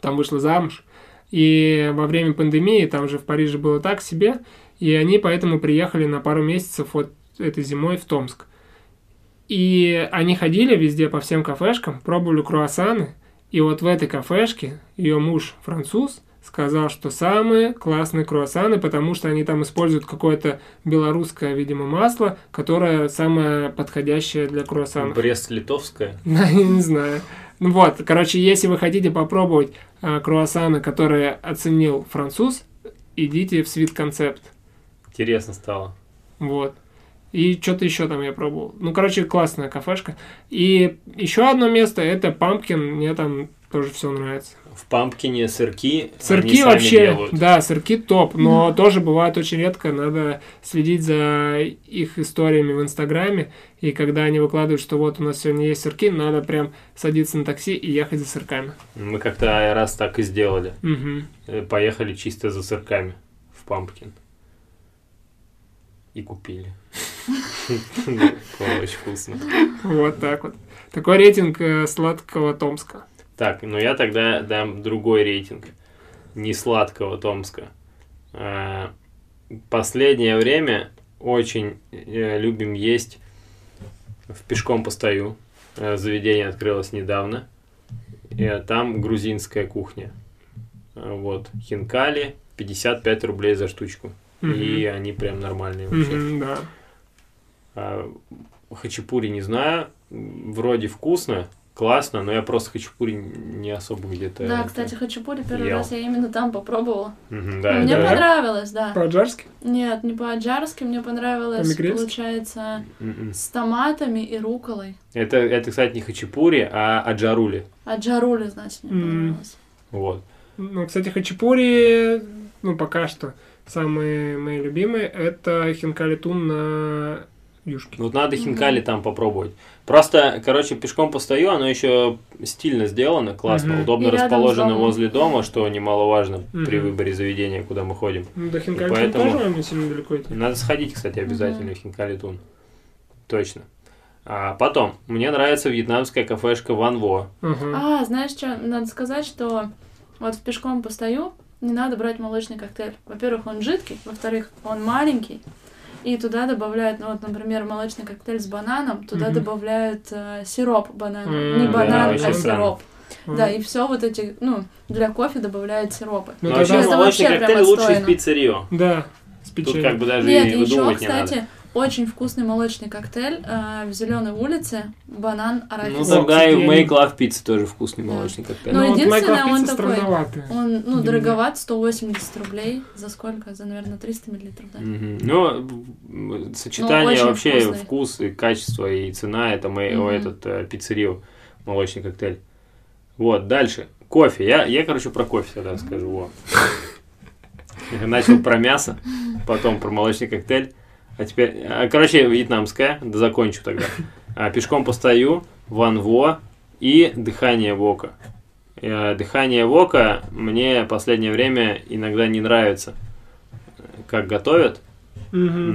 Speaker 3: там вышла замуж, и во время пандемии, там же в Париже было так себе, и они поэтому приехали на пару месяцев вот этой зимой в Томск. И они ходили везде по всем кафешкам, пробовали круассаны, и вот в этой кафешке ее муж француз сказал, что самые классные круассаны, потому что они там используют какое-то белорусское, видимо, масло, которое самое подходящее для круассана.
Speaker 5: Брест-Литовская.
Speaker 3: Да, я не знаю. Ну вот, короче, если вы хотите попробовать а, круассаны, которые оценил француз, идите в Sweet Concept.
Speaker 5: Интересно стало.
Speaker 3: Вот. И что-то еще там я пробовал. Ну, короче, классная кафешка. И еще одно место это Pumpkin. Мне там тоже все нравится.
Speaker 5: В пампкине сырки. они
Speaker 3: Сырки
Speaker 5: сами
Speaker 3: вообще,
Speaker 5: делают.
Speaker 3: да, сырки топ, но тоже бывают очень редко, надо следить за их историями в Инстаграме, и когда они выкладывают, что вот у нас сегодня есть сырки, надо прям садиться на такси и ехать за сырками.
Speaker 5: Мы как-то раз так и сделали.
Speaker 3: Мгм.
Speaker 5: Э, Поехали чисто за сырками в Пампкин. И купили. Было очень вкусно.
Speaker 3: Вот так вот. Такой рейтинг э, сладкого Томска.
Speaker 5: Так, ну я тогда дам другой рейтинг. Не сладкого Томска. Э, Последнее время очень э, любим есть в пешком постою. Э, Заведение открылось недавно. Э, Там грузинская кухня. Э, Вот, хинкали, 55 рублей за штучку. И они прям нормальные
Speaker 3: Мгм.
Speaker 5: вообще.
Speaker 3: Мгм, да.
Speaker 5: А, Хачапури не знаю. М, Вроде вкусно, классно, но я просто хачапури не особо где-то...
Speaker 4: Да,
Speaker 5: это-
Speaker 4: кстати, хачапури первый
Speaker 5: ел.
Speaker 4: раз я именно там попробовала.
Speaker 5: Мгм,
Speaker 4: Но
Speaker 5: да,
Speaker 4: мне
Speaker 5: это-
Speaker 4: понравилось, да.
Speaker 3: По-аджарски?
Speaker 4: Нет, не по-аджарски, мне понравилось,
Speaker 3: По-мигрельски?
Speaker 4: получается,
Speaker 5: Мгм.
Speaker 4: с томатами и руколой.
Speaker 5: Это, это, кстати, не хачапури, а аджарули.
Speaker 4: Аджарули, значит, мне
Speaker 3: М.
Speaker 4: понравилось.
Speaker 5: Вот.
Speaker 3: Ну, кстати, хачапури, ну, пока что, самые мои любимые, это хинкали тун на юшке.
Speaker 5: Вот надо хинкали там попробовать. Просто, короче, пешком постою, оно еще стильно сделано, классно,
Speaker 3: Мгм.
Speaker 5: удобно
Speaker 4: И рядом с
Speaker 5: расположено
Speaker 4: домом.
Speaker 5: возле дома, что немаловажно при
Speaker 3: Мгм.
Speaker 5: выборе заведения, куда мы ходим.
Speaker 3: Ну, до хинкали
Speaker 5: И
Speaker 3: тун
Speaker 5: поэтому-
Speaker 3: тоже вам не сильно далеко идти.
Speaker 5: Надо сходить, кстати, обязательно в Хинкалитун. Точно. А потом, мне нравится вьетнамская кафешка Ван Во.
Speaker 3: Ага.
Speaker 4: А, знаешь что, надо сказать, что вот в пешком постою, не надо брать молочный коктейль. Во-первых, он жидкий, во-вторых, он маленький. И туда добавляют, ну вот, например, молочный коктейль с бананом, туда
Speaker 3: Мгм.
Speaker 4: добавляют э, сироп банана.
Speaker 3: М,
Speaker 4: Не
Speaker 3: да,
Speaker 4: банан,
Speaker 5: очень
Speaker 4: а
Speaker 5: странно.
Speaker 4: сироп. Да,
Speaker 3: А.
Speaker 4: и все вот эти, ну, для кофе добавляют сиропы.
Speaker 3: Ну,
Speaker 5: Но
Speaker 3: тогда-
Speaker 5: вообще
Speaker 4: Это
Speaker 5: молочный
Speaker 4: вообще прям
Speaker 5: коктейль лучше из
Speaker 4: отстойно.
Speaker 5: пиццерио.
Speaker 3: Да, с
Speaker 5: Тут
Speaker 3: печеньем.
Speaker 5: как бы даже
Speaker 4: Нет,
Speaker 5: и
Speaker 4: и еще,
Speaker 5: выдумывать не
Speaker 4: кстати, очень вкусный молочный коктейль э, в зеленой улице, банан,
Speaker 5: надо.
Speaker 4: арахис.
Speaker 5: Ну
Speaker 3: О,
Speaker 5: тогда и
Speaker 3: кстати, я
Speaker 5: Make
Speaker 3: не-
Speaker 5: Love Pizza тоже вкусный
Speaker 4: а Да.
Speaker 5: молочный коктейль.
Speaker 4: Ну,
Speaker 3: вот
Speaker 4: единственное,
Speaker 3: Майкла
Speaker 4: он
Speaker 3: Пицца
Speaker 4: такой.
Speaker 3: странноватый.
Speaker 4: Он, ну,
Speaker 3: Мгм.
Speaker 4: дороговат, 180 рублей. За сколько? За, наверное, 300 миллилитров, да?
Speaker 5: Мгм. Ну, м, сочетание
Speaker 4: Ну, очень
Speaker 5: вообще
Speaker 4: вкусный.
Speaker 5: вкус и качество и цена это мой
Speaker 4: Мгм.
Speaker 5: этот э, пиццерио молочный коктейль. Вот, дальше. Кофе. Я, я короче, про кофе тогда скажу. Во. Я Начал про мясо, потом про молочный коктейль. А теперь, а, короче, вьетнамская. Да закончу тогда. А, пешком постою, Ван Во и дыхание Вока. Э, Дыхание Вока мне последнее время иногда не нравится, э, как готовят.
Speaker 3: Мгм,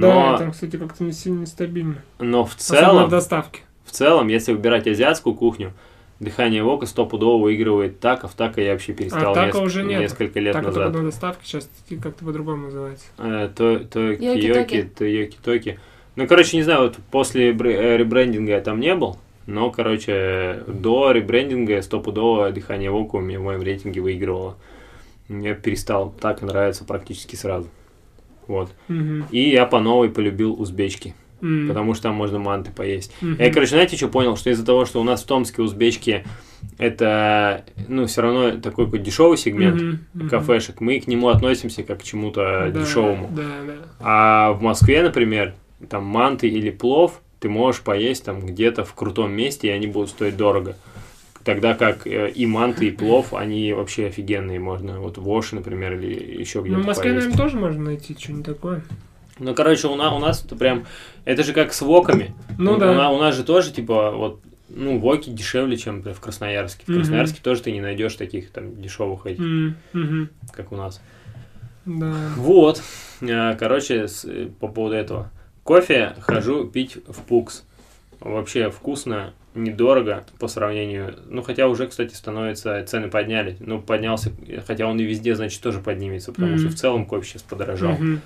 Speaker 5: Но-
Speaker 3: Да, там, кстати, как-то не сильно нестабильно.
Speaker 5: Но в
Speaker 3: Особенно в
Speaker 5: целом,
Speaker 3: доставке.
Speaker 5: в целом, если выбирать азиатскую кухню, дыхание вока стопудово выигрывает таков. Така я вообще перестал
Speaker 3: Така
Speaker 5: неск-
Speaker 3: уже нет.
Speaker 5: несколько лет
Speaker 3: Так вот
Speaker 5: назад.
Speaker 3: на доставке сейчас как-то по-другому называется.
Speaker 5: Э, то- Токи,
Speaker 4: Йоки-токи.
Speaker 5: йоки, то йоки-токи. Ну, короче, не знаю, вот после бре- э, ребрендинга я там не был, но, короче, э, до ребрендинга стопудово дыхание вока у меня в моем рейтинге выигрывало. Мне перестал так нравиться практически сразу. Вот.
Speaker 3: Мгм.
Speaker 5: И я по новой полюбил узбечки,
Speaker 3: М.
Speaker 5: потому что там можно манты поесть.
Speaker 3: Мгм.
Speaker 5: Я, короче, знаете, что понял? Что из-за того, что у нас в Томске узбечки это, ну, все равно такой какой дешевый сегмент
Speaker 3: Мгм, мгм.
Speaker 5: кафешек, мы к нему относимся как к чему-то
Speaker 3: Да,
Speaker 5: э, дешевому.
Speaker 3: Да, да.
Speaker 5: А в Москве, например, там манты или плов ты можешь поесть там где-то в крутом месте, и они будут стоить дорого. Тогда как э, и манты, и плов, они вообще офигенные. Можно вот в Оше, например, или еще где-то
Speaker 3: Ну, в Москве,
Speaker 5: поесть.
Speaker 3: наверное, тоже можно найти что-нибудь такое.
Speaker 5: Ну, короче, у, на- у нас это прям... Это же как с воками.
Speaker 3: Ну
Speaker 5: у,
Speaker 3: да.
Speaker 5: на- у нас же тоже, типа, вот, ну, воки дешевле, чем например, в Красноярске. В
Speaker 3: Мгм.
Speaker 5: Красноярске тоже ты не найдешь таких там дешевых этих,
Speaker 3: М, мгм.
Speaker 5: как у нас.
Speaker 3: Да.
Speaker 5: Вот. А, Короче, с- э, по поводу этого. Кофе хожу пить в пукс. Вообще вкусно, недорого по сравнению. Ну, хотя уже, кстати, становится, цены подняли. Ну, поднялся, хотя он и везде, значит, тоже поднимется, потому
Speaker 3: Мгм.
Speaker 5: что в целом кофе сейчас подорожал.
Speaker 3: Мгм.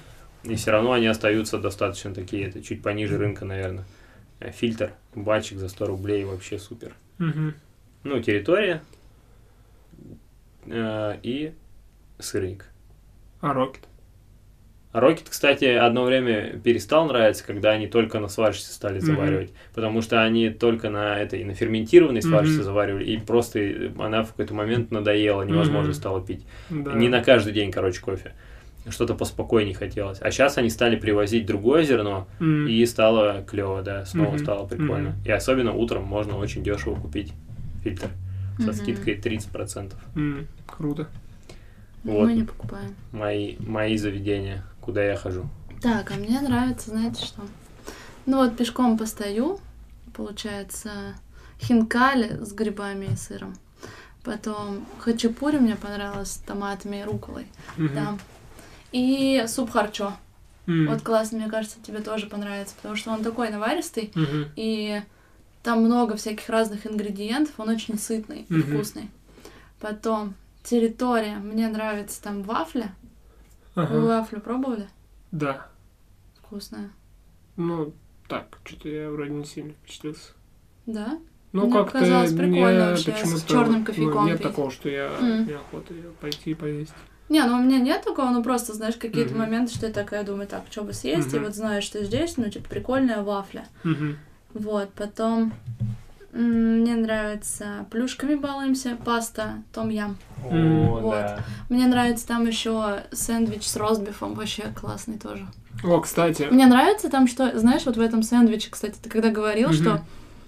Speaker 5: И все равно они остаются достаточно такие, это чуть пониже рынка, наверное. Э, Фильтр, бачик за 100 рублей вообще супер.
Speaker 3: Мгм.
Speaker 5: Ну, территория э, и сырник.
Speaker 3: А Рокет?
Speaker 5: А Рокет, кстати, одно время перестал нравиться, когда они только на сварщице стали
Speaker 3: Мгм.
Speaker 5: заваривать. Потому что они только на этой, на ферментированной
Speaker 3: Мгм.
Speaker 5: сварщице заваривали, и просто э, она в какой-то момент надоела, невозможно
Speaker 3: Мгм.
Speaker 5: стало пить.
Speaker 3: Да.
Speaker 5: Не на каждый день, короче, кофе. Что-то поспокойнее хотелось. А сейчас они стали привозить другое зерно,
Speaker 3: М.
Speaker 5: И стало клево, да, снова
Speaker 3: Мгм.
Speaker 5: стало прикольно.
Speaker 3: Мгм.
Speaker 5: И особенно утром можно очень дешево купить фильтр со
Speaker 4: Мгм.
Speaker 5: скидкой 30%.
Speaker 3: М, Круто.
Speaker 5: Вот.
Speaker 4: Ну, Мы не покупаем.
Speaker 5: Мои, мои заведения, куда я хожу.
Speaker 4: Так, а мне нравится, знаете что? Ну вот пешком постою, получается, хинкали с грибами и сыром. Потом хачапури мне понравилось с томатами и руколой.
Speaker 3: Мгм.
Speaker 4: Да. И суп харчо.
Speaker 3: М.
Speaker 4: Вот классно, мне кажется, тебе тоже понравится, потому что он такой наваристый,
Speaker 3: Мгм.
Speaker 4: и там много всяких разных ингредиентов, он очень сытный и
Speaker 3: Мгм.
Speaker 4: вкусный. Потом территория, мне нравится там вафля. Вы
Speaker 3: Ага.
Speaker 4: вафлю пробовали?
Speaker 3: Да.
Speaker 4: Вкусная.
Speaker 3: Ну, так, что-то я вроде не сильно впечатлился.
Speaker 4: Да?
Speaker 3: Ну,
Speaker 4: Мне
Speaker 3: как-то
Speaker 4: показалось
Speaker 3: мне
Speaker 4: прикольно вообще с
Speaker 3: почему-то,
Speaker 4: чёрным
Speaker 3: ну,
Speaker 4: кофейком
Speaker 3: нет
Speaker 4: пить.
Speaker 3: такого, что я
Speaker 4: М.
Speaker 3: неохота её пойти и поесть.
Speaker 4: Не, ну у меня нет такого, ну просто, знаешь, какие-то
Speaker 3: Мгм.
Speaker 4: моменты, что я такая думаю, так, что бы съесть, и
Speaker 3: Мгм.
Speaker 4: вот знаю, что здесь, ну, типа, прикольная вафля.
Speaker 3: Мгм.
Speaker 4: Вот, потом, М, Мне нравится плюшками балуемся, паста, том-ям.
Speaker 3: Мгм.
Speaker 2: О,
Speaker 4: Вот.
Speaker 2: да.
Speaker 4: Мне нравится там еще сэндвич с ростбифом, вообще классный тоже.
Speaker 3: О, кстати,
Speaker 4: Мне нравится там, что, знаешь, вот в этом сэндвиче, кстати, ты когда говорил,
Speaker 3: Мгм.
Speaker 4: что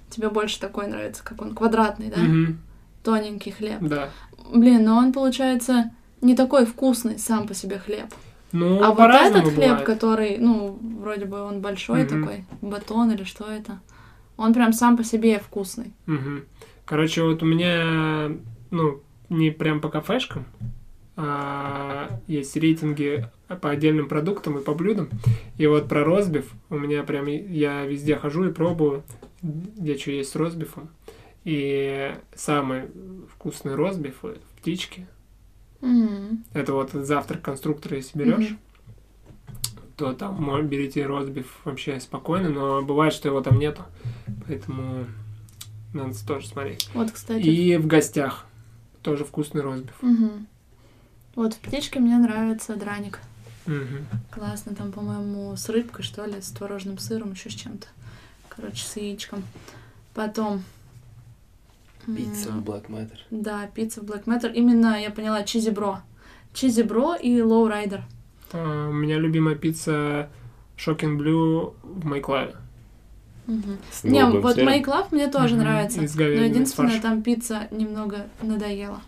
Speaker 4: тебе больше такой нравится, как он квадратный, да?
Speaker 3: мгм,
Speaker 4: Тоненький хлеб.
Speaker 3: да.
Speaker 4: Блин, но он получается не такой вкусный сам по себе хлеб.
Speaker 3: Ну,
Speaker 4: а вот
Speaker 3: по-разному
Speaker 4: этот хлеб,
Speaker 3: бывает.
Speaker 4: который, ну, вроде бы он большой
Speaker 3: Мгм.
Speaker 4: такой, батон или что это, он прям сам по себе вкусный.
Speaker 3: Мгм. Короче, вот у меня, ну, не прям по кафешкам, а есть рейтинги по отдельным продуктам и по блюдам. И вот про розбив у меня прям, и- я везде хожу и пробую, где что есть с розбифом. И самый вкусный розбиф в птичке.
Speaker 4: М.
Speaker 3: Это вот завтрак конструктора, если берешь,
Speaker 4: Мгм.
Speaker 3: то там мо- берите розбив вообще спокойно, но бывает, что его там нету. Поэтому надо тоже смотреть.
Speaker 4: Вот, кстати.
Speaker 3: И в гостях тоже вкусный розбив.
Speaker 4: Мгм. Вот в птичке мне нравится драник.
Speaker 3: Мгм.
Speaker 4: Классно, там, по-моему, с рыбкой, что ли, с творожным сыром, еще с чем-то. Короче, с яичком. Потом... м,
Speaker 2: Пицца Black Matter.
Speaker 4: Да, пицца в Black Matter. Именно, я поняла, чизибро. Чизибро и лоурайдер.
Speaker 3: А, У меня любимая пицца Шокин Блю в Майклаве.
Speaker 4: Мгм.
Speaker 5: С
Speaker 4: Не,
Speaker 5: голубым
Speaker 4: вот
Speaker 5: сыром.
Speaker 4: Make Love мне тоже
Speaker 3: Мгм.
Speaker 4: нравится.
Speaker 3: И с
Speaker 4: Но
Speaker 3: говядиной, с
Speaker 4: единственное,
Speaker 3: фаршем.
Speaker 4: там пицца немного надоела.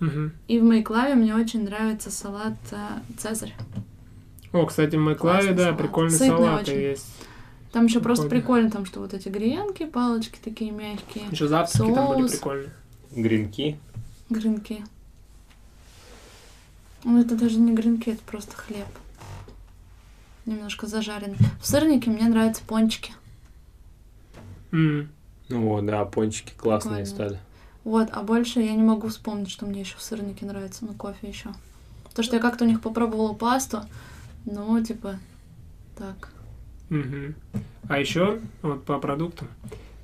Speaker 3: Мгм.
Speaker 4: И в Майклаве мне очень нравится салат э, Цезарь.
Speaker 3: О, кстати, в Майклаве,
Speaker 4: Классный
Speaker 3: да,
Speaker 4: салат.
Speaker 3: прикольный
Speaker 4: Сытный
Speaker 3: салат
Speaker 4: очень.
Speaker 3: есть.
Speaker 4: Там еще просто
Speaker 3: Прикольно.
Speaker 4: прикольно, там что вот эти гренки, палочки такие мягкие,
Speaker 3: Еще завтраки там были
Speaker 4: Соус.
Speaker 3: прикольные.
Speaker 5: Гринки.
Speaker 4: гренки. Ну это даже не гренки, это просто хлеб. Немножко зажарен. В сырнике мне нравятся пончики.
Speaker 3: М.
Speaker 5: О, Ну да, пончики классные
Speaker 4: Прикольно.
Speaker 5: стали.
Speaker 4: Вот, а больше я не могу вспомнить, что мне еще в сырнике нравится, ну кофе еще. То, что я как-то у них попробовала пасту, ну типа так.
Speaker 3: Мгм. А еще, вот по продуктам,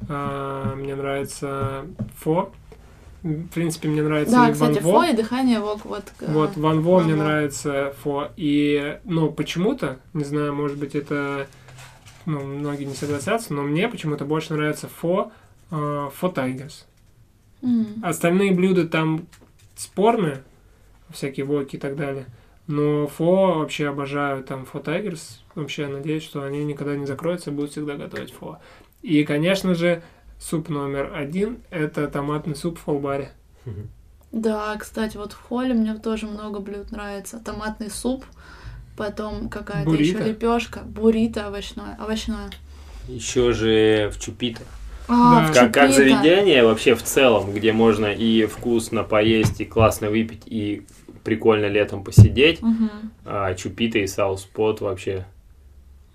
Speaker 3: а, мне нравится фо. В принципе, мне нравится
Speaker 4: да,
Speaker 3: и Ван
Speaker 4: кстати,
Speaker 3: Во.
Speaker 4: фо и дыхание вок вот. э,
Speaker 3: Вот, Ван Во мне
Speaker 4: Ван Во.
Speaker 3: нравится Фо. И, ну, почему-то, не знаю, может быть, это... Ну, многие не согласятся, но мне почему-то больше нравится Фо, э, Фо Тайгерс.
Speaker 4: м.
Speaker 3: Остальные блюда там спорные, всякие воки и так далее. Но Фо вообще обожаю, там Фо Тайгерс. Вообще надеюсь, что они никогда не закроются, будут всегда готовить Фо. И, конечно же, суп номер один – это томатный суп в фолбаре.
Speaker 4: Да, кстати, вот в холле мне тоже много блюд нравится. Томатный суп, потом какая-то еще
Speaker 3: Буррито.
Speaker 4: лепешка, буррито овощное, овощное.
Speaker 5: Еще же в Чупита.
Speaker 4: А,
Speaker 3: Да.
Speaker 4: в
Speaker 5: Как, как
Speaker 4: Чупита.
Speaker 5: заведение вообще в целом, где можно и вкусно поесть, и классно выпить, и прикольно летом посидеть.
Speaker 4: Мгм.
Speaker 5: А Чупита и Сауспот вообще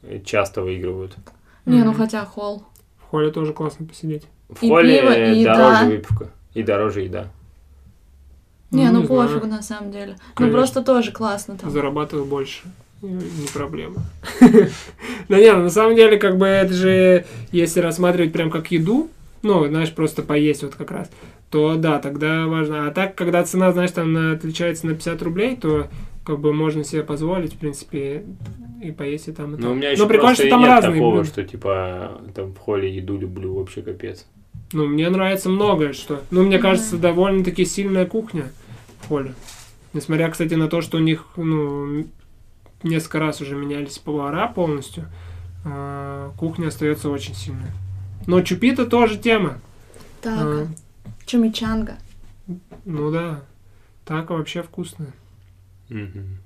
Speaker 5: э, часто выигрывают.
Speaker 4: Не, ну
Speaker 3: Мгм.
Speaker 4: хотя холл.
Speaker 3: В холле тоже классно посидеть.
Speaker 5: В
Speaker 4: И
Speaker 5: холле
Speaker 4: пиво,
Speaker 5: э,
Speaker 4: и
Speaker 5: дороже
Speaker 4: еда.
Speaker 5: выпивка. И дороже еда.
Speaker 4: Не, ну,
Speaker 3: знаю.
Speaker 4: пофигу на самом деле. Ну
Speaker 3: Конечно.
Speaker 4: просто тоже классно там.
Speaker 3: зарабатываю больше. Ну, Не проблема. Да не, ну, на самом деле, как бы это же, если рассматривать прям как еду, ну, знаешь, просто поесть вот как раз, то да, тогда важно. А так, когда цена, знаешь, там на- отличается на 50 рублей, то как бы можно себе позволить, в принципе, и поесть и там, и
Speaker 5: Но у
Speaker 3: там.
Speaker 5: меня
Speaker 3: Ну,
Speaker 5: еще
Speaker 3: прикольно,
Speaker 5: просто
Speaker 3: что
Speaker 5: и
Speaker 3: там
Speaker 5: нет
Speaker 3: разные
Speaker 5: такого,
Speaker 3: блюда.
Speaker 5: что типа там в холле еду люблю вообще капец.
Speaker 3: Ну, мне нравится многое что. Ну, мне
Speaker 4: Мгм.
Speaker 3: кажется, довольно-таки сильная кухня в холле. Несмотря, кстати, на то, что у них, ну, м- несколько раз уже менялись повара полностью, а, кухня остается очень сильной. Но чупита тоже тема.
Speaker 4: Так,
Speaker 3: А,
Speaker 4: чумичанга.
Speaker 3: ну да, так вообще вкусно.
Speaker 5: Мгм.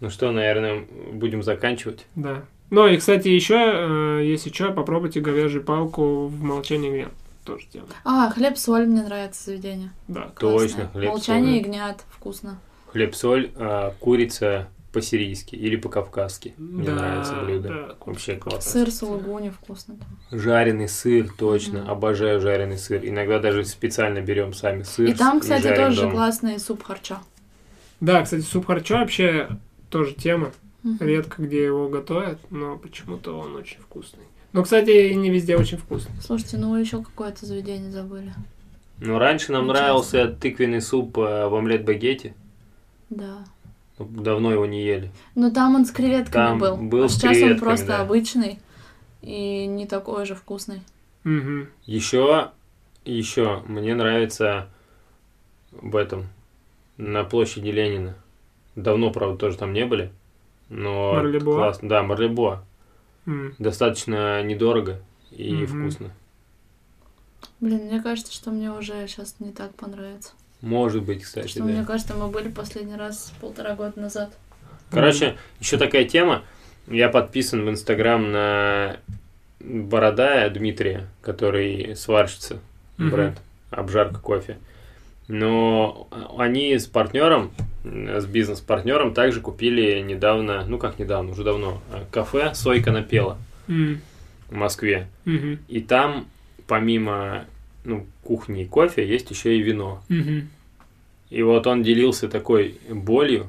Speaker 5: Ну что, наверное, будем заканчивать.
Speaker 3: Да. Ну и, кстати, еще, э, если что, попробуйте говяжью палку в молчании ягнят. Тоже тема.
Speaker 4: А, хлеб-соль мне нравится заведение.
Speaker 3: Да.
Speaker 5: Точно,
Speaker 4: Классное.
Speaker 5: хлеб-соль.
Speaker 4: Молчание ягнят, вкусно.
Speaker 5: Хлеб, соль, а, курица по-сирийски или по-кавказски. Мне
Speaker 3: Да,
Speaker 5: нравится блюдо.
Speaker 3: да.
Speaker 5: Вообще классно.
Speaker 4: Сыр сулугуни вкусно там.
Speaker 5: Жареный сыр, точно.
Speaker 4: Мгм.
Speaker 5: Обожаю жареный сыр. Иногда даже специально берем сами сыр.
Speaker 4: И там, кстати,
Speaker 5: жарим
Speaker 4: тоже
Speaker 5: дома.
Speaker 4: классный суп харча.
Speaker 3: Да, кстати, суп харчо вообще тоже тема.
Speaker 4: Мгм.
Speaker 3: Редко где его готовят, но почему-то он очень вкусный. Но, кстати, и не везде очень вкусный.
Speaker 4: Слушайте, ну еще какое-то заведение забыли.
Speaker 5: Ну, раньше нам
Speaker 4: Ну,
Speaker 5: нравился тыквенный суп э, в омлет-багете.
Speaker 4: Да.
Speaker 5: Ну, Давно его не ели.
Speaker 4: Но там он с креветками
Speaker 5: Там
Speaker 4: был.
Speaker 5: был
Speaker 4: а
Speaker 5: с
Speaker 4: сейчас он
Speaker 5: креветками,
Speaker 4: просто
Speaker 5: да.
Speaker 4: обычный и не такой же вкусный.
Speaker 3: Мгм.
Speaker 5: Еще, еще мне нравится в этом, на площади Ленина. Давно, правда, тоже там не были. Но
Speaker 3: Марлебоа?
Speaker 5: классно. Да, Марлебоа.
Speaker 3: М.
Speaker 5: Достаточно недорого и
Speaker 3: Мгм.
Speaker 5: вкусно.
Speaker 4: Блин, мне кажется, что мне уже сейчас не так понравится.
Speaker 5: Может быть,
Speaker 4: Потому
Speaker 5: кстати,
Speaker 4: что,
Speaker 5: да.
Speaker 4: мне кажется, мы были последний раз полтора года назад.
Speaker 5: Короче, еще такая тема. Я подписан в Инстаграм на Бородая Дмитрия, который сварщица,
Speaker 3: Мгм.
Speaker 5: бренд, обжарка кофе. Но они с партнером, э, с бизнес-партнером также купили недавно, ну как недавно, уже давно, э, кафе «Сойка напела»
Speaker 3: М.
Speaker 5: в Москве.
Speaker 3: Мгм.
Speaker 5: И там помимо ну, кухни и кофе есть еще и вино.
Speaker 3: Мгм.
Speaker 5: И вот он делился такой болью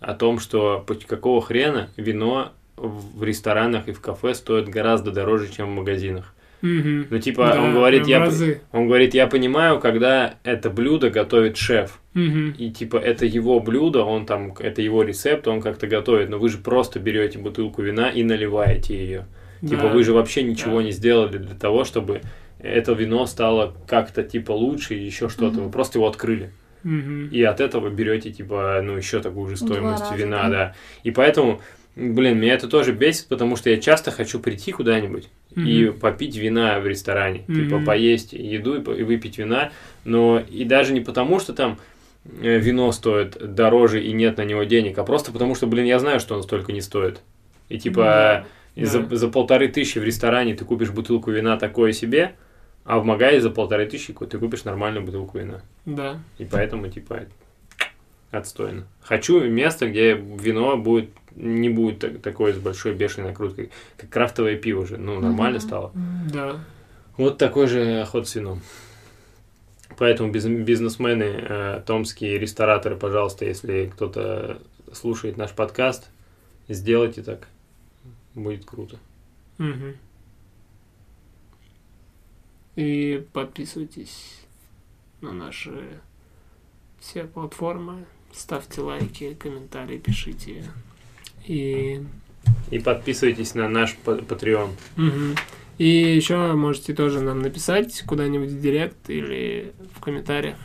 Speaker 5: о том, что по- какого хрена вино в в ресторанах и в кафе стоит гораздо дороже, чем в магазинах.
Speaker 3: Мгм.
Speaker 5: Ну, типа,
Speaker 3: Да,
Speaker 5: он говорит,
Speaker 3: прям
Speaker 5: я, п-
Speaker 3: в разы.
Speaker 5: он говорит, я понимаю, когда это блюдо готовит шеф,
Speaker 3: Мгм.
Speaker 5: и, типа, это его блюдо, он там, это его рецепт, он как-то готовит, но вы же просто берете бутылку вина и наливаете ее. Типа,
Speaker 3: Да.
Speaker 5: вы же вообще ничего
Speaker 3: Да.
Speaker 5: не сделали для того, чтобы это вино стало как-то, типа, лучше и еще что-то. Вы
Speaker 4: Мгм.
Speaker 5: просто его открыли.
Speaker 3: Мгм.
Speaker 5: И от этого берете, типа, ну, еще такую же
Speaker 4: Два
Speaker 5: стоимость
Speaker 4: раза,
Speaker 5: вина,
Speaker 4: да.
Speaker 5: да. И поэтому, блин, меня это тоже бесит, потому что я часто хочу прийти куда-нибудь и
Speaker 3: Мгм.
Speaker 5: попить вина в ресторане. Типа,
Speaker 3: Мгм.
Speaker 5: поесть еду и, по- и выпить вина. Но и даже не потому, что там э, вино стоит дороже и нет на него денег, а просто потому, что, блин, я знаю, что он столько не стоит. И типа
Speaker 3: Да.
Speaker 5: За,
Speaker 3: Да.
Speaker 5: за полторы тысячи в ресторане ты купишь бутылку вина такое себе, а в Магае за полторы тысячи ку- ты купишь нормальную бутылку вина.
Speaker 3: Да.
Speaker 5: И поэтому, типа, отстойно. Хочу место, где вино будет не будет так- такой с большой бешеной накруткой, как крафтовое пиво же. Ну, нормально
Speaker 4: да.
Speaker 5: стало.
Speaker 3: Да.
Speaker 5: Вот такой же ход с вином. Поэтому биз- бизнесмены, э, томские рестораторы, пожалуйста, если кто-то слушает наш подкаст, сделайте так. Будет круто.
Speaker 3: Мгм. И подписывайтесь на наши все платформы, ставьте лайки, комментарии пишите. И
Speaker 5: И подписывайтесь на наш па- Patreon.
Speaker 3: Мгм. И еще можете тоже нам написать куда-нибудь в директ или в комментариях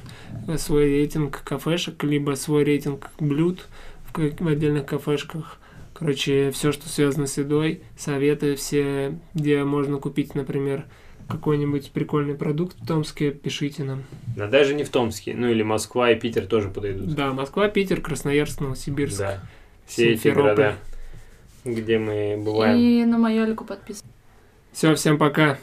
Speaker 3: свой рейтинг кафешек, либо свой рейтинг блюд в, ка- в отдельных кафешках. Короче, все, что связано с едой, советы все, где можно купить, например, какой-нибудь прикольный продукт в Томске, пишите нам.
Speaker 5: Да даже не в Томске. Ну или Москва и Питер тоже подойдут.
Speaker 3: Да, Москва, Питер, Красноярск, Новосибирск,
Speaker 5: Да. Все эти города, где мы бываем.
Speaker 4: И на майолику подписывайтесь.
Speaker 3: Все, всем пока.